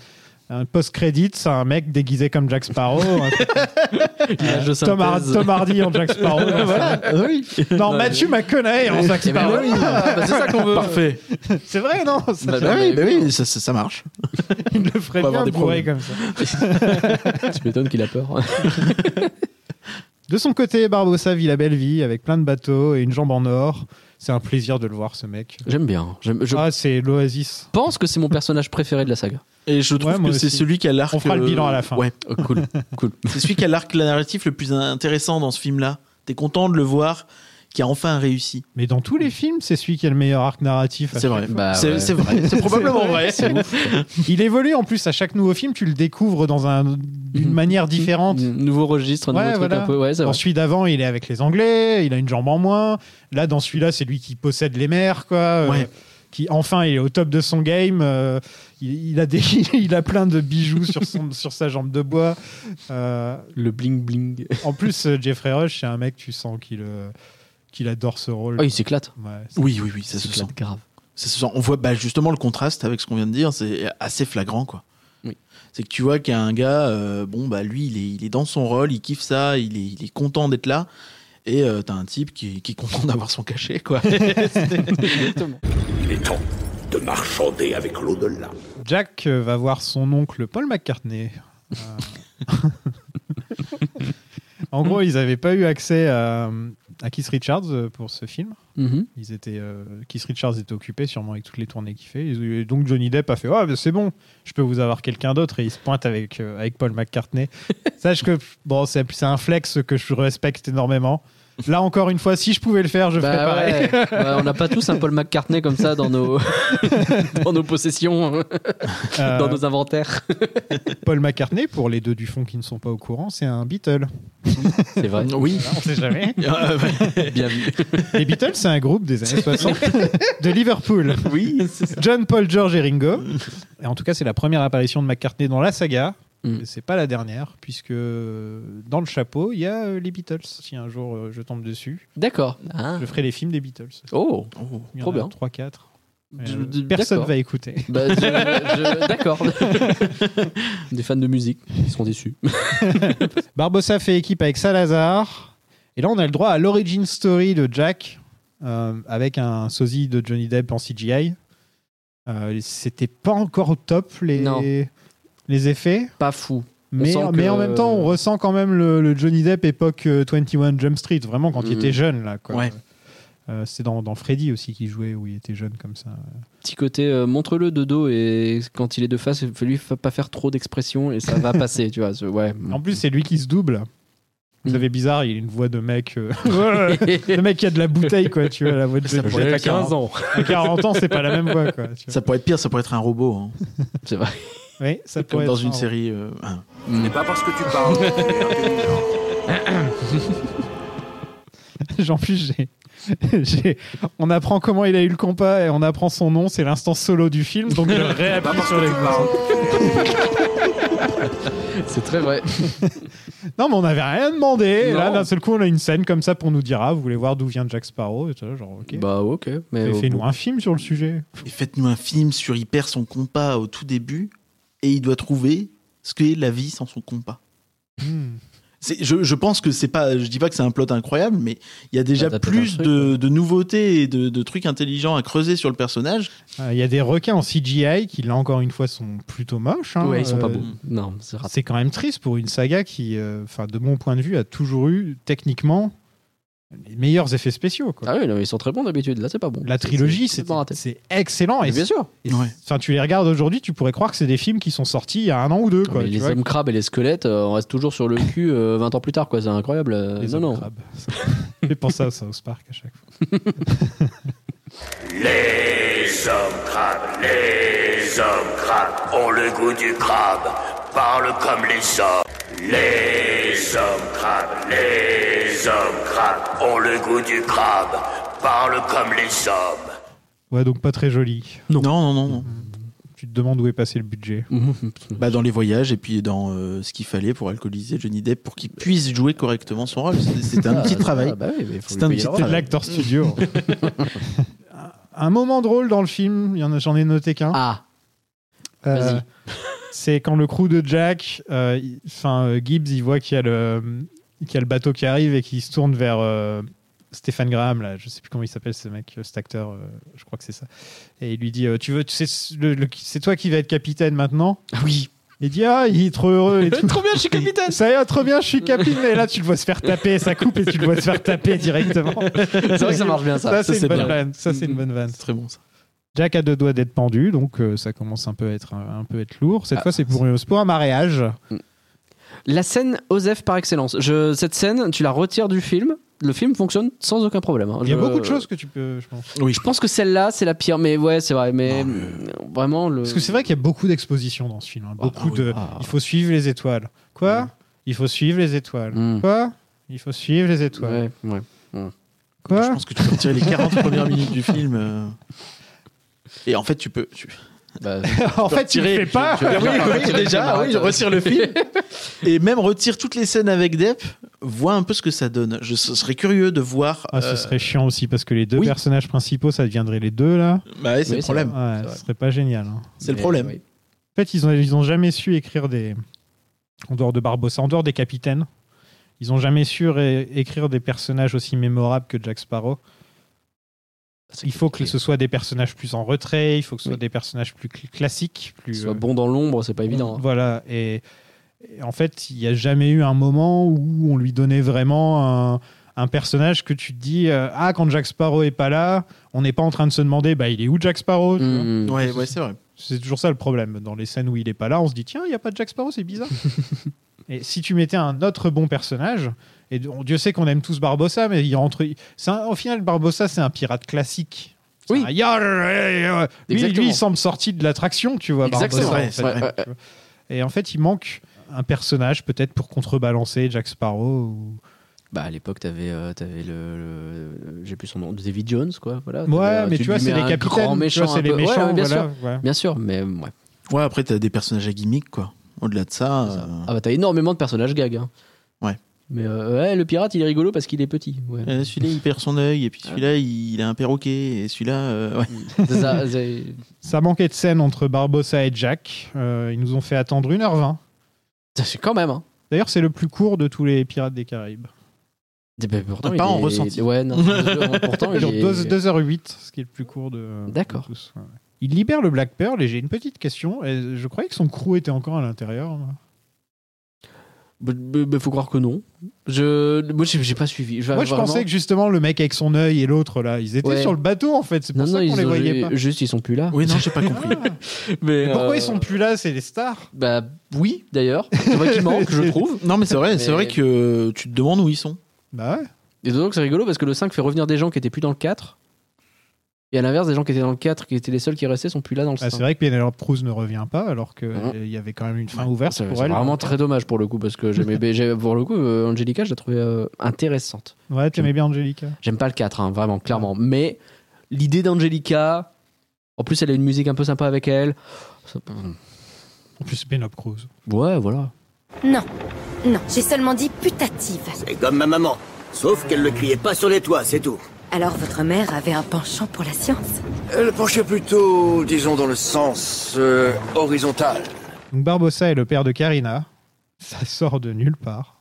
[SPEAKER 9] un post-credit, c'est un mec déguisé comme Jack Sparrow. un truc-
[SPEAKER 3] L'image de
[SPEAKER 9] Tom, Har-
[SPEAKER 3] synthèse.
[SPEAKER 9] Tom Hardy en Jack Sparrow. voilà.
[SPEAKER 10] Ah
[SPEAKER 3] Oui.
[SPEAKER 9] Non, Mathieu McConaughey en Jack
[SPEAKER 3] Eh ben
[SPEAKER 9] Sparrow.
[SPEAKER 3] oui, bah, c'est ça qu'on veut.
[SPEAKER 10] Parfait.
[SPEAKER 9] C'est vrai, non Ça,
[SPEAKER 3] Bah,
[SPEAKER 10] Bah,
[SPEAKER 3] bah,
[SPEAKER 10] oui,
[SPEAKER 3] bah,
[SPEAKER 10] bah oui, ça, ça- ça marche.
[SPEAKER 9] Il le ferait
[SPEAKER 10] On va
[SPEAKER 9] bien
[SPEAKER 10] avoir des
[SPEAKER 9] bourré comme ça.
[SPEAKER 3] Tu m'étonnes qu'il a peur.
[SPEAKER 9] De son côté, Barbossa vit la belle vie avec plein de bateaux et une jambe en or. C'est un plaisir de le voir, ce mec.
[SPEAKER 3] J'aime bien. J'aime- Je
[SPEAKER 9] Ah, c'est l'oasis.
[SPEAKER 3] pense que c'est mon personnage préféré de la saga.
[SPEAKER 10] Et je trouve
[SPEAKER 9] Ouais, moi
[SPEAKER 10] que c'est
[SPEAKER 9] aussi.
[SPEAKER 10] celui qui a l'arc.
[SPEAKER 9] On fera le
[SPEAKER 10] euh,
[SPEAKER 9] bilan à la fin.
[SPEAKER 10] Ouais.
[SPEAKER 3] Oh, cool, cool.
[SPEAKER 10] C'est celui qui a l'arc narratif le plus intéressant dans ce film-là. T'es content de le voir, qui a enfin réussi.
[SPEAKER 9] Mais dans tous les films, c'est celui qui a le meilleur arc narratif.
[SPEAKER 10] C'est vrai.
[SPEAKER 3] Bah,
[SPEAKER 10] c'est
[SPEAKER 3] ouais.
[SPEAKER 10] c'est vrai. C'est probablement vrai.
[SPEAKER 3] C'est ouf.
[SPEAKER 9] Il évolue en plus à chaque nouveau film, tu le découvres dans un- une
[SPEAKER 10] Mhm.
[SPEAKER 9] manière différente.
[SPEAKER 3] Nouveau registre, nouveau
[SPEAKER 9] Ouais,
[SPEAKER 3] truc
[SPEAKER 9] voilà.
[SPEAKER 3] un peu. Ouais, c'est
[SPEAKER 9] Dans
[SPEAKER 3] vrai.
[SPEAKER 9] celui d'avant, il est avec les Anglais, il a une jambe en moins. Là, dans celui-là, c'est lui qui possède les mers, quoi. euh,
[SPEAKER 10] Ouais.
[SPEAKER 9] Qui enfin, il est au top de son game. euh, il, il a des, il a plein de bijoux sur son, sur sa jambe de bois. Euh,
[SPEAKER 3] Le bling bling.
[SPEAKER 9] en plus, euh, Jeffrey Rush, c'est un mec, tu sens qu'il, euh, qu'il adore ce rôle.
[SPEAKER 3] Oh, il s'éclate.
[SPEAKER 9] Ouais, c'est-
[SPEAKER 10] Oui, oui, oui, ça
[SPEAKER 3] Il
[SPEAKER 10] se sent.
[SPEAKER 3] s'éclate grave.
[SPEAKER 10] Ça se sent. On voit bah, justement le contraste avec ce qu'on vient de dire, c'est assez flagrant, quoi.
[SPEAKER 3] Oui.
[SPEAKER 10] C'est que tu vois qu'il y a un gars, euh, bon, bah lui, il est, il est dans son rôle, il kiffe ça, il est, il est content d'être là. Et euh, t'as un type qui, qui est content d'avoir son cachet, quoi.
[SPEAKER 4] Il est temps de marchander avec l'au-delà.
[SPEAKER 9] Jack euh, va voir son oncle Paul McCartney. Euh, en gros, ils n'avaient pas eu accès à, à Keith Richards euh, pour ce film.
[SPEAKER 3] Mhm.
[SPEAKER 9] Ils étaient, euh, Keith Richards était occupé sûrement avec toutes les tournées qu'il fait. Et donc Johnny Depp a fait Ah, ben c'est bon, je peux vous avoir quelqu'un d'autre. Et il se pointe avec, euh, avec Paul McCartney. Sache que bon, c'est c'est un flex que je respecte énormément. Là encore une fois, si je pouvais le faire, je ferais
[SPEAKER 3] Bah
[SPEAKER 9] pareil.
[SPEAKER 3] ouais. Ouais, on n'a pas tous un Paul McCartney comme ça dans nos, dans nos possessions, hein,
[SPEAKER 9] Euh,
[SPEAKER 3] dans nos inventaires.
[SPEAKER 9] Paul McCartney, pour les deux du fond qui ne sont pas au courant, c'est un Beatle.
[SPEAKER 3] C'est vrai.
[SPEAKER 10] oui.
[SPEAKER 9] Voilà, on sait jamais.
[SPEAKER 10] Ah, ouais.
[SPEAKER 3] Bien vu.
[SPEAKER 9] Les Beatles, c'est un groupe des années 60 de Liverpool.
[SPEAKER 10] oui, c'est
[SPEAKER 9] John, Paul, George et Ringo. Et en tout cas, c'est la première apparition de McCartney dans la saga.
[SPEAKER 3] Mm.
[SPEAKER 9] Mais c'est pas la dernière, puisque euh, dans le chapeau, il y a euh, les Beatles. Si un jour euh, je tombe dessus,
[SPEAKER 3] D'accord. Ah.
[SPEAKER 9] je ferai les films des Beatles.
[SPEAKER 3] Oh.
[SPEAKER 10] Oh.
[SPEAKER 9] Il y
[SPEAKER 3] Trop
[SPEAKER 9] en
[SPEAKER 3] bien.
[SPEAKER 9] a 3, 4.
[SPEAKER 3] Je- je-
[SPEAKER 9] Euh, personne
[SPEAKER 3] d'accord.
[SPEAKER 9] va écouter.
[SPEAKER 3] Bah, je- je- D'accord. Des fans de musique, ils seront déçus.
[SPEAKER 9] Barbossa fait équipe avec Salazar. Et là, on a le droit à l'origin story de Jack euh, avec un sosie de Johnny Depp en CGI. Euh, C'était pas encore au top les,
[SPEAKER 3] Non.
[SPEAKER 9] les effets,
[SPEAKER 3] Pas fou.
[SPEAKER 9] mais,
[SPEAKER 3] sent
[SPEAKER 9] mais
[SPEAKER 3] que-
[SPEAKER 9] en même temps, on ressent quand même le, le Johnny Depp époque euh, 21 Jump Street, vraiment quand il
[SPEAKER 3] Mhm.
[SPEAKER 9] était jeune. là. quoi.
[SPEAKER 10] Ouais.
[SPEAKER 9] Euh, C'est dans, dans Freddy aussi qu'il jouait, où il était jeune comme ça.
[SPEAKER 3] Petit côté, euh, montre-le de dos et quand il est de face, il faut lui fa- pas faire trop d'expression et ça va passer, tu vois. ce- Ouais.
[SPEAKER 9] En plus, c'est lui qui se double. Vous
[SPEAKER 3] Mhm.
[SPEAKER 9] savez, bizarre, il a une voix de mec. euh, le mec qui a de la bouteille, quoi, tu vois, la voix de Johnny
[SPEAKER 3] J'ai
[SPEAKER 9] Depp à 40.
[SPEAKER 3] ans.
[SPEAKER 9] À 40 ans, c'est pas la même voix. Quoi, tu vois.
[SPEAKER 10] Ça pourrait être pire, ça pourrait être un robot. hein.
[SPEAKER 3] C'est vrai.
[SPEAKER 9] Oui, ça
[SPEAKER 10] Comme
[SPEAKER 9] pourrait
[SPEAKER 10] dans
[SPEAKER 9] être
[SPEAKER 10] une
[SPEAKER 9] marrant.
[SPEAKER 10] série. euh, hein.
[SPEAKER 4] Ce n'est pas parce que tu parles. que tu es intelligent.
[SPEAKER 9] J'en plus, j'ai. j'ai- On apprend comment il a eu le compas et on apprend son nom, c'est l'instant solo du film, donc je réappuie sur les boutons.
[SPEAKER 3] C'est très vrai.
[SPEAKER 9] Non, mais on n'avait rien demandé, et là
[SPEAKER 3] Non.
[SPEAKER 9] d'un seul coup on a une scène comme ça pour nous dire Ah, vous voulez voir d'où vient Jack Sparrow et tout ça, genre, ok.
[SPEAKER 3] Bah, ok. Mais,
[SPEAKER 9] Mais
[SPEAKER 3] euh,
[SPEAKER 9] Fais-nous un film sur le sujet.
[SPEAKER 10] Et faites-nous un film sur il perd son compas au tout début et il doit trouver ce qu'est la vie sans son compas.
[SPEAKER 9] Hmm.
[SPEAKER 10] C'est- Je, je pense que c'est pas, je dis pas que c'est un plot incroyable, mais il y a déjà
[SPEAKER 3] Bah, t'as peut-être un
[SPEAKER 10] plus
[SPEAKER 3] truc,
[SPEAKER 10] de, de nouveautés et de, de trucs intelligents à creuser sur le personnage.
[SPEAKER 9] Ah, Il y a des requins en CGI qui, là encore une fois, sont plutôt moches. hein,
[SPEAKER 3] Ouais, ils sont pas
[SPEAKER 9] euh,
[SPEAKER 3] beaux. Non, c'est raté.
[SPEAKER 9] C'est quand même triste pour une saga qui, euh, enfin, de mon point de vue, a toujours eu techniquement les meilleurs effets spéciaux. Quoi.
[SPEAKER 3] Ah oui, non, ils sont très bons d'habitude. Là, c'est pas bon.
[SPEAKER 9] La trilogie, c'est
[SPEAKER 3] complètement raté.
[SPEAKER 9] c'est excellent. Et
[SPEAKER 3] Bien sûr.
[SPEAKER 9] et c'est-
[SPEAKER 10] Ouais.
[SPEAKER 9] enfin, tu les regardes aujourd'hui, tu pourrais croire que c'est des films qui sont sortis il y a un an ou deux.
[SPEAKER 3] Non,
[SPEAKER 9] Quoi,
[SPEAKER 3] mais
[SPEAKER 9] tu
[SPEAKER 3] les
[SPEAKER 9] vois.
[SPEAKER 3] hommes crabes et les squelettes, euh, on reste toujours sur le cul euh, 20 ans plus tard, quoi. C'est incroyable. euh,
[SPEAKER 9] Les
[SPEAKER 3] non,
[SPEAKER 9] hommes
[SPEAKER 3] non.
[SPEAKER 9] crabes. Ça fait penser à South Park à chaque fois.
[SPEAKER 4] Les hommes crabes, les hommes crabes ont le goût du crabe, parlent comme les hommes. Les hommes crabes, les hommes crabes ont le goût du crabe, parlent comme les hommes.
[SPEAKER 9] Ouais, donc pas très joli.
[SPEAKER 10] Non, non, non.
[SPEAKER 3] Mm-hmm.
[SPEAKER 10] non.
[SPEAKER 9] Tu te demandes où est passé le budget.
[SPEAKER 10] Bah, dans les voyages et puis dans euh, ce qu'il fallait pour alcooliser Johnny Depp pour qu'il puisse jouer correctement son rôle. C'est- C'est
[SPEAKER 3] Ah,
[SPEAKER 10] un petit travail.
[SPEAKER 3] bah
[SPEAKER 10] C'est un petit
[SPEAKER 9] C'est de
[SPEAKER 10] travail.
[SPEAKER 3] Mm.
[SPEAKER 9] l'acteur studio. Un moment drôle dans le film, il y en a- j'en ai noté qu'un.
[SPEAKER 3] Ah,
[SPEAKER 9] Euh,
[SPEAKER 3] Vas-y.
[SPEAKER 9] c'est quand le crew de Jack, euh, il- enfin euh, Gibbs, il voit qu'il y a le qu'il y a le bateau qui arrive et qu'il se tourne vers euh, Stéphane Graham là, je sais plus comment il s'appelle ce mec, euh, cet acteur, euh, je crois que c'est ça. Et il lui dit, euh, tu veux, tu sais, le- le- c'est toi qui vas être capitaine maintenant.
[SPEAKER 3] oui.
[SPEAKER 9] Il dit ah, il est trop heureux et tout.
[SPEAKER 3] Trop bien, je suis capitaine.
[SPEAKER 9] Ça y est, trop bien, je suis capitaine. Et là, tu le vois se faire taper, ça coupe et tu le vois se faire taper directement.
[SPEAKER 3] C'est vrai que ça marche bien ça.
[SPEAKER 9] Ça, c'est une,
[SPEAKER 10] c'est
[SPEAKER 9] bonne
[SPEAKER 10] bien.
[SPEAKER 9] vanne. Ça, c'est une bonne vanne.
[SPEAKER 10] C'est très bon ça.
[SPEAKER 9] Jack a deux doigts d'être pendu, donc euh, ça commence un peu à être, un, un peu à être lourd.
[SPEAKER 3] Ah.
[SPEAKER 9] Cette fois, c'est pour, c'est pour un mariage.
[SPEAKER 3] La scène Osef par excellence. Je, cette scène, tu la retires du film. Le film fonctionne sans aucun problème. hein.
[SPEAKER 9] Il y a
[SPEAKER 3] Je- Euh,
[SPEAKER 9] beaucoup de choses que tu peux, je pense.
[SPEAKER 3] Je pense que celle-là, c'est la pire, mais ouais, c'est vrai. Mais, mm, vraiment, le.
[SPEAKER 9] Parce que c'est vrai qu'il y a beaucoup d'expositions dans ce film. hein. Beaucoup
[SPEAKER 10] bah oui.
[SPEAKER 9] de.
[SPEAKER 3] Ah.
[SPEAKER 9] Il faut suivre les étoiles. Quoi Il faut suivre les étoiles.
[SPEAKER 3] Mm.
[SPEAKER 9] Quoi Il faut suivre les étoiles.
[SPEAKER 3] Ouais, ouais.
[SPEAKER 10] Je
[SPEAKER 9] Quoi
[SPEAKER 10] pense que tu peux tirer les 40 premières minutes du film. euh, Et en fait, tu peux. tu-
[SPEAKER 3] Bah,
[SPEAKER 9] En fait, tu ne fais pas.
[SPEAKER 3] tu vas
[SPEAKER 10] oui,
[SPEAKER 3] faire
[SPEAKER 10] oui,
[SPEAKER 3] un-
[SPEAKER 10] déjà, ah oui, je retire le film. Et même retire toutes les scènes avec Depp, vois un peu ce que ça donne. Je s- serais curieux de voir.
[SPEAKER 9] Ah, ce
[SPEAKER 10] euh,
[SPEAKER 9] serait chiant aussi parce que les
[SPEAKER 3] euh,
[SPEAKER 9] deux
[SPEAKER 10] oui.
[SPEAKER 9] personnages principaux, ça deviendrait les deux là.
[SPEAKER 10] Bah ouais, c'est
[SPEAKER 3] Oui,
[SPEAKER 10] le
[SPEAKER 3] c'est
[SPEAKER 10] problème.
[SPEAKER 9] Ouais,
[SPEAKER 3] c'est vrai.
[SPEAKER 9] ce serait pas génial. hein.
[SPEAKER 10] C'est le
[SPEAKER 3] mais,
[SPEAKER 10] problème.
[SPEAKER 3] oui.
[SPEAKER 9] En fait, ils ont, ils ont jamais su écrire des. En dehors de Barbossa, en dehors des capitaines, ils ont jamais su ré- écrire des personnages aussi mémorables que Jack Sparrow.
[SPEAKER 3] Ah,
[SPEAKER 9] Il faut que ce soit des personnages plus en retrait, il faut que ce soit
[SPEAKER 3] Oui.
[SPEAKER 9] des personnages plus cl- classiques,
[SPEAKER 3] Qu'il
[SPEAKER 9] plus.
[SPEAKER 3] soit
[SPEAKER 9] euh,
[SPEAKER 3] bon dans l'ombre, c'est pas évident. hein.
[SPEAKER 9] Voilà. Et, et en fait, il n'y a jamais eu un moment où on lui donnait vraiment un, un personnage que tu te dis euh, Ah, quand Jack Sparrow est pas là, on n'est pas en train de se demander Bah, il est où Jack Sparrow tu vois
[SPEAKER 3] Mm.
[SPEAKER 10] Ouais, ouais, c'est vrai.
[SPEAKER 9] c'est toujours ça le problème. Dans les scènes où il est pas là, on se dit tiens, il n'y a pas de Jack Sparrow, c'est bizarre. et si tu mettais un autre bon personnage, et on- Dieu sait qu'on aime tous Barbossa, mais il rentre. c'est un- au final, Barbossa, c'est un pirate classique. C'est
[SPEAKER 3] Oui.
[SPEAKER 9] un yar, yar, yar. Lui,
[SPEAKER 3] Exactement.
[SPEAKER 9] lui, il semble sorti de l'attraction, tu vois.
[SPEAKER 3] Exactement.
[SPEAKER 9] Barbossa,
[SPEAKER 10] Ouais,
[SPEAKER 9] en fait.
[SPEAKER 10] ouais,
[SPEAKER 3] ouais.
[SPEAKER 9] Tu vois. Et en fait, il manque un personnage peut-être pour contrebalancer Jack Sparrow. ou-
[SPEAKER 3] Bah, à l'époque, t'avais euh, t'avais le, le- J'ai plus son nom. David Jones, quoi. Voilà.
[SPEAKER 9] Ouais,
[SPEAKER 3] T'avais, euh,
[SPEAKER 9] mais tu, vois,
[SPEAKER 3] lui
[SPEAKER 9] c'est
[SPEAKER 3] mets
[SPEAKER 9] les
[SPEAKER 3] un
[SPEAKER 9] capitaines.
[SPEAKER 3] grand
[SPEAKER 9] tu vois,
[SPEAKER 3] méchant
[SPEAKER 9] c'est
[SPEAKER 3] un
[SPEAKER 9] les
[SPEAKER 3] peu- Ouais,
[SPEAKER 9] méchants.
[SPEAKER 3] ouais, bien
[SPEAKER 9] voilà,
[SPEAKER 3] sûr.
[SPEAKER 9] ouais.
[SPEAKER 3] Bien sûr, mais ouais.
[SPEAKER 10] Ouais, après, t'as des personnages à gimmick, quoi. Au-delà de ça.
[SPEAKER 3] Ça.
[SPEAKER 10] euh,
[SPEAKER 3] Ah bah t'as énormément de personnages gags. hein.
[SPEAKER 10] Ouais.
[SPEAKER 3] Mais euh, ouais, le pirate, il est rigolo parce qu'il est petit. Ouais.
[SPEAKER 10] euh, celui-là, il perd son œil, et puis celui-là, il a un perroquet, et celui-là. euh, ouais.
[SPEAKER 3] C'est ça, c'est-
[SPEAKER 9] Ça manquait de scène entre Barbossa et Jack. Euh, ils nous ont fait attendre 1h20.
[SPEAKER 3] ça, c'est quand même. Hein.
[SPEAKER 9] D'ailleurs, c'est le plus court de tous les Pirates des Caraïbes.
[SPEAKER 3] Eh ben, pourtant,
[SPEAKER 10] Pas
[SPEAKER 3] il
[SPEAKER 10] en
[SPEAKER 3] est-
[SPEAKER 10] ressenti.
[SPEAKER 3] Ouais, non. pourtant,
[SPEAKER 9] Il
[SPEAKER 3] Ah il
[SPEAKER 9] dure
[SPEAKER 3] est...
[SPEAKER 9] 2, 2h08, ce qui est le plus court de,
[SPEAKER 3] D'accord.
[SPEAKER 9] de tous. Ouais, ouais. Il libère le Black Pearl et j'ai une petite question. Et Je croyais que son crew était encore à l'intérieur. hein. moi.
[SPEAKER 3] Bah, bah, bah, faut croire que non. Je, moi, j'ai j'ai pas suivi.
[SPEAKER 9] Moi, je
[SPEAKER 3] Bah, vraiment-
[SPEAKER 9] pensais que justement le mec avec son œil et l'autre là, ils étaient
[SPEAKER 3] Ouais.
[SPEAKER 9] sur le bateau en fait. C'est pour
[SPEAKER 3] Non, non,
[SPEAKER 9] ça qu'on
[SPEAKER 3] ils
[SPEAKER 9] les
[SPEAKER 3] ont-
[SPEAKER 9] voyait pas.
[SPEAKER 3] juste ils sont plus là.
[SPEAKER 10] Oui, non, j'ai pas compris.
[SPEAKER 3] Mais,
[SPEAKER 9] Mais Pourquoi
[SPEAKER 3] euh,
[SPEAKER 9] ils sont plus là C'est les stars.
[SPEAKER 3] Bah oui, d'ailleurs. C'est vrai qu'ils manquent, je trouve.
[SPEAKER 10] non, mais c'est vrai, c'est
[SPEAKER 3] Mais-
[SPEAKER 10] vrai que euh, tu te demandes où ils sont.
[SPEAKER 9] Bah ouais.
[SPEAKER 3] Et d'autant que c'est rigolo parce que le 5 fait revenir des gens qui étaient plus dans le 4. Et à l'inverse, des gens qui étaient dans le 4, qui étaient les seuls qui restaient, sont plus là dans le 5.
[SPEAKER 9] Ah, c'est vrai que Penelope Cruz ne revient pas alors qu'il
[SPEAKER 3] Non.
[SPEAKER 9] y avait quand même une fin ouverte
[SPEAKER 3] C'est
[SPEAKER 9] pour
[SPEAKER 3] c'est
[SPEAKER 9] elle.
[SPEAKER 3] vraiment très dommage pour le coup parce que j'aimais bien- j'ai- pour le coup euh, Angelica je la trouvais euh, intéressante.
[SPEAKER 9] Ouais, t'aimais bien Angelica.
[SPEAKER 3] J'aime pas le 4 hein, vraiment clairement mais l'idée d'Angelica en plus elle a une musique un peu sympa avec elle. Ça-
[SPEAKER 9] En plus, Penelope Cruz.
[SPEAKER 3] Ouais voilà.
[SPEAKER 1] Non, non, j'ai seulement dit putative.
[SPEAKER 4] C'est comme ma maman. Sauf qu'elle ne criait pas sur les toits, c'est tout.
[SPEAKER 11] Alors votre mère avait un penchant pour la science
[SPEAKER 6] Elle penchait plutôt, disons, dans le sens euh, horizontal.
[SPEAKER 9] Donc Barbossa est le père de Karina. Ça sort de nulle part.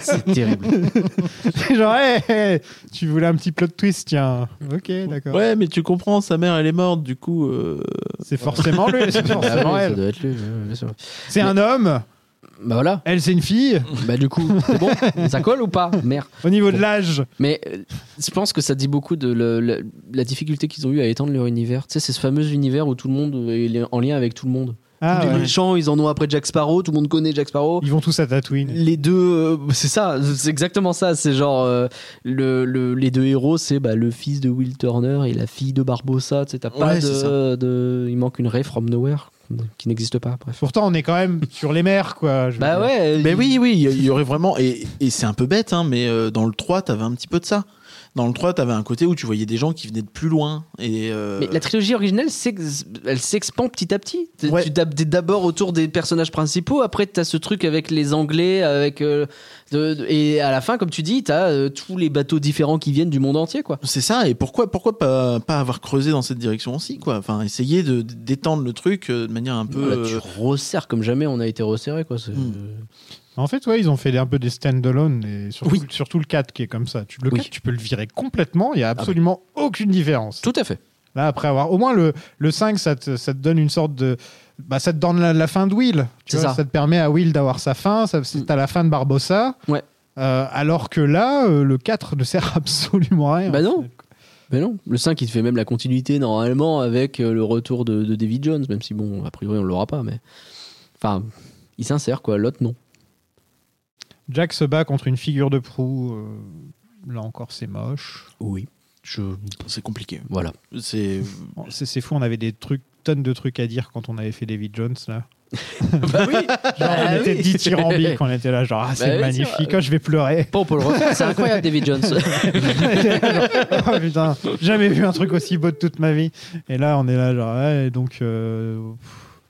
[SPEAKER 3] C'est terrible.
[SPEAKER 9] C'est genre, Hey, hey, tu voulais un petit plot twist, tiens. Ok, d'accord.
[SPEAKER 10] Ouais, mais tu comprends, sa mère, elle est morte, du coup. euh,
[SPEAKER 9] C'est forcément lui, c'est
[SPEAKER 3] Ah ouais,
[SPEAKER 9] forcément
[SPEAKER 3] ça
[SPEAKER 9] elle.
[SPEAKER 3] doit être lui, ouais, bien sûr.
[SPEAKER 9] C'est un homme,
[SPEAKER 3] Bah voilà.
[SPEAKER 9] elle c'est une fille.
[SPEAKER 3] Bah du coup c'est bon ça colle ou pas merde.
[SPEAKER 9] Au niveau de
[SPEAKER 3] Bon.
[SPEAKER 9] l'âge,
[SPEAKER 3] Mais euh, je pense que ça dit beaucoup de le- le- la difficulté qu'ils ont eu à étendre leur univers. Tu sais, c'est ce fameux univers où tout le monde euh, il est en lien avec tout le monde.
[SPEAKER 9] ah,
[SPEAKER 3] Tous les
[SPEAKER 9] ouais.
[SPEAKER 3] méchants, ils en ont après Jack Sparrow, tout le monde connaît Jack Sparrow.
[SPEAKER 9] ils vont tous à Tatooine.
[SPEAKER 3] Les deux, euh, c'est ça, c'est exactement ça. C'est genre, euh, le, le- les deux héros, c'est bah, le fils de Will Turner et la fille de Barbossa. Tu sais, t'as pas
[SPEAKER 10] Ouais, c'est
[SPEAKER 3] de, de- Il manque une Ray from Nowhere. qui n'existe pas. Bref.
[SPEAKER 9] Pourtant, on est quand même sur les mers, quoi. je veux
[SPEAKER 3] Bah
[SPEAKER 9] dire.
[SPEAKER 3] ouais.
[SPEAKER 10] Mais
[SPEAKER 3] il-
[SPEAKER 10] oui, oui, il y aurait vraiment. Et, et c'est un peu bête, hein, mais euh, dans le 3, t'avais un petit peu de ça. Dans le 3, t'avais un côté où tu voyais des gens qui venaient de plus loin. Et, euh,
[SPEAKER 3] Mais la trilogie originale, s'ex- elle s'expand petit à petit. Tu-
[SPEAKER 10] Ouais.
[SPEAKER 3] Tu tapes des- d'abord autour des personnages principaux, après tu as ce truc avec les Anglais, avec euh, de- de- et à la fin, comme tu dis, tu as tous les bateaux différents qui viennent du monde entier, quoi.
[SPEAKER 10] C'est ça, et pourquoi, pourquoi pas, pas avoir creusé dans cette direction aussi, quoi Enfin, essayer de d'étendre le truc euh, de manière un peu.
[SPEAKER 3] Là, tu Hmm.
[SPEAKER 10] euh,
[SPEAKER 3] resserres comme jamais on a été resserré, quoi. C'est- euh,
[SPEAKER 9] En fait, ouais, ils ont fait un peu des stand-alone, et surtout,
[SPEAKER 10] Oui.
[SPEAKER 9] surtout le 4 qui est comme ça. Tu,
[SPEAKER 3] Oui.
[SPEAKER 9] le
[SPEAKER 3] Ah bah.
[SPEAKER 9] 4, tu peux le virer complètement, il n'y a absolument aucune différence.
[SPEAKER 3] Tout à fait.
[SPEAKER 9] Là, après avoir. Au moins, le, le 5, ça te, ça te donne une sorte de. Bah, ça te donne la, la fin de Will.
[SPEAKER 3] C'est
[SPEAKER 9] Tu vois,
[SPEAKER 3] ça. Mm.
[SPEAKER 9] te permet à Will d'avoir sa fin. Ça, c'est à la fin de Barbossa.
[SPEAKER 3] Ouais.
[SPEAKER 9] Euh, alors que là, euh, le 4 ne sert absolument à rien.
[SPEAKER 3] Bah non. Mais non, le 5 il te fait même la continuité normalement avec euh, le retour de, de David Jones, même si bon, a priori on l'aura pas, mais. Enfin, il s'insère quoi, l'autre non.
[SPEAKER 9] Jack se bat contre une figure de proue. euh, là encore, c'est moche.
[SPEAKER 3] Oui.
[SPEAKER 10] je- C'est compliqué.
[SPEAKER 3] Voilà.
[SPEAKER 10] C'est.
[SPEAKER 9] Bon, c'est, c'est fou, on avait des trucs tonnes de trucs à dire quand on avait fait David Jones là. Genre, on
[SPEAKER 3] Bah
[SPEAKER 9] était
[SPEAKER 3] oui. Bah
[SPEAKER 9] dithyrambique, on était là, genre, ah, c'est
[SPEAKER 3] oui, c'est
[SPEAKER 9] magnifique,
[SPEAKER 3] vrai.
[SPEAKER 9] oh, je vais pleurer.
[SPEAKER 3] Bon, on peut le refaire, c'est incroyable David Jones.
[SPEAKER 9] oh putain, jamais vu un truc aussi beau de toute ma vie. Et là, on est là, genre, ouais, et donc. euh,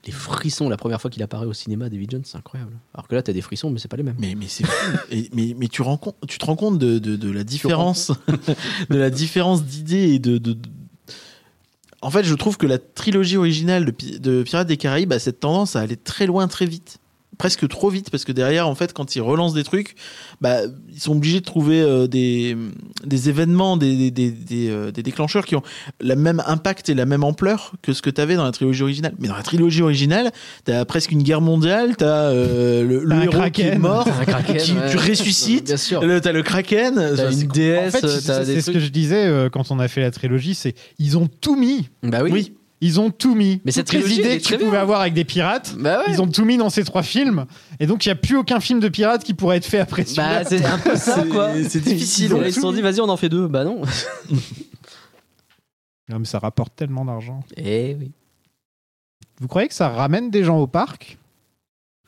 [SPEAKER 3] Les frissons, la première fois qu'il apparaît au cinéma, David Jones, c'est incroyable. Alors que là, t'as des frissons, mais c'est pas les mêmes.
[SPEAKER 10] Mais, mais c'est fou. Et- mais, mais tu, rends compte- tu te rends compte de, de- de la différence de la différence d'idées et de, de- de- En fait, je trouve que la trilogie originale de, Pi- de Pirates des Caraïbes a cette tendance à aller très loin très vite. Presque trop vite, parce que derrière, en fait, quand ils relancent des trucs, bah, ils sont obligés de trouver euh, des, des événements, des, des, des- des, euh, des déclencheurs qui ont le même impact et la même ampleur que ce que tu avais dans la trilogie originale. Mais dans la trilogie originale, t'as presque une guerre mondiale, t'as euh, le, le
[SPEAKER 9] T'as un
[SPEAKER 10] héros qui est
[SPEAKER 9] kraken.
[SPEAKER 10] mort,
[SPEAKER 3] Un kraken,
[SPEAKER 10] qui-
[SPEAKER 3] ouais.
[SPEAKER 10] tu ressuscites,
[SPEAKER 3] Bien sûr.
[SPEAKER 10] le- t'as le kraken,
[SPEAKER 3] T'as
[SPEAKER 10] enfin,
[SPEAKER 3] une
[SPEAKER 10] c'est-
[SPEAKER 3] déesse,
[SPEAKER 9] En fait, c'est,
[SPEAKER 3] euh, t'as
[SPEAKER 9] c'est
[SPEAKER 3] des
[SPEAKER 9] ce que
[SPEAKER 3] trucs.
[SPEAKER 9] je disais euh, quand on a fait la trilogie, c'est ils ont tout mis.
[SPEAKER 3] Bah oui.
[SPEAKER 10] Oui.
[SPEAKER 9] Ils ont tout mis.
[SPEAKER 3] Mais cette
[SPEAKER 9] Toutes les
[SPEAKER 3] trilogie, elle est
[SPEAKER 9] idées que
[SPEAKER 3] très
[SPEAKER 9] tu pouvais
[SPEAKER 3] bien.
[SPEAKER 9] avoir avec des pirates,
[SPEAKER 3] Bah ouais.
[SPEAKER 9] ils ont tout mis dans ces trois films. Et donc, il n'y a plus aucun film de pirates qui pourrait être fait après celui-là.
[SPEAKER 3] Bah, c'est un peu ça,
[SPEAKER 10] C'est-
[SPEAKER 3] quoi.
[SPEAKER 10] c'est difficile.
[SPEAKER 3] Ils ont- Ils se sont dit, vas-y, on en fait deux. Bah non.
[SPEAKER 9] Non, mais ça rapporte tellement d'argent.
[SPEAKER 3] Eh oui.
[SPEAKER 9] Vous croyez que ça ramène des gens au parc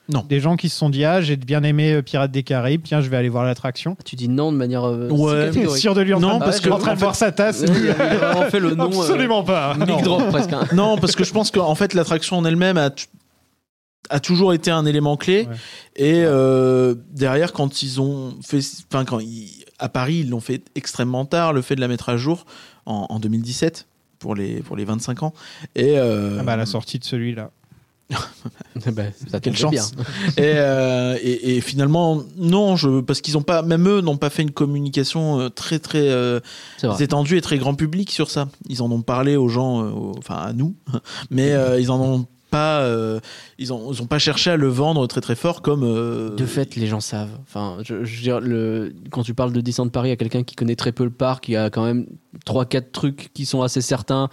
[SPEAKER 10] Non.
[SPEAKER 9] Des gens qui se sont dit Ah, j'ai bien aimé euh, Pirates des Caraïbes, tiens, je vais aller voir l'attraction.
[SPEAKER 3] Tu dis non de manière. euh,
[SPEAKER 10] Ouais.
[SPEAKER 3] si catégorique.
[SPEAKER 9] Sûr de lui en
[SPEAKER 10] Non,
[SPEAKER 9] train,
[SPEAKER 10] parce
[SPEAKER 9] parce
[SPEAKER 10] que-
[SPEAKER 9] en train
[SPEAKER 10] en
[SPEAKER 9] de
[SPEAKER 10] fait- euh,
[SPEAKER 9] boire sa tasse.
[SPEAKER 3] Ouais, il a vraiment fait le nom. euh,
[SPEAKER 9] Absolument pas.
[SPEAKER 3] Mic drop presque. hein.
[SPEAKER 10] Non, parce que je pense qu'en fait, l'attraction en elle-même a, t- a toujours été un élément clé.
[SPEAKER 9] Ouais.
[SPEAKER 10] Et euh, derrière, quand ils ont fait. Enfin, quand ils- à Paris, ils l'ont fait extrêmement tard, le fait de la mettre à jour en, en 2017 pour les, pour les 25 ans. Et, euh,
[SPEAKER 9] Ah bah, à la sortie de celui-là.
[SPEAKER 3] Bah, ça
[SPEAKER 10] Quelle
[SPEAKER 3] tombe
[SPEAKER 10] chance.
[SPEAKER 3] bien.
[SPEAKER 10] et, euh, et, et finalement, non, je, parce qu'ils ont pas, même eux, n'ont pas fait une communication euh, très très euh,
[SPEAKER 3] C'est vrai.
[SPEAKER 10] étendue et très grand public sur ça. Ils en ont parlé aux gens, euh, aux- enfin à nous, mais euh, ils en ont pas, euh, ils, ont, ils ont pas cherché à le vendre très très fort comme. euh,
[SPEAKER 3] De fait, les gens savent. Enfin, je, je veux dire, le, quand tu parles de Disneyland Paris à quelqu'un qui connaît très peu le parc, il y a quand même 3-4 trucs qui sont assez certains.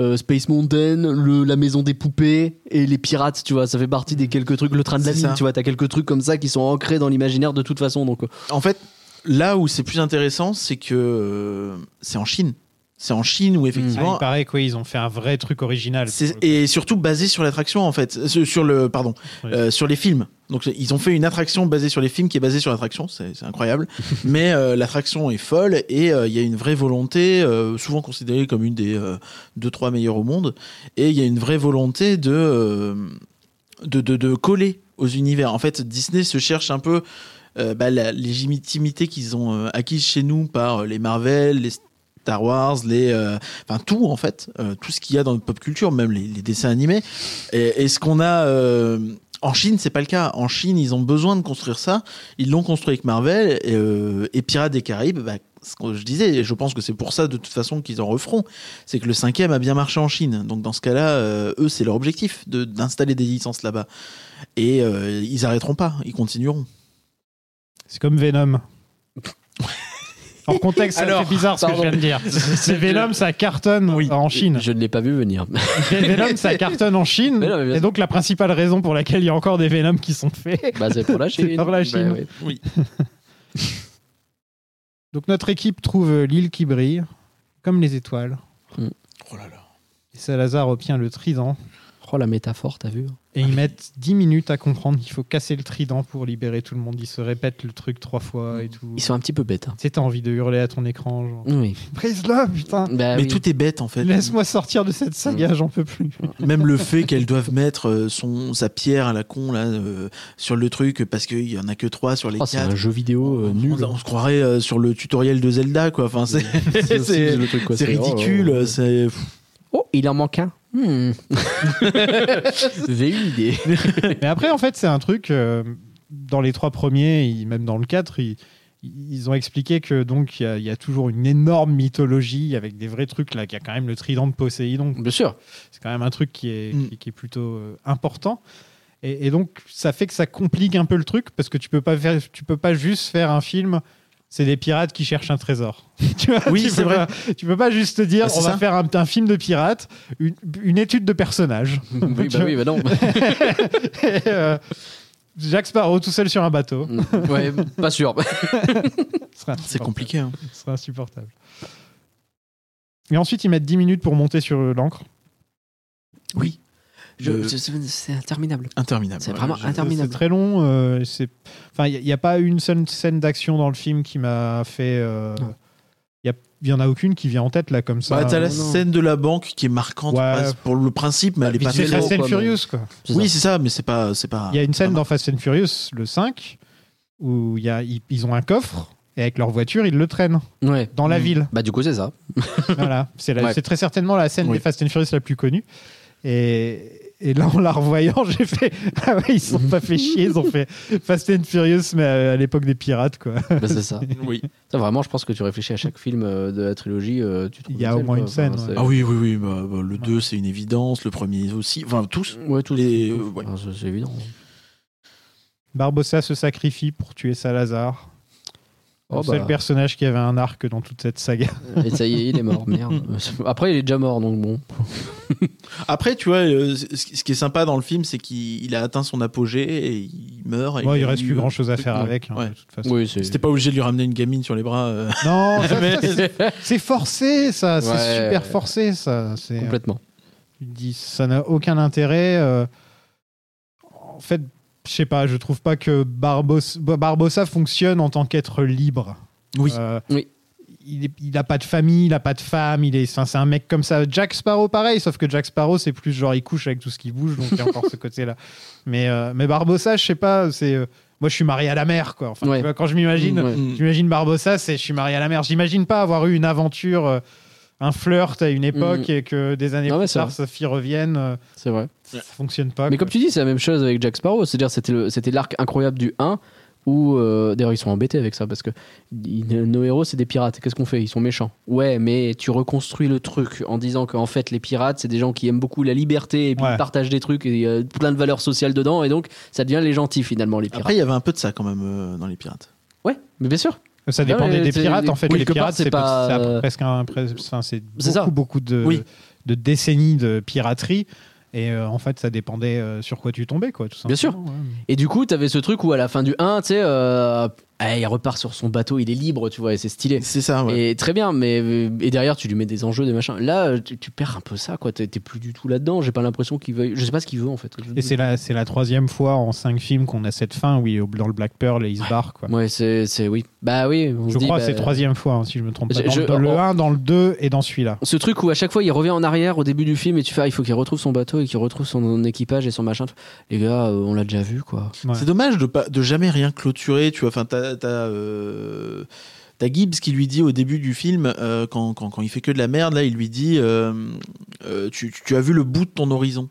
[SPEAKER 3] Euh, Space Mountain, le, la maison des poupées et les pirates, tu vois, ça fait partie des quelques trucs. Le train de la
[SPEAKER 10] C'est
[SPEAKER 3] mine,
[SPEAKER 10] ça.
[SPEAKER 3] tu vois, t'as quelques trucs comme ça qui sont ancrés dans l'imaginaire de toute façon. Donc, euh,
[SPEAKER 10] En fait, là où c'est plus intéressant, c'est que euh, c'est en Chine. C'est en Chine où
[SPEAKER 9] Ah,
[SPEAKER 10] effectivement,
[SPEAKER 9] il paraît quoi, ils ont fait un vrai truc original.
[SPEAKER 10] C'est-
[SPEAKER 9] pour le coup.
[SPEAKER 10] et surtout basé sur l'attraction en fait, Euh, sur, sur le pardon,
[SPEAKER 9] Oui.
[SPEAKER 10] euh, sur les films. Donc ils ont fait une attraction basée sur les films qui est basée sur l'attraction, c'est c'est incroyable. Mais euh, l'attraction est folle et euh, il y a une vraie volonté, euh, souvent considérée comme une des euh, deux trois meilleures au monde, et il y a une vraie volonté de euh, de, de, de coller aux univers. En fait, Disney se cherche un peu euh, bah, la légitimité qu'ils ont euh, acquise chez nous par euh, les Marvel, les Star Wars, les euh, enfin tout en fait, euh, tout ce qu'il y a dans notre pop culture, même les, les dessins animés. Et, et ce qu'on a euh, en Chine, c'est pas le cas. En Chine, ils ont besoin de construire ça. Ils l'ont construit avec Marvel et, euh, et Pirates des Caraïbes. Bah, ce que je disais, et je pense que c'est pour ça de toute façon qu'ils en referont, c'est que le cinquième a bien marché en Chine. Donc dans ce cas-là, euh, eux, c'est leur objectif de- d'installer des licences là-bas. Et euh, ils arrêteront pas, ils continueront.
[SPEAKER 9] C'est comme Venom. Hors contexte, ça
[SPEAKER 3] Alors,
[SPEAKER 9] fait bizarre ce que je
[SPEAKER 3] pardon.
[SPEAKER 9] viens de dire. Mais Venom, ça cartonne en Chine.
[SPEAKER 3] Je ne l'ai pas vu venir.
[SPEAKER 9] Venom, ça cartonne en Chine.
[SPEAKER 3] Mais non, mais bien
[SPEAKER 9] et donc, la principale raison pour laquelle il y a encore des Venoms qui sont faits.
[SPEAKER 3] bah, c'est pour la Chine.
[SPEAKER 9] C'est pour la
[SPEAKER 3] Bah,
[SPEAKER 9] Chine.
[SPEAKER 3] oui.
[SPEAKER 9] Donc, notre équipe trouve euh, l'île qui
[SPEAKER 3] Mm.
[SPEAKER 9] brille, comme les étoiles.
[SPEAKER 10] Oh là là.
[SPEAKER 9] Et Salazar obtient le trident.
[SPEAKER 3] Oh la métaphore, t'as vu
[SPEAKER 9] Et ils mettent 10 minutes à comprendre qu'il faut casser le trident pour libérer tout le monde. Ils se répètent le truc trois fois et tout.
[SPEAKER 3] Mm. Ils sont un petit peu bêtes. hein.
[SPEAKER 9] Tu sais, t'as envie de hurler à ton écran, genre.
[SPEAKER 3] Oui.
[SPEAKER 9] Prise-la, putain
[SPEAKER 3] Bah
[SPEAKER 10] mais
[SPEAKER 3] oui.
[SPEAKER 10] tout est bête en fait.
[SPEAKER 9] Laisse-moi sortir de cette
[SPEAKER 3] Mm.
[SPEAKER 9] saga, j'en peux plus.
[SPEAKER 10] Même le fait qu'elles doivent mettre euh, son, sa pierre à la con là, euh, sur le truc parce qu'il y en a que trois sur les
[SPEAKER 3] Oh, c'est
[SPEAKER 10] quatre.
[SPEAKER 3] un jeu vidéo euh,
[SPEAKER 10] On-
[SPEAKER 3] nul.
[SPEAKER 10] On, on se croirait euh, sur le tutoriel de Zelda quoi. Enfin, c'est
[SPEAKER 3] C'est- c'est
[SPEAKER 10] c'est-
[SPEAKER 3] le truc, quoi.
[SPEAKER 10] c'est
[SPEAKER 3] C'est- oh,
[SPEAKER 10] ridicule.
[SPEAKER 3] oh, oh.
[SPEAKER 10] c'est-
[SPEAKER 3] Oh, il en manque un. Hmm. J'ai eu l'idée.
[SPEAKER 9] Mais après, en fait, c'est un truc. euh, dans les trois premiers, et même dans le 4, ils, ils ont expliqué que donc il y, a- il y a toujours une énorme mythologie avec des vrais trucs là, qu'il y a quand même le trident de Poséidon.
[SPEAKER 3] Bien sûr.
[SPEAKER 9] C'est quand même un truc qui est,
[SPEAKER 10] Mm.
[SPEAKER 9] qui, qui est plutôt euh, important. Et, et donc, ça fait que ça complique un peu le truc parce que tu peux pas faire, tu peux pas juste faire un film. C'est des pirates qui cherchent un trésor. Tu vois,
[SPEAKER 10] Oui,
[SPEAKER 9] tu
[SPEAKER 10] c'est
[SPEAKER 9] peux
[SPEAKER 10] vrai.
[SPEAKER 9] pas- tu peux pas juste te dire
[SPEAKER 10] Ah, c'est
[SPEAKER 9] on va
[SPEAKER 10] ça.
[SPEAKER 9] faire un, un film de pirates, une, une étude de personnage.
[SPEAKER 3] Oui, bah oui, bah non.
[SPEAKER 9] Et, euh, Jack Sparrow tout seul sur un bateau.
[SPEAKER 3] ouais, pas sûr.
[SPEAKER 9] Ce serait
[SPEAKER 10] C'est
[SPEAKER 9] insupportable.
[SPEAKER 10] compliqué. hein.
[SPEAKER 9] Ce serait insupportable. Et ensuite, ils mettent 10 minutes pour monter sur l'encre.
[SPEAKER 10] Oui.
[SPEAKER 3] Je- c'est- C'est interminable.
[SPEAKER 10] Interminable.
[SPEAKER 3] C'est
[SPEAKER 10] Ouais,
[SPEAKER 3] vraiment
[SPEAKER 10] je-
[SPEAKER 9] C'est c'est
[SPEAKER 3] interminable.
[SPEAKER 9] très long. euh, c'est- enfin, il n'y a, pas une seule scène d'action dans le film qui m'a fait. euh,
[SPEAKER 3] Non.
[SPEAKER 9] Il n'y en a aucune qui vient en tête là comme ça.
[SPEAKER 10] Bah, t'as la
[SPEAKER 3] non, non.
[SPEAKER 10] scène de la banque qui est marquante
[SPEAKER 9] Ah, Ouais.
[SPEAKER 10] pas- pour le principe, mais elle est
[SPEAKER 3] puis
[SPEAKER 10] pas
[SPEAKER 3] tu sais,
[SPEAKER 9] c'est
[SPEAKER 10] très
[SPEAKER 9] Fast
[SPEAKER 3] quoi,
[SPEAKER 9] and
[SPEAKER 3] mais-
[SPEAKER 9] Furious quoi.
[SPEAKER 10] Oui, c'est ça, mais c'est pas, c'est pas.
[SPEAKER 9] Il y a une scène
[SPEAKER 10] pas
[SPEAKER 9] dans Fast and Furious, le 5, où il y a, ils, ils ont un coffre et avec leur voiture, ils le traînent
[SPEAKER 3] Ouais.
[SPEAKER 9] dans la
[SPEAKER 10] Mm.
[SPEAKER 9] ville.
[SPEAKER 3] Bah du coup, c'est ça.
[SPEAKER 9] voilà, c'est la-
[SPEAKER 3] Ouais.
[SPEAKER 9] c'est très certainement la scène
[SPEAKER 10] Oui.
[SPEAKER 9] des Fast and Furious la plus connue. Et, et là, en la revoyant, j'ai fait Ah ouais, ils se sont pas fait chier, ils ont fait Fast and Furious, mais à, à l'époque des pirates, quoi.
[SPEAKER 3] Bah, c'est ça.
[SPEAKER 10] Oui.
[SPEAKER 3] Ça, vraiment, je pense que tu réfléchis à chaque film euh, de la trilogie. euh, tu trouves
[SPEAKER 9] Il y a
[SPEAKER 3] une
[SPEAKER 9] au
[SPEAKER 3] scène,
[SPEAKER 9] moins
[SPEAKER 3] quoi.
[SPEAKER 9] une scène,
[SPEAKER 3] Enfin,
[SPEAKER 9] ouais.
[SPEAKER 3] c'est-
[SPEAKER 10] Ah oui, oui, oui. bah, bah, le 2, c'est une évidence. Le premier aussi. Enfin, tous.
[SPEAKER 3] Ouais, tous
[SPEAKER 10] Les-
[SPEAKER 3] les.
[SPEAKER 10] euh, ouais.
[SPEAKER 3] Enfin, Ah, c'est- c'est évident.
[SPEAKER 9] Barbossa se sacrifie pour tuer Salazar,
[SPEAKER 3] Oh,
[SPEAKER 9] le seul
[SPEAKER 3] bah.
[SPEAKER 9] personnage qui avait un arc dans toute cette saga.
[SPEAKER 3] Et ça y est, il est mort. Merde. Après, il est déjà mort, donc bon.
[SPEAKER 10] Après, tu vois, euh, ce ce qui est sympa dans le film, c'est qu'il il a atteint son apogée et il
[SPEAKER 3] Ah,
[SPEAKER 10] meurt. et
[SPEAKER 9] Moi, il reste plus grand chose à faire
[SPEAKER 10] Ouais.
[SPEAKER 9] avec, hein,
[SPEAKER 10] Ouais.
[SPEAKER 9] de toute façon.
[SPEAKER 3] Oui, c'est.
[SPEAKER 10] C'était pas obligé de lui ramener une gamine sur les bras. euh.
[SPEAKER 9] Non, ça, ça, c'est- c'est forcé, ça, c'est
[SPEAKER 3] Ouais.
[SPEAKER 9] super forcé, ça. C'est euh,
[SPEAKER 3] Complètement.
[SPEAKER 9] Tu te dis, ça n'a aucun intérêt. euh, en fait, je sais pas, je trouve pas que Barbos- Ba- Barbossa fonctionne en tant qu'être libre.
[SPEAKER 10] Oui.
[SPEAKER 9] Euh,
[SPEAKER 3] Oui.
[SPEAKER 9] Il, est- il a pas de famille, il a pas de femme, il est, enfin, c'est un mec comme ça. Jack Sparrow, pareil, sauf que Jack Sparrow, c'est plus genre il couche avec tout ce qui bouge, donc il y a encore ce côté-là. Mais, euh, mais Barbossa, je sais pas, c'est. euh, moi, je suis marié à la mer, quoi. Enfin, tu
[SPEAKER 3] Ouais.
[SPEAKER 9] vois, quand je m'imagine,
[SPEAKER 3] Ouais.
[SPEAKER 10] Mm.
[SPEAKER 9] J'imagine Barbossa, c'est je suis marié à la mer. J'imagine pas avoir eu une aventure, euh, un flirt à une époque et que des années
[SPEAKER 3] Mm. Non, mais
[SPEAKER 9] plus
[SPEAKER 3] c'est
[SPEAKER 9] tard,
[SPEAKER 3] vrai.
[SPEAKER 9] sa fille revienne. euh,
[SPEAKER 3] C'est vrai.
[SPEAKER 9] ça fonctionne pas.
[SPEAKER 3] Mais
[SPEAKER 9] quoi.
[SPEAKER 3] comme tu dis, c'est la même chose avec Jack Sparrow. C'est-à-dire, c'était le- c'était l'arc incroyable du 1 où, euh, d'ailleurs, ils sont embêtés avec ça parce que ils- nos héros, c'est des pirates. Qu'est-ce qu'on fait Ils sont méchants. Ouais, mais tu reconstruis le truc en disant qu'en fait, les pirates, c'est des gens qui aiment beaucoup la liberté et puis
[SPEAKER 9] Ouais.
[SPEAKER 3] ils partagent des trucs et il y a plein de valeurs sociales dedans. Et donc, ça devient les gentils finalement, les pirates.
[SPEAKER 10] Après, il y avait un peu de ça quand même euh, dans les pirates.
[SPEAKER 3] ouais, mais bien sûr.
[SPEAKER 9] Ça
[SPEAKER 3] Non,
[SPEAKER 9] dépendait
[SPEAKER 3] mais
[SPEAKER 9] des
[SPEAKER 3] c'est-
[SPEAKER 9] pirates. En fait,
[SPEAKER 3] oui,
[SPEAKER 9] les
[SPEAKER 3] quelque part,
[SPEAKER 9] pirates,
[SPEAKER 3] c'est
[SPEAKER 9] c'est
[SPEAKER 3] pas-
[SPEAKER 9] pas... c'est presque un. pres- enfin, c'est
[SPEAKER 3] C'est ça.
[SPEAKER 9] beaucoup, beaucoup de,
[SPEAKER 3] Oui.
[SPEAKER 9] de décennies de piraterie. Et euh, en fait, ça dépendait euh, sur quoi tu tombais, quoi, tout
[SPEAKER 3] Bien sûr.
[SPEAKER 9] simplement, ouais.
[SPEAKER 3] Et du coup, t'avais ce truc où à la fin du 1, tu sais, euh, ah, il repart sur son bateau, il est libre, tu vois, et c'est stylé.
[SPEAKER 10] C'est ça, ouais.
[SPEAKER 3] Et très bien, mais euh, et derrière tu lui mets des enjeux, des machins. Là, euh, tu, tu perds un peu ça, quoi. T'es t'es plus du tout là-dedans. J'ai pas l'impression qu'il veuille. Je sais pas ce qu'il veut en fait.
[SPEAKER 9] Et c'est la, c'est la troisième fois en cinq films qu'on a cette fin, oui, dans le Black Pearl et ils se barrent, quoi.
[SPEAKER 3] Ouais, c'est c'est- oui. Bah oui. On
[SPEAKER 9] Je
[SPEAKER 3] se dit,
[SPEAKER 9] crois que
[SPEAKER 3] bah,
[SPEAKER 9] c'est la troisième fois, hein, si je me trompe pas.
[SPEAKER 3] Je-
[SPEAKER 9] Dans,
[SPEAKER 3] je-
[SPEAKER 9] dans le
[SPEAKER 3] en-
[SPEAKER 9] 1, dans le 2 et dans celui-là.
[SPEAKER 3] Ce truc où à chaque fois il revient en arrière au début du film et tu fais ah, il faut qu'il retrouve son bateau et qu'il retrouve son équipage et son machin. Les gars, euh, on l'a déjà vu quoi.
[SPEAKER 9] Ouais.
[SPEAKER 10] C'est dommage de, pas, de jamais rien clôturer. Tu vois, enfin, t'as, t'as, euh, t'as Gibbs qui lui dit au début du film, euh, quand, quand, quand il fait que de la merde, là, il lui dit euh, euh, tu, tu as vu le bout de ton horizon.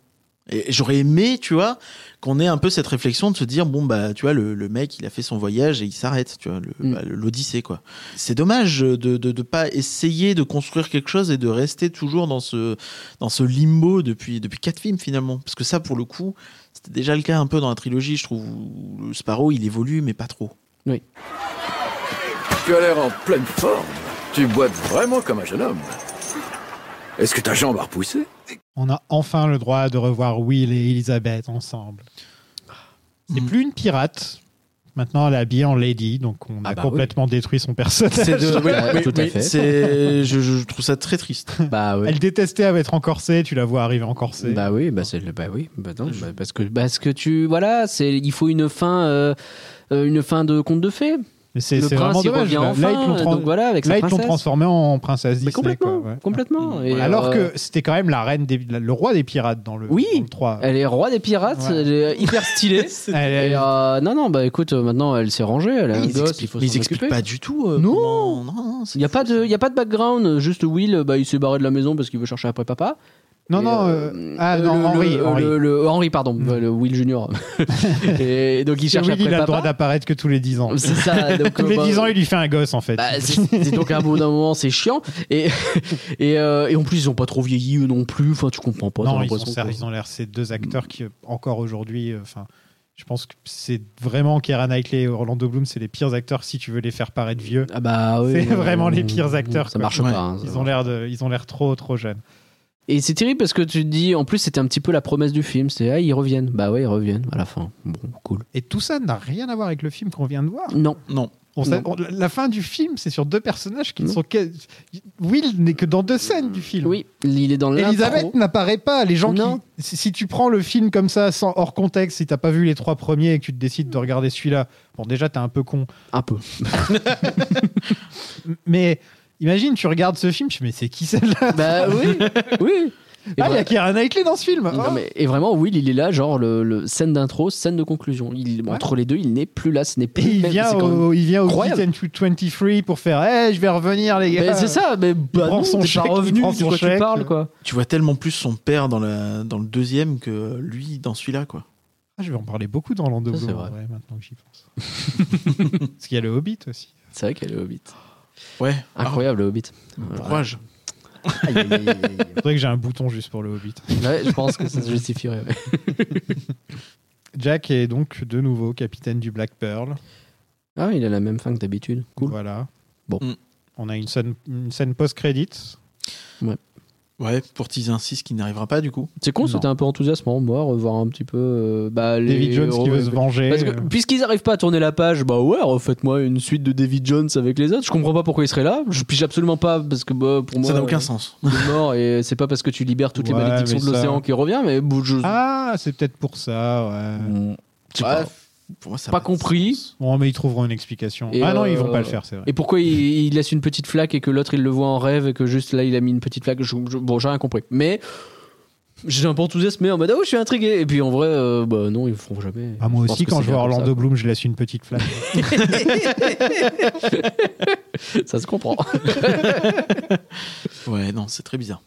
[SPEAKER 10] Et j'aurais aimé, tu vois, qu'on ait un peu cette réflexion de se dire bon, bah, tu vois, le, le mec, il a fait son voyage et il s'arrête, tu vois, le-
[SPEAKER 3] Mm.
[SPEAKER 10] bah, le- l'Odyssée, quoi. C'est dommage de ne pas essayer de construire quelque chose et de rester toujours dans ce, dans ce limbo depuis, depuis quatre films, finalement. Parce que ça, pour le coup, c'était déjà le cas un peu dans la trilogie, je trouve, où le Sparrow, il évolue, mais pas trop.
[SPEAKER 12] Tu as l'air en pleine forme. Tu boites vraiment comme un jeune homme. Est-ce que ta jambe a repoussé
[SPEAKER 9] On a enfin le droit de revoir Will et Elizabeth ensemble. C'est
[SPEAKER 3] Hmm.
[SPEAKER 10] Mm.
[SPEAKER 9] plus une pirate, Maintenant, elle est habillée en lady, donc on
[SPEAKER 10] Ah
[SPEAKER 9] a
[SPEAKER 10] bah
[SPEAKER 9] complètement détruit son personnage.
[SPEAKER 10] C'est de- oui, oui, oui, c'est- je, je trouve ça très triste.
[SPEAKER 3] Bah
[SPEAKER 9] Elle détestait être en corset, tu la vois arriver en corset.
[SPEAKER 3] Bah oui, bah c'est le- bah oui, bah non, bah parce que parce que tu voilà, c'est il faut une fin euh, euh, une fin de conte de fées.
[SPEAKER 9] Mais C'est
[SPEAKER 3] Le
[SPEAKER 9] c'est
[SPEAKER 3] prince,
[SPEAKER 9] vraiment
[SPEAKER 3] il
[SPEAKER 9] dommage.
[SPEAKER 3] revient
[SPEAKER 9] là.
[SPEAKER 3] enfin,
[SPEAKER 9] Là, ils l'ont tran-
[SPEAKER 3] donc voilà, avec
[SPEAKER 9] là,
[SPEAKER 3] sa
[SPEAKER 9] ils l'ont
[SPEAKER 3] princesse.
[SPEAKER 9] transformé en princesse Disney.
[SPEAKER 3] complètement,
[SPEAKER 9] quoi, ouais. Ah.
[SPEAKER 3] complètement. Et,
[SPEAKER 9] Alors
[SPEAKER 3] euh,
[SPEAKER 9] que c'était quand même la reine des, la- le roi des pirates dans le,
[SPEAKER 3] Oui.
[SPEAKER 9] dans le 3.
[SPEAKER 3] Elle est roi des pirates,
[SPEAKER 9] Ouais.
[SPEAKER 3] elle est hyper stylée.
[SPEAKER 9] Elle-
[SPEAKER 3] Et, euh, non, non, bah écoute, euh, maintenant elle s'est rangée,
[SPEAKER 9] Ah,
[SPEAKER 3] elle a un
[SPEAKER 10] Ils
[SPEAKER 3] gosse,
[SPEAKER 10] expliquent-
[SPEAKER 3] il faut
[SPEAKER 10] mais ils
[SPEAKER 3] s'en
[SPEAKER 10] expliquent
[SPEAKER 3] occuper.
[SPEAKER 10] pas du tout, euh,
[SPEAKER 3] non,
[SPEAKER 10] non,
[SPEAKER 3] il n'y a, pas de- y a pas de background, euh, juste Will, euh, bah, il s'est barré de la maison parce qu'il veut chercher après papa.
[SPEAKER 9] Non,
[SPEAKER 3] Et,
[SPEAKER 9] non,
[SPEAKER 3] euh,
[SPEAKER 9] euh, ah,
[SPEAKER 3] euh,
[SPEAKER 9] non,
[SPEAKER 3] le-
[SPEAKER 9] Henri.
[SPEAKER 3] le-
[SPEAKER 9] Henri.
[SPEAKER 3] le- le- Henri, pardon, bah, le Will Junior. et, donc il
[SPEAKER 9] Parce que
[SPEAKER 3] cherche
[SPEAKER 9] Will, il
[SPEAKER 3] après
[SPEAKER 9] a le droit
[SPEAKER 3] papa.
[SPEAKER 9] d'apparaître que tous les 10 ans.
[SPEAKER 3] C'est ça, donc,
[SPEAKER 9] tous les
[SPEAKER 3] bah,
[SPEAKER 9] 10 ans, il lui fait un gosse, en fait.
[SPEAKER 3] Bah, c'est c'est donc à un bout d'un moment c'est chiant et et, euh, et en plus ils ont pas trop vieilli eux non plus enfin tu comprends pas
[SPEAKER 9] non,
[SPEAKER 3] t'as
[SPEAKER 9] ils, sont
[SPEAKER 3] l'impression
[SPEAKER 9] sérieux,
[SPEAKER 3] que- Mm.
[SPEAKER 9] ils ont l'air ces deux acteurs qui, euh, encore aujourd'hui, euh, enfin. je pense que c'est vraiment Keira Knightley et Orlando Bloom, c'est les pires acteurs si tu veux les faire paraître vieux.
[SPEAKER 3] Ah bah oui,
[SPEAKER 9] c'est
[SPEAKER 3] euh,
[SPEAKER 9] vraiment les pires acteurs.
[SPEAKER 3] ça
[SPEAKER 9] quoi.
[SPEAKER 3] marche pas, hein, ça
[SPEAKER 9] ils ont l'air de, ils ont l'air trop trop jeunes.
[SPEAKER 3] et c'est terrible parce que tu te dis en plus c'était un petit peu la promesse du film c'est ah ils reviennent bah ouais ils reviennent à la fin bon cool
[SPEAKER 9] Et tout ça n'a rien à voir avec le film qu'on vient de voir.
[SPEAKER 3] non
[SPEAKER 10] non
[SPEAKER 9] On sait-
[SPEAKER 3] Non.
[SPEAKER 9] on- la fin du film, c'est sur deux personnages qui ne sont. que- Will n'est que dans deux scènes du film.
[SPEAKER 3] oui il est dans l'intro
[SPEAKER 9] Elisabeth n'apparaît pas. Les gens qui-
[SPEAKER 3] Non.
[SPEAKER 9] si, si tu prends le film comme ça, sans hors contexte, si t'as pas vu les trois premiers et que tu te décides de regarder celui-là, bon, déjà t'es un peu con.
[SPEAKER 3] un peu
[SPEAKER 9] Mais imagine, tu regardes ce film, tu fais, mais c'est qui celle-là
[SPEAKER 3] bah oui oui et,
[SPEAKER 9] Ah, il y a
[SPEAKER 3] vra-
[SPEAKER 9] Keira Knightley dans ce film.
[SPEAKER 3] non,
[SPEAKER 9] Oh.
[SPEAKER 3] mais- et vraiment Will il est là genre le, le- scène d'intro scène de conclusion il, entre les deux il n'est plus là ce n'est plus
[SPEAKER 9] Et
[SPEAKER 3] le
[SPEAKER 9] il
[SPEAKER 3] même,
[SPEAKER 9] vient
[SPEAKER 3] c'est quand même-
[SPEAKER 9] au, il vient au
[SPEAKER 3] incroyable.
[SPEAKER 9] Kitten 23 pour faire, Eh, je vais revenir les gars.
[SPEAKER 3] Mais c'est ça mais bah
[SPEAKER 9] prend
[SPEAKER 3] non,
[SPEAKER 9] son
[SPEAKER 3] t'es
[SPEAKER 9] chèque,
[SPEAKER 3] pas
[SPEAKER 9] il
[SPEAKER 3] revenu
[SPEAKER 9] prend
[SPEAKER 3] de
[SPEAKER 9] son
[SPEAKER 3] quoi tu
[SPEAKER 9] chèque.
[SPEAKER 3] parles quoi
[SPEAKER 10] Tu vois tellement plus son père dans, la, dans le deuxième que lui dans celui-là, quoi.
[SPEAKER 9] Ah, je vais en parler beaucoup dans Lando
[SPEAKER 3] Ça, c'est
[SPEAKER 9] Bloom,
[SPEAKER 3] vrai.
[SPEAKER 9] en vrai, maintenant que j'y pense. Parce qu'il y a le Hobbit aussi.
[SPEAKER 3] c'est vrai qu'elle est Hobbit
[SPEAKER 10] Ouais.
[SPEAKER 3] incroyable le Hobbit
[SPEAKER 10] Ah, pourquoi je-
[SPEAKER 3] Aïe, aïe, aïe, aïe, aïe.
[SPEAKER 9] Faudrait que j'ai un bouton juste pour le Hobbit.
[SPEAKER 3] Ouais, je pense que ça se justifierait. ouais.
[SPEAKER 9] Jack est donc de nouveau capitaine du Black Pearl.
[SPEAKER 3] Ah, il a la même fin que d'habitude. Cool.
[SPEAKER 9] Voilà.
[SPEAKER 3] Bon.
[SPEAKER 10] Mm.
[SPEAKER 9] On a une scène, une scène post-crédite.
[SPEAKER 10] Ouais, pour teaser un 6 qui n'arrivera pas, du coup.
[SPEAKER 3] C'est con,
[SPEAKER 9] Non.
[SPEAKER 3] c'était un peu enthousiasmant, moi, revoir un petit peu. euh, bah, les
[SPEAKER 9] David Jones qui
[SPEAKER 3] ouais,
[SPEAKER 9] veut se venger.
[SPEAKER 3] parce que, puisqu'ils n'arrivent pas à tourner la page, bah ouais, refaites-moi une suite de David Jones avec les autres. Je comprends pas pourquoi il serait là. Je pige absolument pas parce que bah, pour moi,
[SPEAKER 10] ça n'a aucun
[SPEAKER 3] euh,
[SPEAKER 10] sens.
[SPEAKER 3] il est mort et c'est pas parce que tu libères toutes les
[SPEAKER 9] Ouais,
[SPEAKER 3] malédictions
[SPEAKER 9] mais
[SPEAKER 3] de l'océan
[SPEAKER 9] ça-
[SPEAKER 3] qu'il revient. Mais bon, je-
[SPEAKER 9] Ah, c'est peut-être pour ça, ouais.
[SPEAKER 3] Mm. Je sais
[SPEAKER 10] Ouais,
[SPEAKER 3] pas.
[SPEAKER 10] pour moi, ça
[SPEAKER 3] Pas
[SPEAKER 10] n'a de
[SPEAKER 3] compris.
[SPEAKER 10] sens.
[SPEAKER 9] Bon, mais ils trouveront une explication.
[SPEAKER 3] Et,
[SPEAKER 9] ah non, ils
[SPEAKER 3] euh,
[SPEAKER 9] vont pas le faire, c'est vrai.
[SPEAKER 3] Et pourquoi il, il laisse une petite flaque et que l'autre il le voit en rêve et que juste là il a mis une petite flaque je- je- Bon, j'ai rien compris. Mais j'ai un peu enthousiasmé en mode ah, oh, je suis intrigué. Et puis en vrai, euh, bah non, ils le feront jamais.
[SPEAKER 9] Ah, moi
[SPEAKER 3] pense
[SPEAKER 9] aussi,
[SPEAKER 3] que
[SPEAKER 9] quand
[SPEAKER 3] c'est
[SPEAKER 9] je vois
[SPEAKER 3] bien comme
[SPEAKER 9] Orlando Bloom, je laisse une petite flamme.
[SPEAKER 3] Ça, Ça se comprend.
[SPEAKER 10] Ouais, non, c'est très bizarre.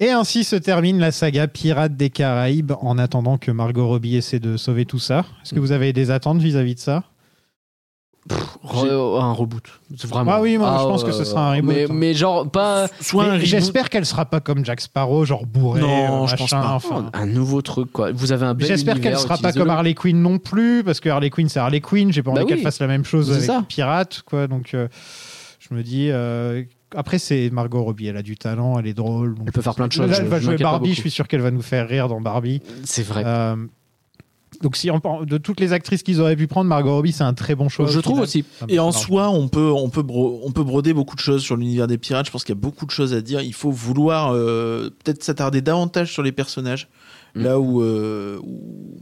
[SPEAKER 9] et ainsi se termine la saga Pirates des Caraïbes en attendant que Margot Robbie essaie de sauver tout ça. Est-ce
[SPEAKER 3] Mm.
[SPEAKER 9] que vous avez des attentes vis-à-vis de ça
[SPEAKER 3] Re- un reboot. C'est Vraiment.
[SPEAKER 9] Ah oui, moi, je pense que ce
[SPEAKER 3] euh,
[SPEAKER 9] sera un reboot,
[SPEAKER 3] Mais,
[SPEAKER 9] hein.
[SPEAKER 3] mais genre pas.
[SPEAKER 10] Soit
[SPEAKER 9] Mais
[SPEAKER 10] un reboot.
[SPEAKER 9] J'espère qu'elle sera pas comme Jack Sparrow, genre bourré.
[SPEAKER 10] Non,
[SPEAKER 9] euh,
[SPEAKER 10] je pense
[SPEAKER 9] machin,
[SPEAKER 10] pas.
[SPEAKER 9] enfin.
[SPEAKER 3] Un nouveau truc quoi. Vous avez un bel
[SPEAKER 9] J'espère qu'elle
[SPEAKER 3] univers,
[SPEAKER 9] sera pas
[SPEAKER 3] utilisez-le.
[SPEAKER 9] comme Harley Quinn non plus, parce que Harley Quinn c'est Harley Quinn. J'ai pas
[SPEAKER 3] Bah
[SPEAKER 9] envie qu'elle
[SPEAKER 3] oui.
[SPEAKER 9] fasse la même chose
[SPEAKER 3] C'est
[SPEAKER 9] avec
[SPEAKER 3] ça.
[SPEAKER 9] les Pirates, quoi. Donc euh, je me dis. euh, après, c'est Margot Robbie, elle a du talent, elle est drôle. donc-
[SPEAKER 3] Elle peut faire plein de choses,
[SPEAKER 9] Là, elle
[SPEAKER 3] je-
[SPEAKER 9] va
[SPEAKER 3] je
[SPEAKER 9] jouer
[SPEAKER 3] m'inquiète pas
[SPEAKER 9] Barbie, je
[SPEAKER 3] beaucoup.
[SPEAKER 9] suis sûr qu'elle va nous faire rire dans Barbie.
[SPEAKER 3] C'est vrai.
[SPEAKER 9] Euh, donc, si on prend- de toutes les actrices qu'ils auraient pu prendre, Margot Robbie, c'est un très bon choix.
[SPEAKER 3] je
[SPEAKER 9] au
[SPEAKER 3] trouve
[SPEAKER 9] final.
[SPEAKER 3] aussi.
[SPEAKER 9] Ah, bah,
[SPEAKER 10] Et en
[SPEAKER 9] ça marche.
[SPEAKER 10] soi, on peut, on, peut bro- on peut broder beaucoup de choses sur l'univers des pirates. Je pense qu'il y a beaucoup de choses à dire. Il faut vouloir euh, peut-être s'attarder davantage sur les personnages.
[SPEAKER 3] Mm.
[SPEAKER 10] Là où, euh, où,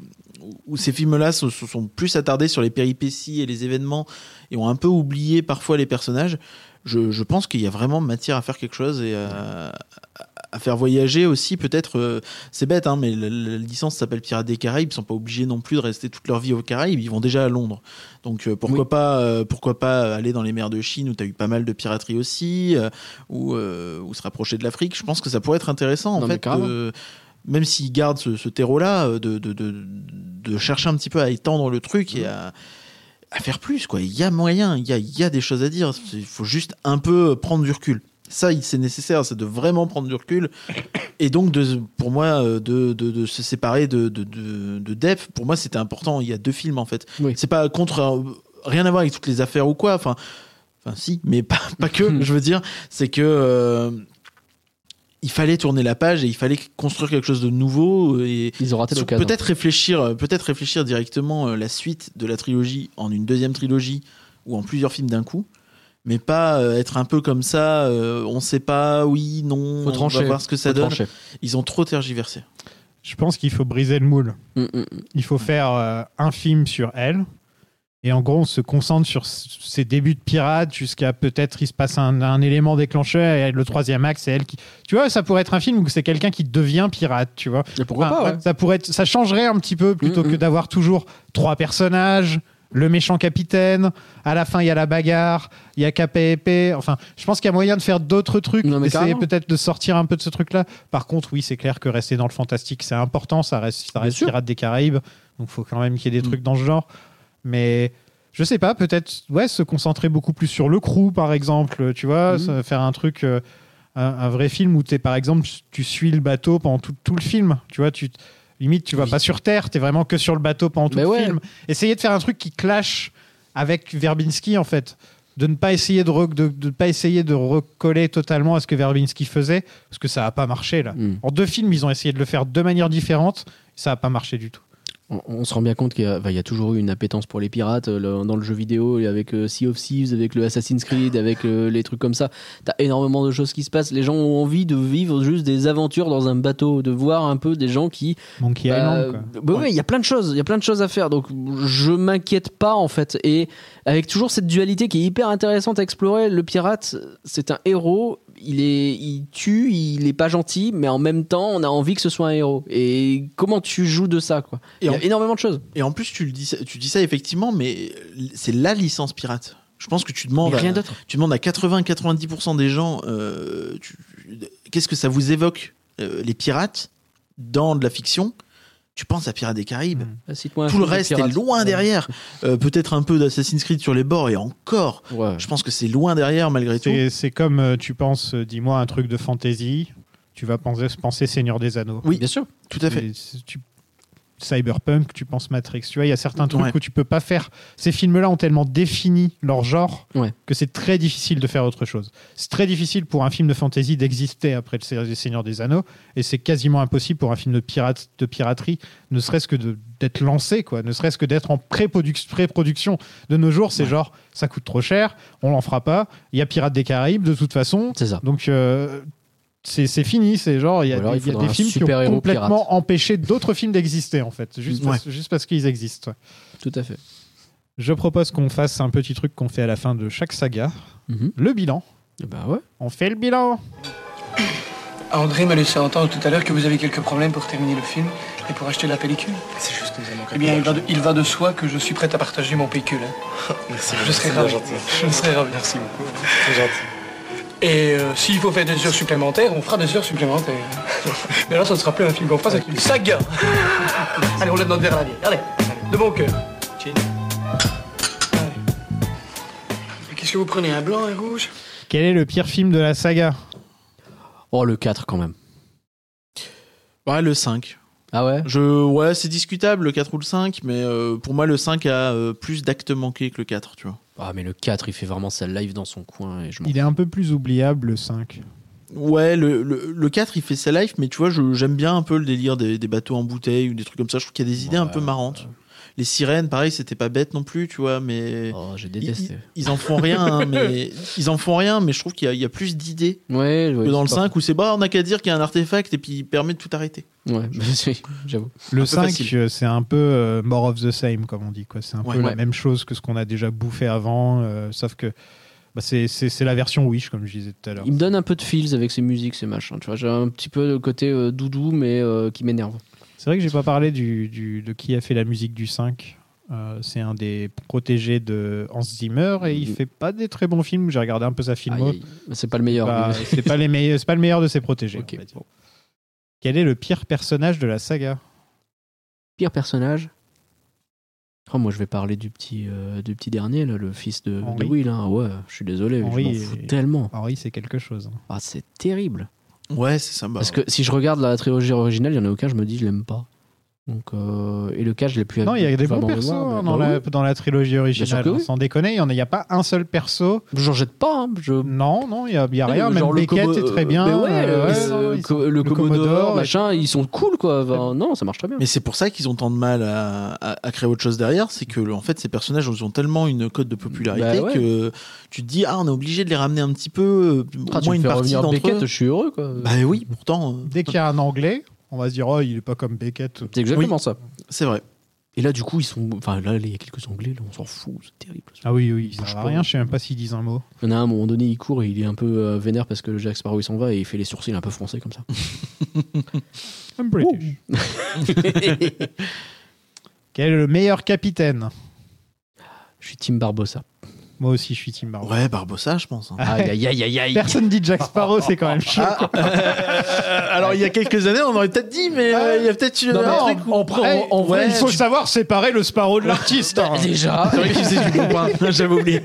[SPEAKER 10] où ces films-là se, se sont plus attardés sur les péripéties et les événements et ont un peu oublié parfois les personnages, je, je pense qu'il y a vraiment matière à faire quelque chose et euh, à, à faire voyager aussi peut-être. euh, c'est bête, hein, mais la, la licence s'appelle Pirates des Caraïbes. Ils sont pas obligés non plus de rester toute leur vie aux Caraïbes. Ils vont déjà à Londres. Donc euh, pourquoi
[SPEAKER 3] Oui.
[SPEAKER 10] pas euh, pourquoi pas aller dans les mers de Chine où tu as eu pas mal de piraterie aussi euh, ou euh, ou se rapprocher de l'Afrique. Je pense que ça pourrait être intéressant en
[SPEAKER 3] Non, mais
[SPEAKER 10] fait
[SPEAKER 3] carrément.
[SPEAKER 10] de- même s'ils gardent ce, ce terreau là de, de, de- de chercher un petit peu à étendre le truc et à à faire plus quoi. Il y a moyen, il y a, il y a des choses à dire. Il faut juste un peu prendre du recul. Ça, il- c'est nécessaire, c'est de vraiment prendre du recul et donc de, pour moi euh, de, de, de se séparer de de, de, de Depp. Pour moi, c'était important. Il y a deux films en fait.
[SPEAKER 3] Oui.
[SPEAKER 10] C'est pas contre euh, rien à voir avec toutes les affaires ou quoi. Enfin, enfin si, mais pas, pas que. je veux dire, c'est que euh, il fallait tourner la page et il fallait construire quelque chose de nouveau et
[SPEAKER 3] Ils ont raté
[SPEAKER 10] sur-
[SPEAKER 3] l'occasion.
[SPEAKER 10] Peut-être réfléchir, euh, peut-être réfléchir directement euh, la suite de la trilogie en une deuxième trilogie ou en plusieurs films d'un coup, mais pas euh, être un peu comme ça. euh, on sait pas, oui, non.
[SPEAKER 3] Faut
[SPEAKER 10] On
[SPEAKER 3] trancher,
[SPEAKER 10] va voir ce que ça
[SPEAKER 3] faut
[SPEAKER 10] donne.
[SPEAKER 3] trancher.
[SPEAKER 10] Ils ont trop tergiversé.
[SPEAKER 9] Je pense qu'il faut briser le moule.
[SPEAKER 3] Mm, mm, mm.
[SPEAKER 9] Il faut faire euh, un film sur elle. Et en gros, on se concentre sur s- ses débuts de pirate jusqu'à peut-être il se passe un, un élément déclencheur et le troisième axe, c'est elle qui. Tu vois, ça pourrait être un film où c'est quelqu'un qui devient pirate, tu vois.
[SPEAKER 3] Et pourquoi
[SPEAKER 9] Enfin,
[SPEAKER 3] pas, ouais.
[SPEAKER 9] Ça pourrait être, ça changerait un petit peu plutôt
[SPEAKER 3] Mm,
[SPEAKER 9] que
[SPEAKER 3] mm.
[SPEAKER 9] d'avoir toujours trois personnages, le méchant capitaine, à la fin il y a la bagarre, il y a KPP. Enfin, je pense qu'il y a moyen de faire d'autres trucs,
[SPEAKER 3] Non, mais
[SPEAKER 9] d'essayer
[SPEAKER 3] carrément.
[SPEAKER 9] peut-être de sortir un peu de ce truc-là. Par contre, oui, c'est clair que rester dans le fantastique, c'est important, ça reste, ça
[SPEAKER 3] Bien
[SPEAKER 9] reste
[SPEAKER 3] sûr. Mm.
[SPEAKER 9] Pirates des Caraïbes, donc faut quand même qu'il y ait des trucs dans ce genre. Mais je sais pas, peut-être ouais, se concentrer beaucoup plus sur le crew, par exemple, tu
[SPEAKER 3] Mhm.
[SPEAKER 9] vois, se- faire un truc, euh, un, un vrai film où t'es, par exemple, tu suis le bateau pendant tout, tout le film, tu vois, tu limite tu vas pas sur terre, t'es vraiment que sur le bateau pendant tout
[SPEAKER 3] Mais
[SPEAKER 9] le
[SPEAKER 3] ouais.
[SPEAKER 9] film. Essayer de faire un truc qui clash avec Verbinski en fait, de ne pas essayer de, re- de, de pas essayer de recoller totalement à ce que Verbinski faisait, parce que ça a pas marché là.
[SPEAKER 3] Mm.
[SPEAKER 9] En deux films, ils ont essayé de le faire de manière différente, ça a pas marché du tout.
[SPEAKER 3] On, on se rend bien compte qu'il y, a- enfin, il y a toujours eu une appétence pour les pirates euh, le- dans le jeu vidéo, et avec euh, Sea of Thieves, avec le Assassin's Creed, avec euh, les trucs comme ça. T'as énormément de choses qui se passent. Les gens ont envie de vivre juste des aventures dans un bateau, de voir un peu des gens qui.
[SPEAKER 9] Monkey
[SPEAKER 3] Bah,
[SPEAKER 9] Island. Quoi.
[SPEAKER 3] bah ouais, il y a plein de choses, il y a plein de choses à faire. Donc je m'inquiète pas en fait. Et avec toujours cette dualité qui est hyper intéressante à explorer. Le pirate, c'est un héros. Il est, il tue, il est pas gentil, mais en même temps, on a envie que ce soit un héros. Et comment tu joues de ça quoi
[SPEAKER 10] Et
[SPEAKER 3] Il y
[SPEAKER 10] en-
[SPEAKER 3] a énormément de choses.
[SPEAKER 10] Et en plus, tu le dis, ça- tu dis ça effectivement, mais euh, c'est la licence pirate. Je pense que tu demandes,
[SPEAKER 3] Mais rien
[SPEAKER 10] à,
[SPEAKER 3] d'autre.
[SPEAKER 10] tu demandes à 80-90% des gens, euh, tu- qu'est-ce que ça vous évoque euh, les pirates dans de la fiction Tu penses à Pirates des Caraïbes.
[SPEAKER 3] bah, Cite-moi un
[SPEAKER 10] Tout le
[SPEAKER 3] film de
[SPEAKER 10] reste
[SPEAKER 3] pirate.
[SPEAKER 10] est loin
[SPEAKER 3] Ouais.
[SPEAKER 10] derrière. Euh, Peut-être un peu d'Assassin's Creed sur les bords et encore.
[SPEAKER 3] Ouais.
[SPEAKER 10] Je pense que c'est loin derrière malgré tout.
[SPEAKER 9] C'est- C'est comme euh, tu penses, euh, dis-moi un truc de fantasy, tu vas penser, penser Seigneur des Anneaux.
[SPEAKER 10] Oui,
[SPEAKER 3] Bien sûr.
[SPEAKER 10] tout à fait.
[SPEAKER 9] Et c'est- tu- Cyberpunk, tu penses Matrix. Tu vois, il y a certains trucs
[SPEAKER 10] Ouais.
[SPEAKER 9] où tu peux pas faire. Ces films-là ont tellement défini leur genre
[SPEAKER 3] Ouais.
[SPEAKER 9] que c'est très difficile de faire autre chose. C'est très difficile pour un film de fantasy d'exister après le Se- le Seigneur des Anneaux, et c'est quasiment impossible pour un film de pirate, de piraterie, ne serait-ce que de- d'être lancé, quoi, ne serait-ce que d'être en pré-produc- pré-production. de nos jours, c'est genre ça coûte trop cher, on l'en fera pas. Il y a Pirates des Caraïbes de toute façon,
[SPEAKER 3] C'est ça.
[SPEAKER 9] donc euh, c'est c'est fini, c'est genre il y a,
[SPEAKER 3] Ou alors,
[SPEAKER 9] des-
[SPEAKER 3] il
[SPEAKER 9] il y a
[SPEAKER 3] faudra
[SPEAKER 9] des
[SPEAKER 3] un
[SPEAKER 9] films qui ont
[SPEAKER 3] super-héros
[SPEAKER 9] complètement
[SPEAKER 3] pirate.
[SPEAKER 9] empêché d'autres films d'exister en fait, juste
[SPEAKER 10] Ouais.
[SPEAKER 9] parce, juste parce qu'ils existent. ouais.
[SPEAKER 3] Tout à fait.
[SPEAKER 9] Je propose qu'on fasse un petit truc qu'on fait à la fin de chaque saga,
[SPEAKER 3] Mhm.
[SPEAKER 9] le bilan.
[SPEAKER 3] Bah ouais.
[SPEAKER 9] On fait le bilan.
[SPEAKER 13] André m'a laissé entendre tout à l'heure que vous avez quelques problèmes pour terminer le film et pour acheter la pellicule. C'est juste que vous Eh bien, il va, de, il va de soi que je suis prêt à partager mon pécule. hein. Je serai ravi. Je serai ravi. Merci beaucoup. Et euh, s'il faut faire des heures supplémentaires, on fera des heures supplémentaires. Mais là, ça ne sera plus un film qu'on fera, c'est une saga. Allez, on lève notre verre à la bière. Allez, allez, de bon cœur. Cheers. Allez. Mais Qu'est-ce que vous prenez Un blanc, un rouge
[SPEAKER 9] Quel est le pire film de la saga
[SPEAKER 3] Oh, le 4 quand même.
[SPEAKER 10] Ouais, le 5.
[SPEAKER 3] Ah ouais
[SPEAKER 10] Je, ouais, c'est discutable le 4 ou le 5, mais euh, pour moi le 5 a euh, plus d'actes manqués que le 4, tu vois.
[SPEAKER 3] Ah, mais le 4, il fait vraiment sa live dans son coin. Et je m'en-
[SPEAKER 9] Il est un peu plus oubliable le 5.
[SPEAKER 10] Ouais, le, le, le 4, il fait sa life, mais tu vois, je- j'aime bien un peu le délire des, des bateaux en bouteille ou des trucs comme ça. Je trouve qu'il y a des idées un peu marrantes. Les sirènes, pareil, c'était pas bête non plus, tu vois, mais.
[SPEAKER 3] Oh, j'ai
[SPEAKER 10] Ils,
[SPEAKER 3] détesté.
[SPEAKER 10] ils- ils en font rien, hein, mais ils en font rien, mais je trouve qu'il y, a- il y a plus d'idées
[SPEAKER 3] Ouais, ouais,
[SPEAKER 10] que dans le
[SPEAKER 3] c'est pas
[SPEAKER 10] 5 où c'est bah on n'a qu'à dire qu'il y a un artefact et puis il permet de tout arrêter.
[SPEAKER 3] fou. Ouais, bah, si, j'avoue.
[SPEAKER 9] Le
[SPEAKER 10] peu
[SPEAKER 9] 5,
[SPEAKER 10] facile.
[SPEAKER 9] euh, c'est un peu euh, more of the same, comme on dit. quoi. C'est un
[SPEAKER 10] Ouais.
[SPEAKER 9] peu la
[SPEAKER 3] Ouais.
[SPEAKER 9] même chose que ce qu'on a déjà bouffé avant, euh, sauf que bah, c'est- c'est c'est la version Wish, comme je disais tout à l'heure.
[SPEAKER 3] Il me donne un peu de feels avec ses musiques, ces machins. Tu vois, j'ai un petit peu le côté euh, doudou, mais euh, qui m'énerve.
[SPEAKER 9] C'est vrai que j'ai pas parlé du, du- de qui a fait la musique du 5. Euh, c'est un des protégés de Hans Zimmer et il
[SPEAKER 3] Mhm.
[SPEAKER 9] fait pas des très bons films. J'ai regardé un peu sa filmo.
[SPEAKER 3] Aïe, aïe. C'est pas le meilleur.
[SPEAKER 9] Bah,
[SPEAKER 3] mais-
[SPEAKER 9] c'est pas les meilleurs, c'est pas le meilleur de ses protégés.
[SPEAKER 3] Ok,
[SPEAKER 9] on va dire. Quel est le pire personnage de la saga
[SPEAKER 3] Pire personnage Oh, moi, je vais parler du petit, euh, du petit dernier, là, le fils de, de
[SPEAKER 9] Henri.
[SPEAKER 3] Will. hein. Ouais, je suis désolé, mais
[SPEAKER 9] Henri
[SPEAKER 3] je m'en fous
[SPEAKER 9] est-
[SPEAKER 3] tellement.
[SPEAKER 9] Henri, c'est quelque chose. hein.
[SPEAKER 3] Ah, c'est terrible.
[SPEAKER 10] Ouais, c'est ça. bah,
[SPEAKER 3] Parce que si je regarde la trilogie originale, il y en a aucun, je me dis, je l'aime pas. Donc, euh, et le cas, je l'ai plus
[SPEAKER 9] Non, il y a des
[SPEAKER 3] enfin,
[SPEAKER 9] bons
[SPEAKER 3] bon,
[SPEAKER 9] persos
[SPEAKER 3] bah, bah,
[SPEAKER 9] hein, dans,
[SPEAKER 3] bah,
[SPEAKER 9] la,
[SPEAKER 3] oui.
[SPEAKER 9] dans la trilogie
[SPEAKER 3] Bien
[SPEAKER 9] originale. hein,
[SPEAKER 3] sûr que oui.
[SPEAKER 9] Sans déconner, il n'y en a- il y a pas un seul perso.
[SPEAKER 3] J'en jette pas. hein.
[SPEAKER 9] Non, non, il n'y a, il y a
[SPEAKER 3] Mais
[SPEAKER 9] rien. Même
[SPEAKER 3] genre le
[SPEAKER 9] Beckett
[SPEAKER 3] commo-
[SPEAKER 9] est très bien.
[SPEAKER 3] Mais ouais,
[SPEAKER 9] euh, ouais,
[SPEAKER 3] le-
[SPEAKER 9] non,
[SPEAKER 3] le,
[SPEAKER 9] ils
[SPEAKER 3] co-
[SPEAKER 9] sont-
[SPEAKER 3] le Commodore,
[SPEAKER 9] Commodore,
[SPEAKER 3] machin, ils sont cool quoi. Enfin, non, ça marche très bien.
[SPEAKER 10] Mais c'est pour ça qu'ils ont tant de mal à, à- à créer autre chose derrière, c'est que en fait ces personnages ils ont tellement une cote de popularité
[SPEAKER 3] Bah ouais.
[SPEAKER 10] que tu te dis ah on est obligé de les ramener un petit peu, euh,
[SPEAKER 3] Ah,
[SPEAKER 10] au
[SPEAKER 3] tu
[SPEAKER 10] moins
[SPEAKER 3] me
[SPEAKER 10] une
[SPEAKER 3] fais
[SPEAKER 10] partie
[SPEAKER 3] revenir
[SPEAKER 10] d'entre
[SPEAKER 3] Beckett,
[SPEAKER 10] eux.
[SPEAKER 3] je suis heureux quoi.
[SPEAKER 10] Bah oui, pourtant. euh,
[SPEAKER 9] Dès qu'il y a un anglais, on va se dire, oh, il est pas comme Beckett.
[SPEAKER 3] C'est exactement ça.
[SPEAKER 10] C'est vrai.
[SPEAKER 3] Et là, du coup, ils sont. Enfin, là, il y a quelques Anglais, là, on s'en fout, c'est terrible.
[SPEAKER 9] Ah oui, oui, ils
[SPEAKER 3] Bouge
[SPEAKER 9] servent à
[SPEAKER 3] pas.
[SPEAKER 9] rien. Je sais même pas s'ils disent un mot.
[SPEAKER 3] Il y en a un, à un moment donné, il court et il est un peu euh, vénère parce que le Jack Sparrow il s'en va et il fait les sourcils un peu froncés comme ça.
[SPEAKER 9] I'm British. Quel est le meilleur capitaine
[SPEAKER 3] Je suis Tim Barbossa.
[SPEAKER 9] Moi aussi, je suis Tim Barbossa.
[SPEAKER 10] Ouais, Barbossa, je pense. hein.
[SPEAKER 3] Aïe, aïe, aïe, aïe, aïe.
[SPEAKER 9] Personne dit Jack Sparrow, c'est quand même
[SPEAKER 3] Ah,
[SPEAKER 9] chaud. quoi.
[SPEAKER 10] Euh, alors il y a quelques années on aurait peut-être dit mais euh, il y a peut-être eu
[SPEAKER 3] Non, mais
[SPEAKER 10] un truc où-
[SPEAKER 3] en- en- en-
[SPEAKER 9] Eh,
[SPEAKER 3] en vrai,
[SPEAKER 9] il faut
[SPEAKER 3] tu-
[SPEAKER 9] savoir séparer le Sparrow de l'artiste. hein.
[SPEAKER 3] Ah, Déjà.
[SPEAKER 10] C'est vrai qu'il faisait du bon pain, j'avais oublié.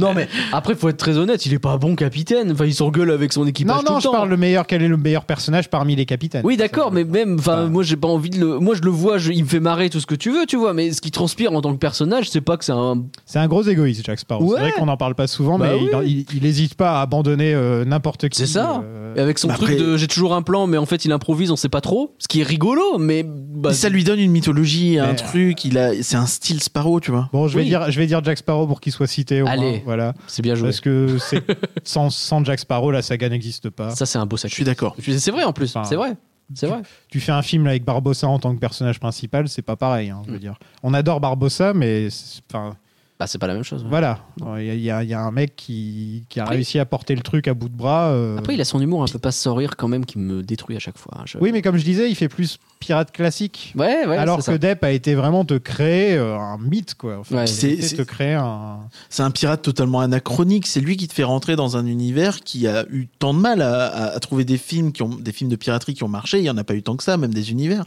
[SPEAKER 3] non, mais après, faut être très honnête, il est pas bon capitaine. Enfin, il s'engueule avec son équipage
[SPEAKER 9] Non,
[SPEAKER 3] tout
[SPEAKER 9] non,
[SPEAKER 3] le
[SPEAKER 9] je
[SPEAKER 3] temps.
[SPEAKER 9] parle le meilleur. Quel est le meilleur personnage parmi les capitaines
[SPEAKER 3] Oui, d'accord, mais même, enfin, moi, j'ai pas envie de le. Moi, je le vois, je- il me fait marrer tout ce que tu veux, tu vois, mais ce qui transpire en tant que personnage, c'est pas que c'est un.
[SPEAKER 9] C'est un gros égoïste, Jack Sparrow.
[SPEAKER 3] Ouais.
[SPEAKER 9] C'est vrai qu'on n'en parle pas souvent,
[SPEAKER 3] Bah
[SPEAKER 9] mais il-
[SPEAKER 3] oui.
[SPEAKER 9] il n'hésite pas à abandonner euh, n'importe qui.
[SPEAKER 3] C'est ça.
[SPEAKER 9] euh,
[SPEAKER 3] Et avec son
[SPEAKER 10] bah
[SPEAKER 3] truc
[SPEAKER 10] après-
[SPEAKER 3] de j'ai toujours un plan, mais en fait, il improvise, on sait pas trop, ce qui est rigolo, mais. bah,
[SPEAKER 10] Et ça lui donne une mythologie, un
[SPEAKER 9] Mais-
[SPEAKER 10] truc, il a c'est un style Sparrow, tu vois.
[SPEAKER 9] Bon, je vais,
[SPEAKER 3] Oui.
[SPEAKER 9] dire, je vais dire Jack Sparrow pour qu'il soit cité. Au
[SPEAKER 3] Allez.
[SPEAKER 9] moins, voilà.
[SPEAKER 3] c'est bien joué.
[SPEAKER 9] Parce que c'est- sans, sans Jack Sparrow, la saga n'existe pas.
[SPEAKER 3] Ça, c'est un beau sac.
[SPEAKER 10] Je suis d'accord.
[SPEAKER 3] C'est vrai en plus,
[SPEAKER 9] Enfin,
[SPEAKER 3] c'est vrai. C'est vrai.
[SPEAKER 9] Tu fais un film avec Barbossa en tant que personnage principal, c'est pas pareil. hein, je
[SPEAKER 3] Mm.
[SPEAKER 9] veux dire. On adore Barbossa, mais c'est- enfin,
[SPEAKER 3] Bah, c'est pas la même chose. ouais.
[SPEAKER 9] voilà. Il y, a- il y a- il y a un mec qui, qui a réussi à porter le truc à bout de bras. euh,
[SPEAKER 3] Après, il a son humour un peu pas sans rire quand même qui me détruit à chaque fois. hein, je-
[SPEAKER 9] Oui, mais comme je disais, il fait plus pirate classique.
[SPEAKER 3] Ouais, ouais,
[SPEAKER 9] Alors
[SPEAKER 3] c'est
[SPEAKER 9] que
[SPEAKER 3] ça.
[SPEAKER 9] Depp a été vraiment te créer euh, un mythe, quoi. Enfin,
[SPEAKER 3] Ouais.
[SPEAKER 9] il a
[SPEAKER 10] C'est-
[SPEAKER 9] été
[SPEAKER 10] c'est-
[SPEAKER 9] te créer un.
[SPEAKER 10] C'est un pirate totalement anachronique. C'est lui qui te fait rentrer dans un univers qui a eu tant de mal à, à- à trouver des films qui ont des films de piraterie qui ont marché. Il y en a pas eu tant que ça, même des univers.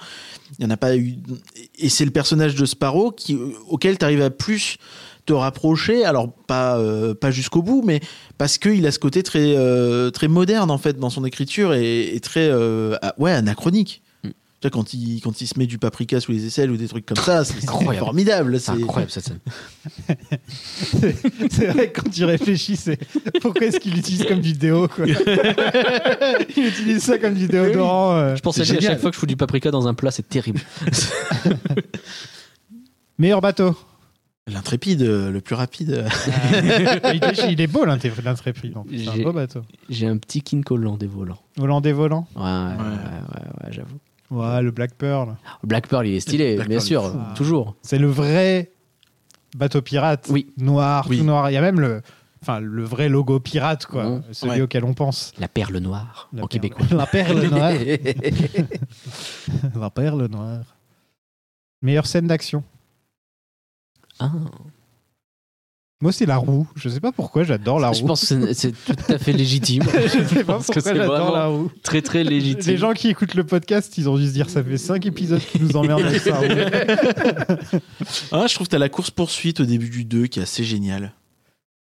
[SPEAKER 10] Il y en a pas eu. Et c'est le personnage de Sparrow qui euh, auquel t'arrives à plus te rapprocher. Alors pas euh, pas jusqu'au bout, mais parce qu'il a ce côté très euh, très moderne en fait dans son écriture et, et très euh, ah, ouais anachronique.
[SPEAKER 3] Mm.
[SPEAKER 10] Tu vois, quand il, quand il se met du paprika sous les aisselles ou des trucs comme ça, c'est c'est
[SPEAKER 3] Incroyable.
[SPEAKER 10] formidable.
[SPEAKER 3] C'est
[SPEAKER 10] c'est-
[SPEAKER 3] incroyable cette scène.
[SPEAKER 9] c'est vrai que quand tu réfléchis, c'est pourquoi est-ce qu'il l'utilise comme du déo, quoi. il utilise ça comme du déodorant. euh.
[SPEAKER 3] Je pense à
[SPEAKER 9] C'est
[SPEAKER 3] lui à
[SPEAKER 9] génial.
[SPEAKER 3] chaque fois que je fous du paprika dans un plat, c'est terrible.
[SPEAKER 9] Meilleur bateau.
[SPEAKER 10] L'intrépide, euh, le plus rapide.
[SPEAKER 9] il, est, il est beau l'intré- l'intrépide. en plus. C'est un
[SPEAKER 3] Ah. J'ai-
[SPEAKER 9] beau bateau.
[SPEAKER 3] J'ai un petit kink hollandais volant.
[SPEAKER 9] Hollandais volant.
[SPEAKER 3] Ouais, ouais, ouais, ouais, ouais, j'avoue.
[SPEAKER 9] Ouais, le Black Pearl.
[SPEAKER 3] Black Pearl, il est stylé,
[SPEAKER 10] Black
[SPEAKER 3] bien
[SPEAKER 10] Pearl,
[SPEAKER 3] sûr,
[SPEAKER 10] il est
[SPEAKER 9] fou.
[SPEAKER 3] toujours.
[SPEAKER 9] C'est le vrai bateau pirate.
[SPEAKER 3] Oui.
[SPEAKER 9] Noir,
[SPEAKER 10] Oui.
[SPEAKER 9] tout noir. Il y a même le, enfin, le vrai logo pirate, quoi.
[SPEAKER 3] Mmh.
[SPEAKER 9] Celui
[SPEAKER 10] Ouais.
[SPEAKER 9] auquel on pense.
[SPEAKER 3] La perle noire
[SPEAKER 9] La
[SPEAKER 3] en
[SPEAKER 9] perle-
[SPEAKER 3] québécois.
[SPEAKER 9] La perle noire. La perle noire. Meilleure scène d'action.
[SPEAKER 3] Ah.
[SPEAKER 9] Moi, c'est la roue. Je sais pas pourquoi j'adore la
[SPEAKER 3] je
[SPEAKER 9] roue.
[SPEAKER 3] pense que c'est- c'est tout à fait légitime.
[SPEAKER 9] Je sais pas
[SPEAKER 3] pense que
[SPEAKER 9] pourquoi
[SPEAKER 3] c'est
[SPEAKER 9] j'adore
[SPEAKER 3] vraiment
[SPEAKER 9] la roue.
[SPEAKER 3] très très légitime.
[SPEAKER 9] Les gens qui écoutent le podcast, ils ont dû se dire ça fait 5 épisodes qu'ils nous emmerdent avec ça.
[SPEAKER 10] Ah, je trouve que t'as la course poursuite au début du 2 qui est assez géniale.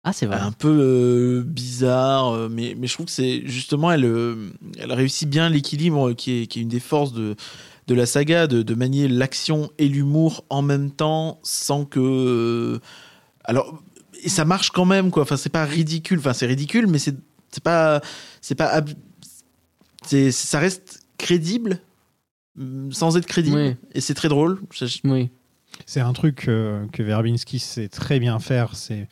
[SPEAKER 3] Ah, c'est vrai.
[SPEAKER 10] Un peu euh, bizarre, euh, mais, mais je trouve que c'est justement, elle, euh, elle réussit bien l'équilibre euh, qui est, qui est une des forces de, de la saga, de, de manier l'action et l'humour en même temps sans que. euh, alors, et ça marche quand même, quoi. Enfin, c'est pas ridicule. Enfin, c'est ridicule, mais c'est c'est pas. C'est pas. ab- c'est- Ça reste crédible hum, sans être crédible.
[SPEAKER 3] Oui.
[SPEAKER 10] Et c'est très drôle. Ça, je-
[SPEAKER 3] Oui.
[SPEAKER 9] C'est un truc euh, que Verbinski sait très bien faire. C'est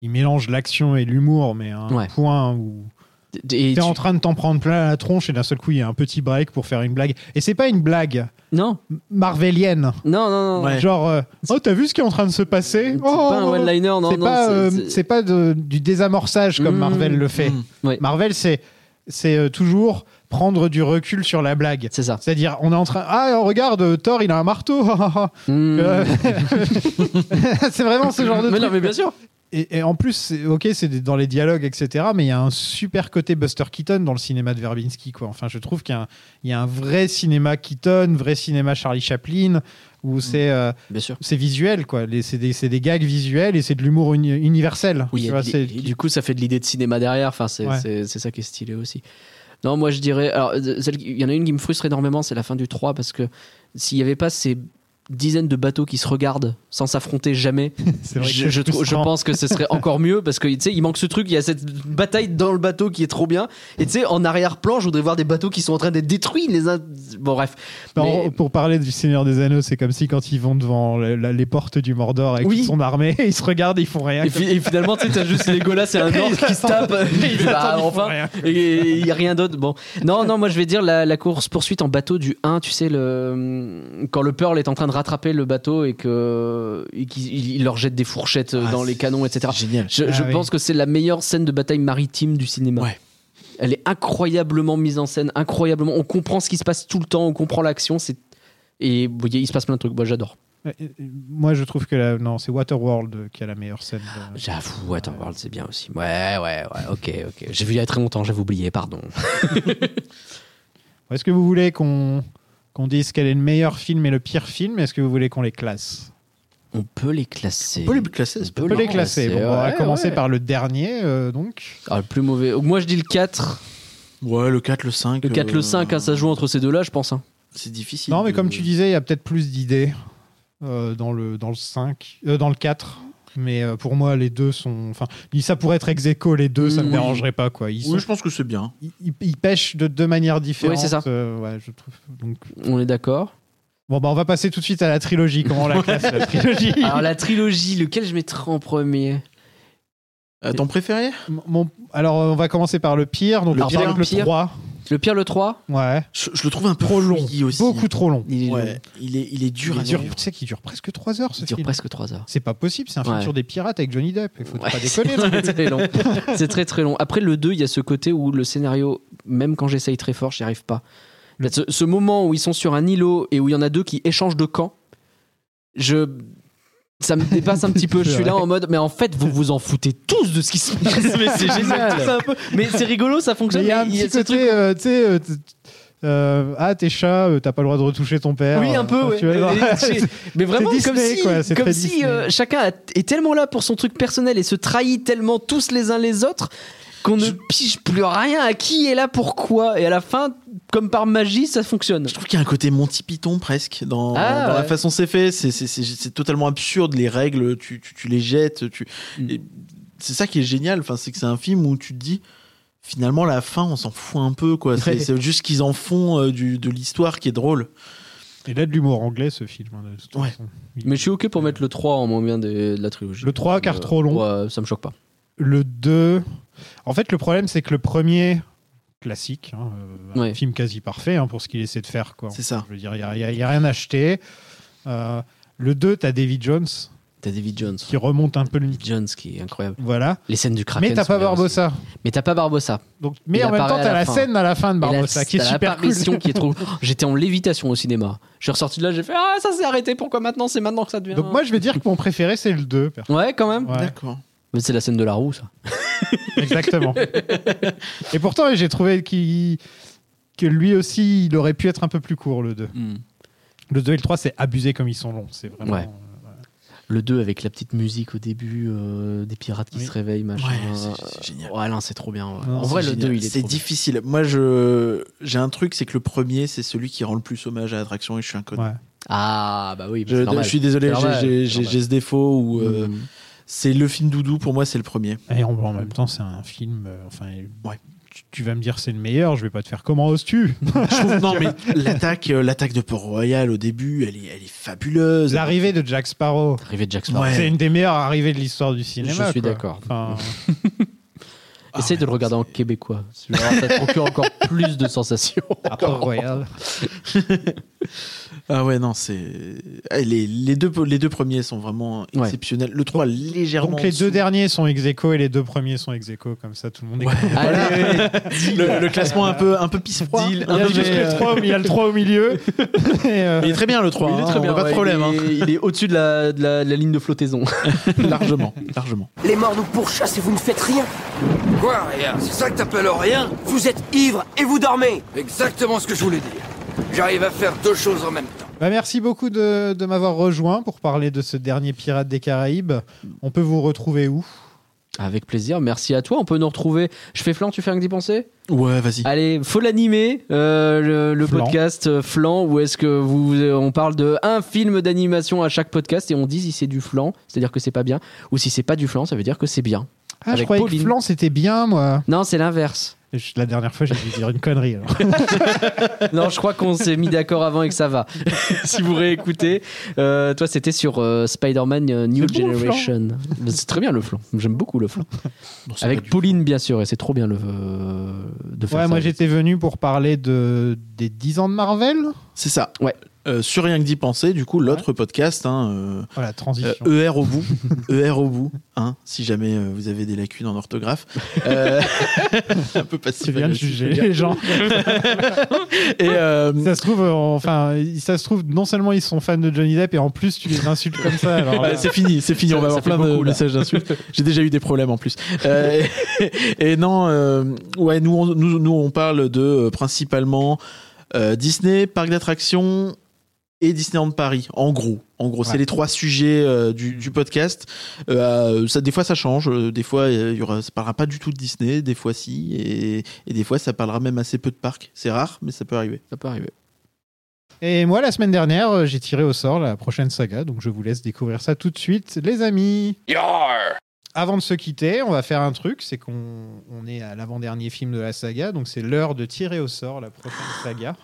[SPEAKER 9] il mélange l'action et l'humour, mais à un
[SPEAKER 3] Ouais.
[SPEAKER 9] point où
[SPEAKER 3] Et
[SPEAKER 9] t'es
[SPEAKER 3] tu-
[SPEAKER 9] en train de t'en prendre plein la tronche et d'un seul coup il y a un petit break pour faire une blague. Et c'est pas une blague
[SPEAKER 3] Non,
[SPEAKER 9] marvelienne,
[SPEAKER 3] non, non, non.
[SPEAKER 10] Ouais.
[SPEAKER 9] genre euh, oh t'as vu ce qui est en train de se passer
[SPEAKER 3] C'est
[SPEAKER 9] Oh,
[SPEAKER 3] pas un one-liner, non,
[SPEAKER 9] c'est
[SPEAKER 3] non,
[SPEAKER 9] pas,
[SPEAKER 3] c'est-
[SPEAKER 9] euh,
[SPEAKER 3] c'est-
[SPEAKER 9] c'est pas de- du désamorçage comme
[SPEAKER 3] Mmh,
[SPEAKER 9] Marvel le fait.
[SPEAKER 10] Mmh.
[SPEAKER 3] Ouais.
[SPEAKER 9] Marvel c'est c'est euh, toujours prendre du recul sur la blague.
[SPEAKER 3] C'est ça.
[SPEAKER 9] C'est-à-dire, on est en train. Ah, regarde, Thor, il a un marteau.
[SPEAKER 3] Mm.
[SPEAKER 9] Euh, c'est vraiment ce genre de
[SPEAKER 3] mais
[SPEAKER 9] truc.
[SPEAKER 3] non, mais bien sûr.
[SPEAKER 9] Et, et en plus, c'est- ok, c'est des- dans les dialogues, etc. Mais il y a un super côté Buster Keaton dans le cinéma de Verbinski, quoi. Enfin, je trouve qu'il y a un, il y a un vrai cinéma Keaton, vrai cinéma Charlie Chaplin, où c'est euh,
[SPEAKER 3] Mm. Bien sûr.
[SPEAKER 9] c'est visuel, quoi. Les- C'est des, c'est des gags visuels et c'est de l'humour uni- universel.
[SPEAKER 3] Oui,
[SPEAKER 9] tu
[SPEAKER 3] et-
[SPEAKER 9] vois,
[SPEAKER 3] et-
[SPEAKER 9] c'est-
[SPEAKER 3] et du coup, ça fait de l'idée de cinéma derrière. Enfin, c'est
[SPEAKER 9] Ouais.
[SPEAKER 3] c'est- c'est ça qui est stylé aussi. Non, moi je dirais. Alors, euh, celle qui- il y en a une qui me frustre énormément, c'est la fin du 3, parce que s'il n'y avait pas ces dizaines de bateaux qui se regardent sans s'affronter jamais,
[SPEAKER 9] vrai que
[SPEAKER 3] je,
[SPEAKER 9] c'est
[SPEAKER 3] je trou- je
[SPEAKER 9] frustrant.
[SPEAKER 3] pense que ce serait encore mieux, parce que tu sais, il manque ce truc, il y a cette bataille dans le bateau qui est trop bien, et tu sais, en arrière-plan, je voudrais voir des bateaux qui sont en train d'être détruits les uns. Bon, bref.
[SPEAKER 9] Par-
[SPEAKER 3] Mais-
[SPEAKER 9] Pour parler du Seigneur des Anneaux, c'est comme si quand ils vont devant la- la- les portes du Mordor avec
[SPEAKER 3] Oui.
[SPEAKER 9] toute son armée, ils se regardent et ils font rien.
[SPEAKER 3] Et, fi- et finalement, tu sais, t'as juste Legolas et un
[SPEAKER 9] Ils
[SPEAKER 3] orc qui se
[SPEAKER 9] attendent-
[SPEAKER 3] tape.
[SPEAKER 9] ils
[SPEAKER 3] Bah,
[SPEAKER 9] attendent, ils font
[SPEAKER 3] enfin,
[SPEAKER 9] rien.
[SPEAKER 3] et il n'y a rien d'autre. Bon, non, non, moi je vais dire la, course poursuite en bateau du 1. Tu sais, le, quand le Pearl est en train de rattraper le bateau et que et qu'il il- il leur jette des fourchettes euh,
[SPEAKER 9] Ah,
[SPEAKER 3] dans les canons, etc.
[SPEAKER 10] Génial.
[SPEAKER 3] Je, je
[SPEAKER 10] Ah oui.
[SPEAKER 3] pense que c'est la meilleure scène de bataille maritime du cinéma. Elle est incroyablement mise en scène, incroyablement. On comprend ce qui se passe tout le temps, on comprend l'action. C'est et vous voyez, il se passe plein de trucs. Moi, j'adore.
[SPEAKER 9] Euh, euh, Moi, je trouve que la- non, c'est Waterworld qui a la meilleure scène.
[SPEAKER 3] Ah,
[SPEAKER 9] de-
[SPEAKER 3] J'avoue, attends, World, c'est bien aussi. Ouais, ouais, ouais, ok, ok. J'ai vu il y a très longtemps, j'avais oublié, pardon.
[SPEAKER 9] Est-ce que vous voulez qu'on qu'on dise quel est le meilleur film et le pire film Est-ce que vous voulez qu'on les classe
[SPEAKER 3] On peut les classer.
[SPEAKER 10] On peut les classer, c'est
[SPEAKER 9] On peut les classer. Bon, on va
[SPEAKER 3] ouais,
[SPEAKER 9] commencer
[SPEAKER 3] ouais.
[SPEAKER 9] par le dernier, euh, donc.
[SPEAKER 3] Ah, le plus mauvais. Moi, je dis le 4.
[SPEAKER 10] Ouais, le 4, le 5.
[SPEAKER 3] Le 4,
[SPEAKER 10] euh,
[SPEAKER 3] le 5, hein, ça se joue entre ces deux-là, je pense. hein.
[SPEAKER 10] C'est difficile.
[SPEAKER 9] Non, mais
[SPEAKER 10] de-
[SPEAKER 9] comme tu disais, il y a peut-être plus d'idées euh, dans, le, dans, le 5, euh, dans le 4. Mais euh, pour moi, les deux sont. Enfin, ça pourrait être ex aequo, les deux, ça ne me
[SPEAKER 10] Oui.
[SPEAKER 9] dérangerait pas, quoi. Ils, sont-
[SPEAKER 10] Oui, je pense que c'est bien.
[SPEAKER 9] ils- ils pêchent de deux manières différentes.
[SPEAKER 3] Oui, c'est ça.
[SPEAKER 9] euh, ouais, je trouve. Donc...
[SPEAKER 3] On est d'accord.
[SPEAKER 9] Bon, bah, on va passer tout de suite à la trilogie. Comment on la classe, la trilogie
[SPEAKER 3] Alors, la trilogie, lequel je mettrais en premier
[SPEAKER 10] Euh, Ton préféré
[SPEAKER 9] M- mon- Alors, euh, on va commencer par le pire. Donc,
[SPEAKER 3] Alors,
[SPEAKER 9] le pire,
[SPEAKER 3] par
[SPEAKER 9] avec le 3.
[SPEAKER 3] Le pire, le 3
[SPEAKER 9] Ouais.
[SPEAKER 10] je, je le trouve un peu
[SPEAKER 9] Trop long.
[SPEAKER 10] fouillis aussi.
[SPEAKER 9] Beaucoup trop long.
[SPEAKER 3] Il est,
[SPEAKER 10] Ouais, il est, il est dur
[SPEAKER 9] Il
[SPEAKER 10] à
[SPEAKER 9] dure-
[SPEAKER 10] suivre.
[SPEAKER 9] tu sais qu'il dure presque 3 heures, ce
[SPEAKER 3] il dure
[SPEAKER 9] film.
[SPEAKER 3] presque 3 heures.
[SPEAKER 9] C'est pas possible, c'est un film
[SPEAKER 3] Ouais.
[SPEAKER 9] sur des pirates avec Johnny Depp. Il faut
[SPEAKER 3] Ouais,
[SPEAKER 9] pas
[SPEAKER 3] c'est
[SPEAKER 9] déconner.
[SPEAKER 3] très,
[SPEAKER 9] non.
[SPEAKER 3] très long. C'est très très long. Après le 2, il y a ce côté où le scénario, même quand j'essaye très fort, j'y arrive pas.
[SPEAKER 9] Mm.
[SPEAKER 3] Ce, ce moment où ils sont sur un îlot et où il y en a deux qui échangent de camp, je ça me dépasse un petit peu. Je suis là en mode, mais en fait, vous vous en foutez tous de ce qui se passe. Mais c'est génial. C'est un peu- Mais c'est rigolo, ça
[SPEAKER 9] Mais
[SPEAKER 3] fonctionne.
[SPEAKER 9] il y a un
[SPEAKER 3] mais il y a
[SPEAKER 9] petit
[SPEAKER 3] ce truc-
[SPEAKER 9] côté, euh, tu sais, euh, t- euh, ah, t'es chat, euh, t'as pas le droit de retoucher ton père.
[SPEAKER 3] Oui, un
[SPEAKER 9] Euh,
[SPEAKER 3] peu. ouais.
[SPEAKER 9] tu vois, genre,
[SPEAKER 3] Et-
[SPEAKER 9] c'est-
[SPEAKER 3] j'ai- mais vraiment,
[SPEAKER 9] c'est
[SPEAKER 3] comme
[SPEAKER 9] Disney,
[SPEAKER 3] si,
[SPEAKER 9] quoi, c'est
[SPEAKER 3] comme
[SPEAKER 9] très
[SPEAKER 3] si
[SPEAKER 9] Disney.
[SPEAKER 3] euh, chacun a- est tellement là pour son truc personnel et se trahit tellement tous les uns les autres qu'on ne pige plus rien à qui est là pourquoi. Et à la fin, comme par magie, ça fonctionne.
[SPEAKER 10] Je trouve qu'il y a un côté Monty Python presque dans,
[SPEAKER 3] Ah,
[SPEAKER 10] dans la
[SPEAKER 3] ouais.
[SPEAKER 10] façon c'est fait. C'est- C'est c'est- c'est totalement absurde. Les règles, tu, tu- tu les jettes. Tu...
[SPEAKER 3] Mm.
[SPEAKER 10] et C'est ça qui est génial. Enfin, c'est que c'est un film où tu te dis finalement la fin, on s'en fout un peu. quoi. C'est
[SPEAKER 3] Ouais.
[SPEAKER 10] c'est juste ce qu'ils en font euh, du, de l'histoire qui est drôle.
[SPEAKER 9] Il a de l'humour anglais, ce film. hein, de toute
[SPEAKER 10] Ouais.
[SPEAKER 9] façon.
[SPEAKER 3] Mais je suis ok pour mettre le 3 en moins bien de, de la trilogie.
[SPEAKER 9] Le 3, car
[SPEAKER 3] Euh,
[SPEAKER 9] trop long.
[SPEAKER 3] ouais, ça me choque pas.
[SPEAKER 9] Le 2. En fait, le problème, c'est que le premier classique, hein, euh, un
[SPEAKER 3] Ouais.
[SPEAKER 9] film quasi parfait hein, pour ce qu'il essaie de faire. quoi.
[SPEAKER 10] C'est ça.
[SPEAKER 9] Je veux dire, il n'y a, y a- y a rien acheté. Euh, le 2, t'as David Jones
[SPEAKER 3] T'as David Jones.
[SPEAKER 9] qui remonte un peu le.
[SPEAKER 3] David Jones qui est incroyable.
[SPEAKER 9] Voilà.
[SPEAKER 3] Les scènes du Kraken.
[SPEAKER 9] Mais t'as
[SPEAKER 3] sont
[SPEAKER 9] pas
[SPEAKER 3] bien aussi.
[SPEAKER 9] Barbossa.
[SPEAKER 3] Mais t'as pas Barbossa.
[SPEAKER 9] Donc, mais
[SPEAKER 3] Il
[SPEAKER 9] en même temps,
[SPEAKER 3] apparaît à
[SPEAKER 9] t'as
[SPEAKER 3] la
[SPEAKER 9] la
[SPEAKER 3] fin.
[SPEAKER 9] scène à la fin de
[SPEAKER 3] Et la-
[SPEAKER 9] Barbossa qui est
[SPEAKER 3] t'as
[SPEAKER 9] super cool.
[SPEAKER 3] l'apparition qui est trop. Oh, J'étais en lévitation au cinéma. Je suis ressorti de là, j'ai fait Ah, ça s'est arrêté, pourquoi maintenant C'est maintenant que ça devient.
[SPEAKER 9] Donc moi, je vais dire que mon préféré, c'est le 2. perso.
[SPEAKER 3] Ouais, quand même.
[SPEAKER 9] Ouais.
[SPEAKER 10] D'accord.
[SPEAKER 3] Mais c'est la scène de la roue, ça.
[SPEAKER 9] Exactement. Et pourtant, j'ai trouvé qu'il- que lui aussi, il aurait pu être un peu plus court, le 2.
[SPEAKER 10] Hmm.
[SPEAKER 9] Le 2 et le 3, c'est abusé comme ils sont longs. C'est vraiment.
[SPEAKER 3] Ouais. Le 2 avec la petite musique au début, euh, des pirates qui
[SPEAKER 9] Oui.
[SPEAKER 3] se réveillent, machin.
[SPEAKER 10] Ouais, c'est- c'est génial.
[SPEAKER 3] Ouais, non, c'est trop bien. ouais.
[SPEAKER 9] Non,
[SPEAKER 3] en vrai,
[SPEAKER 10] C'est
[SPEAKER 3] le
[SPEAKER 10] génial.
[SPEAKER 3] 2, il est,
[SPEAKER 10] C'est
[SPEAKER 3] trop bien.
[SPEAKER 10] difficile. Moi, je j'ai un truc, c'est que le premier, c'est celui qui rend le plus hommage à l'attraction et je suis un connard.
[SPEAKER 9] Ouais.
[SPEAKER 3] Ah, bah oui, bah,
[SPEAKER 10] Je,
[SPEAKER 3] c'est
[SPEAKER 10] je
[SPEAKER 3] normal.
[SPEAKER 10] suis désolé,
[SPEAKER 3] C'est
[SPEAKER 10] j'ai-
[SPEAKER 3] normal,
[SPEAKER 10] j'ai-
[SPEAKER 3] c'est
[SPEAKER 10] j'ai
[SPEAKER 3] normal.
[SPEAKER 10] j'ai ce défaut où euh,
[SPEAKER 3] Mhm.
[SPEAKER 10] c'est le film doudou. Pour moi, c'est le premier.
[SPEAKER 9] Et en, en même temps, c'est un film. euh, enfin,
[SPEAKER 10] Ouais.
[SPEAKER 9] tu, tu vas me dire c'est le meilleur, je vais pas te faire comment oses-tu
[SPEAKER 10] Je trouve- non, mais l'attaque, euh, l'attaque de Port Royal au début, elle est, elle est fabuleuse.
[SPEAKER 9] L'arrivée de Jack Sparrow.
[SPEAKER 3] Arrivée de Jack Sparrow.
[SPEAKER 10] Ouais.
[SPEAKER 9] C'est une des meilleures arrivées de l'histoire du cinéma.
[SPEAKER 3] Je suis
[SPEAKER 9] quoi.
[SPEAKER 3] d'accord.
[SPEAKER 9] Enfin,
[SPEAKER 10] Ah,
[SPEAKER 3] Essaye de
[SPEAKER 10] mais
[SPEAKER 3] le regarder en québécois. Ça te procure encore plus de sensations.
[SPEAKER 9] à Port-Royal.
[SPEAKER 10] Ah ouais, non, c'est eh, les, les deux les deux premiers sont vraiment
[SPEAKER 3] Ouais.
[SPEAKER 10] exceptionnels. Le 3 légèrement.
[SPEAKER 9] Donc les
[SPEAKER 10] en
[SPEAKER 9] deux
[SPEAKER 10] dessous.
[SPEAKER 9] derniers sont ex aequo et les deux premiers sont ex aequo, comme ça tout le monde est content.
[SPEAKER 3] Allez,
[SPEAKER 10] le, le classement un peu un peu pisse froid.
[SPEAKER 9] Il y
[SPEAKER 10] Un
[SPEAKER 9] a
[SPEAKER 10] peu
[SPEAKER 9] juste
[SPEAKER 10] mais,
[SPEAKER 9] le
[SPEAKER 10] euh,
[SPEAKER 9] 3, il y a le 3 au milieu. Et, euh,
[SPEAKER 10] mais il est très bien le 3.
[SPEAKER 3] il est très bien,
[SPEAKER 10] pas de
[SPEAKER 3] ouais,
[SPEAKER 10] problème.
[SPEAKER 3] Il est, il est au-dessus de la, de la- de la ligne de flottaison.
[SPEAKER 10] hein. largement, largement.
[SPEAKER 14] Les morts nous pourchassent et vous ne faites rien.
[SPEAKER 12] Quoi, rien C'est ça que t'appelles rien
[SPEAKER 14] Vous êtes ivres et vous dormez.
[SPEAKER 12] Exactement ce que je voulais dire. J'arrive à faire deux choses en même temps.
[SPEAKER 9] bah, merci beaucoup de, de m'avoir rejoint pour parler de ce dernier Pirate des Caraïbes. On peut vous retrouver où
[SPEAKER 3] Avec plaisir, merci à toi. On peut nous retrouver. Je fais flan, tu fais rien que d'y penser
[SPEAKER 10] Ouais, vas-y.
[SPEAKER 3] Allez, faut l'animer, euh, le, le
[SPEAKER 10] Flan.
[SPEAKER 3] podcast euh, Flan, où est-ce que vous, euh, on parle de un film d'animation à chaque podcast et on dit si c'est du flan, c'est-à-dire que c'est pas bien, ou si c'est pas du flan, ça veut dire que c'est bien.
[SPEAKER 9] Ah, je
[SPEAKER 3] Avec
[SPEAKER 9] croyais
[SPEAKER 3] Pauline.
[SPEAKER 9] que flan, c'était bien, moi.
[SPEAKER 3] Non, c'est l'inverse.
[SPEAKER 9] La dernière fois, j'ai dû dire une connerie. alors.
[SPEAKER 3] non, je crois qu'on s'est mis d'accord avant et que ça va. si vous réécoutez, euh, toi c'était sur euh, Spider-Man euh, New
[SPEAKER 9] C'est bon, le flan.
[SPEAKER 3] Generation. c'est très bien le flan. J'aime beaucoup le flan. Avec Pauline bien sûr et c'est trop bien le euh, de faire
[SPEAKER 9] Ouais,
[SPEAKER 3] ça.
[SPEAKER 9] moi, j'étais venu pour parler de... des 10 ans de Marvel.
[SPEAKER 10] C'est ça. Euh,
[SPEAKER 3] Ouais.
[SPEAKER 10] sur rien que d'y penser, du coup, l'autre podcast, hein, euh,
[SPEAKER 9] Voilà, transition.
[SPEAKER 10] euh, ER au bout, ER au bout, hein, si jamais euh, vous avez des lacunes en orthographe. Euh, un peu passif.
[SPEAKER 9] C'est bien de
[SPEAKER 10] agressif,
[SPEAKER 9] juger
[SPEAKER 10] euh, je veux dire.
[SPEAKER 9] les gens.
[SPEAKER 10] et
[SPEAKER 9] ça se trouve, euh, enfin, ça se trouve, non seulement ils sont fans de Johnny Depp et en plus tu les insultes comme ça. alors euh. là-
[SPEAKER 10] Ouais, Bah, c'est fini, c'est fini.
[SPEAKER 9] Ça-
[SPEAKER 10] on va
[SPEAKER 9] ça
[SPEAKER 10] avoir
[SPEAKER 9] fait
[SPEAKER 10] plein de
[SPEAKER 9] beaucoup, là.
[SPEAKER 10] messages d'insultes. J'ai déjà eu des problèmes en plus. Euh, et, et non, euh, ouais, nous, on, nous, nous, on parle de euh, principalement euh, Disney, parc d'attractions et Disneyland Paris. En gros, en gros, c'est
[SPEAKER 9] Ouais.
[SPEAKER 10] les trois sujets euh, du, du podcast. Euh, ça, des fois, ça change. Euh, Des fois, euh, il y aura, ça parlera pas du tout de Disney. Des fois, si. Et, et des fois, ça parlera même assez peu de parcs. C'est rare, mais ça peut arriver.
[SPEAKER 3] Ça peut arriver.
[SPEAKER 9] Et moi, la semaine dernière, euh, j'ai tiré au sort la prochaine saga, donc je vous laisse découvrir ça tout de suite, les amis. Avant de se quitter, on va faire un truc, c'est qu'on on est à l'avant-dernier film de la saga, donc c'est l'heure de tirer au sort la prochaine saga.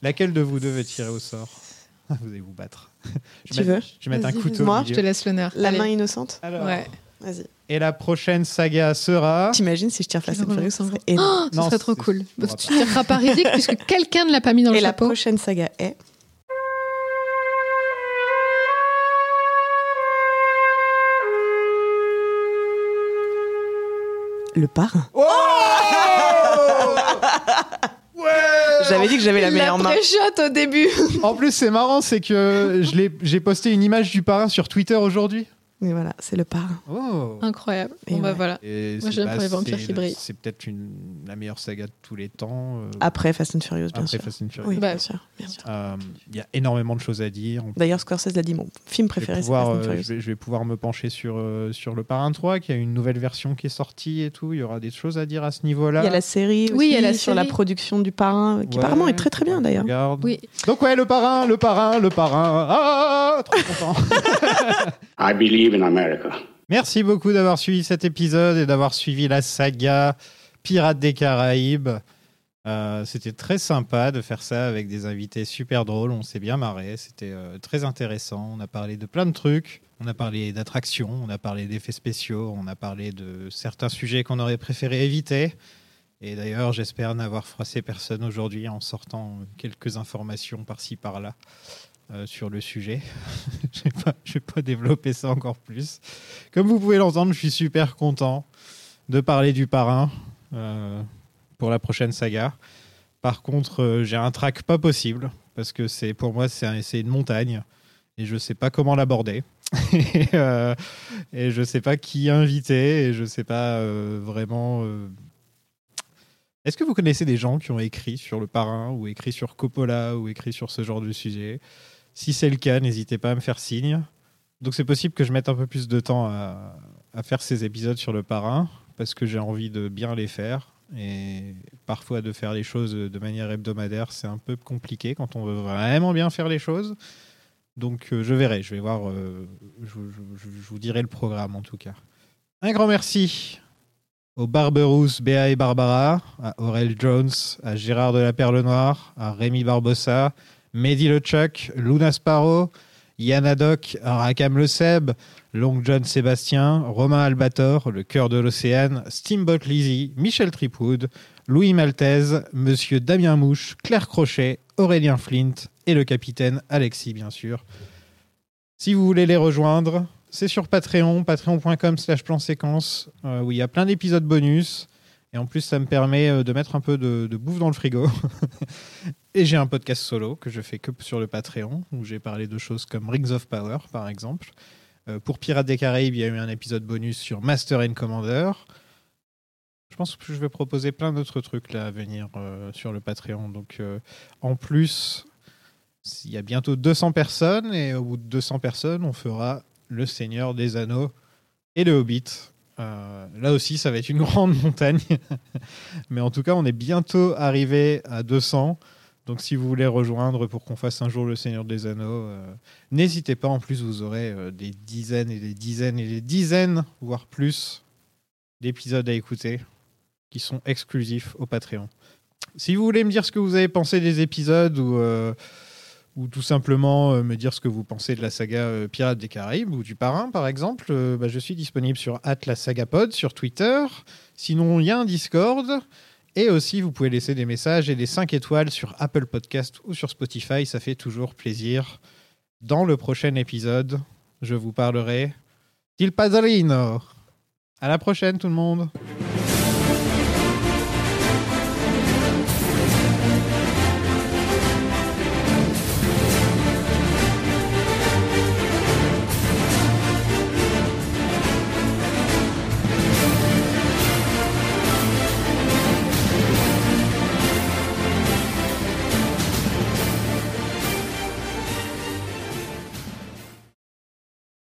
[SPEAKER 9] Laquelle de vous deux veut tirer au sort Vous allez vous battre. Je
[SPEAKER 15] Tu
[SPEAKER 9] vais
[SPEAKER 15] veux
[SPEAKER 9] mettre- Je vais mettre un
[SPEAKER 15] Vas-y,
[SPEAKER 9] couteau.
[SPEAKER 15] vas-y.
[SPEAKER 9] au
[SPEAKER 15] Moi,
[SPEAKER 9] milieu.
[SPEAKER 15] je te laisse l'honneur.
[SPEAKER 16] La
[SPEAKER 15] Allez.
[SPEAKER 16] main innocente
[SPEAKER 15] Ouais.
[SPEAKER 16] Vas-y.
[SPEAKER 9] Et la prochaine saga sera.
[SPEAKER 16] T'imagines si je tire Fast and Furious ça serait
[SPEAKER 15] Oh,
[SPEAKER 16] énorme.
[SPEAKER 15] ce serait trop cool. Bah, tu tireras pas Riddick puisque quelqu'un ne l'a pas mis dans
[SPEAKER 16] Et
[SPEAKER 15] le
[SPEAKER 16] la
[SPEAKER 15] chapeau.
[SPEAKER 16] prochaine saga est. Le parrain. J'avais dit que j'avais la
[SPEAKER 15] Il
[SPEAKER 16] meilleure main.
[SPEAKER 15] préchote au début.
[SPEAKER 9] En plus, c'est marrant, c'est que je l'ai- j'ai posté une image du parrain sur Twitter aujourd'hui.
[SPEAKER 16] Mais voilà, c'est le parrain.
[SPEAKER 9] Oh.
[SPEAKER 15] Incroyable. Bon, bah voilà.
[SPEAKER 9] Et
[SPEAKER 15] Moi,
[SPEAKER 9] c'est-
[SPEAKER 15] j'aime
[SPEAKER 9] bah,
[SPEAKER 15] pour les vampires
[SPEAKER 9] c'est-
[SPEAKER 15] qui brillent.
[SPEAKER 9] C'est peut-être une- la meilleure saga de tous les temps. euh,
[SPEAKER 16] Après Fast and Furious, bien
[SPEAKER 9] après
[SPEAKER 16] sûr.
[SPEAKER 9] Fast and Furious.
[SPEAKER 16] Oui,
[SPEAKER 15] Bah,
[SPEAKER 16] bien sûr. bien sûr.
[SPEAKER 9] Euh, Il y a énormément de choses à dire. On-
[SPEAKER 16] D'ailleurs, Scorsese l'a dit, mon film
[SPEAKER 9] je vais
[SPEAKER 16] préféré, c'est Fast
[SPEAKER 9] pouvoir,
[SPEAKER 16] and
[SPEAKER 9] euh,
[SPEAKER 16] Furious.
[SPEAKER 9] je, vais, je vais pouvoir me pencher sur, euh, sur le Parrain 3, qui a une nouvelle version qui est sortie et tout. Il y aura des choses à dire à ce niveau-là.
[SPEAKER 16] Il y a la série
[SPEAKER 15] Oui, il y a
[SPEAKER 16] aussi
[SPEAKER 15] la
[SPEAKER 16] sur
[SPEAKER 15] série.
[SPEAKER 16] la production du parrain, qui
[SPEAKER 9] Ouais,
[SPEAKER 16] apparemment est très très bien d'ailleurs.
[SPEAKER 9] Regarde. Donc ouais, le parrain, le parrain, le parrain. Ah, trop content.
[SPEAKER 17] I believe in America.
[SPEAKER 9] Merci beaucoup d'avoir suivi cet épisode et d'avoir suivi la saga Pirates des Caraïbes. Euh, c'était très sympa de faire ça avec des invités super drôles. On s'est bien marré. C'était euh, très intéressant. On a parlé de plein de trucs. On a parlé d'attractions, on a parlé d'effets spéciaux, on a parlé de certains sujets qu'on aurait préféré éviter. Et d'ailleurs, j'espère n'avoir froissé personne aujourd'hui en sortant quelques informations par-ci par-là euh, sur le sujet. Je ne vais, pas- je vais pas développer ça encore plus. Comme vous pouvez l'entendre, je suis super content de parler du parrain euh, pour la prochaine saga. Par contre, euh, j'ai un track pas possible parce que c'est pour moi c'est un- c'est une montagne et je sais pas comment l'aborder. et, euh, et je sais pas qui inviter et je sais pas euh, vraiment. euh, Est-ce que vous connaissez des gens qui ont écrit sur le parrain ou écrit sur Coppola ou écrit sur ce genre de sujet Si c'est le cas, n'hésitez pas à me faire signe. Donc c'est possible que je mette un peu plus de temps à, à faire ces épisodes sur le parrain parce que j'ai envie de bien les faire et parfois de faire les choses de manière hebdomadaire c'est un peu compliqué quand on veut vraiment bien faire les choses. Donc euh, je verrai, je vais voir, euh, je, je- je- je vous dirai le programme en tout cas. Un grand merci aux Barberousse, Béa et Barbara, à Aurel Jones, à Gérard de la Perle Noire, à Rémi Barbossa, Mehdi Lechuck, Luna Sparrow, Yann Haddock, Rakam Le Seb, Long John Sébastien, Romain Albator, Le Cœur de l'Océan, Steamboat Lizzy, Michel Tripoud, Louis Maltese, Monsieur Damien Mouche, Claire Crochet, Aurélien Flint et le capitaine Alexis, bien sûr. Si vous voulez les rejoindre, c'est sur Patreon, patreon.com slash plan séquence, euh, où il y a plein d'épisodes bonus. Et en plus, ça me permet euh, de mettre un peu de, de bouffe dans le frigo. et j'ai un podcast solo que je fais que sur le Patreon, où j'ai parlé de choses comme Rings of Power, par exemple. Euh, pour Pirates des Caraïbes, il y a eu un épisode bonus sur Master and Commander. Je pense que je vais proposer plein d'autres trucs là à venir euh, sur le Patreon. Donc, euh, en plus, il y a bientôt 200 personnes et au bout de 200 personnes, on fera Le Seigneur des Anneaux et Le Hobbit. Euh, là aussi, ça va être une grande montagne. Mais en tout cas, on est bientôt arrivé à 200. Donc si vous voulez rejoindre pour qu'on fasse un jour le Seigneur des Anneaux, euh, n'hésitez pas. En plus, vous aurez euh, des dizaines et des dizaines et des dizaines, voire plus, d'épisodes à écouter qui sont exclusifs au Patreon. Si vous voulez me dire ce que vous avez pensé des épisodes ou, euh, ou tout simplement euh, me dire ce que vous pensez de la saga euh, Pirates des Caraïbes ou du Parrain, par exemple, euh, bah, je suis disponible sur @la_saga_pod sur Twitter. Sinon, il y a un Discord. Et aussi, vous pouvez laisser des messages et des 5 étoiles sur Apple Podcast ou sur Spotify. Ça fait toujours plaisir. Dans le prochain épisode, je vous parlerai d'Il Padrino. À la prochaine, tout le monde.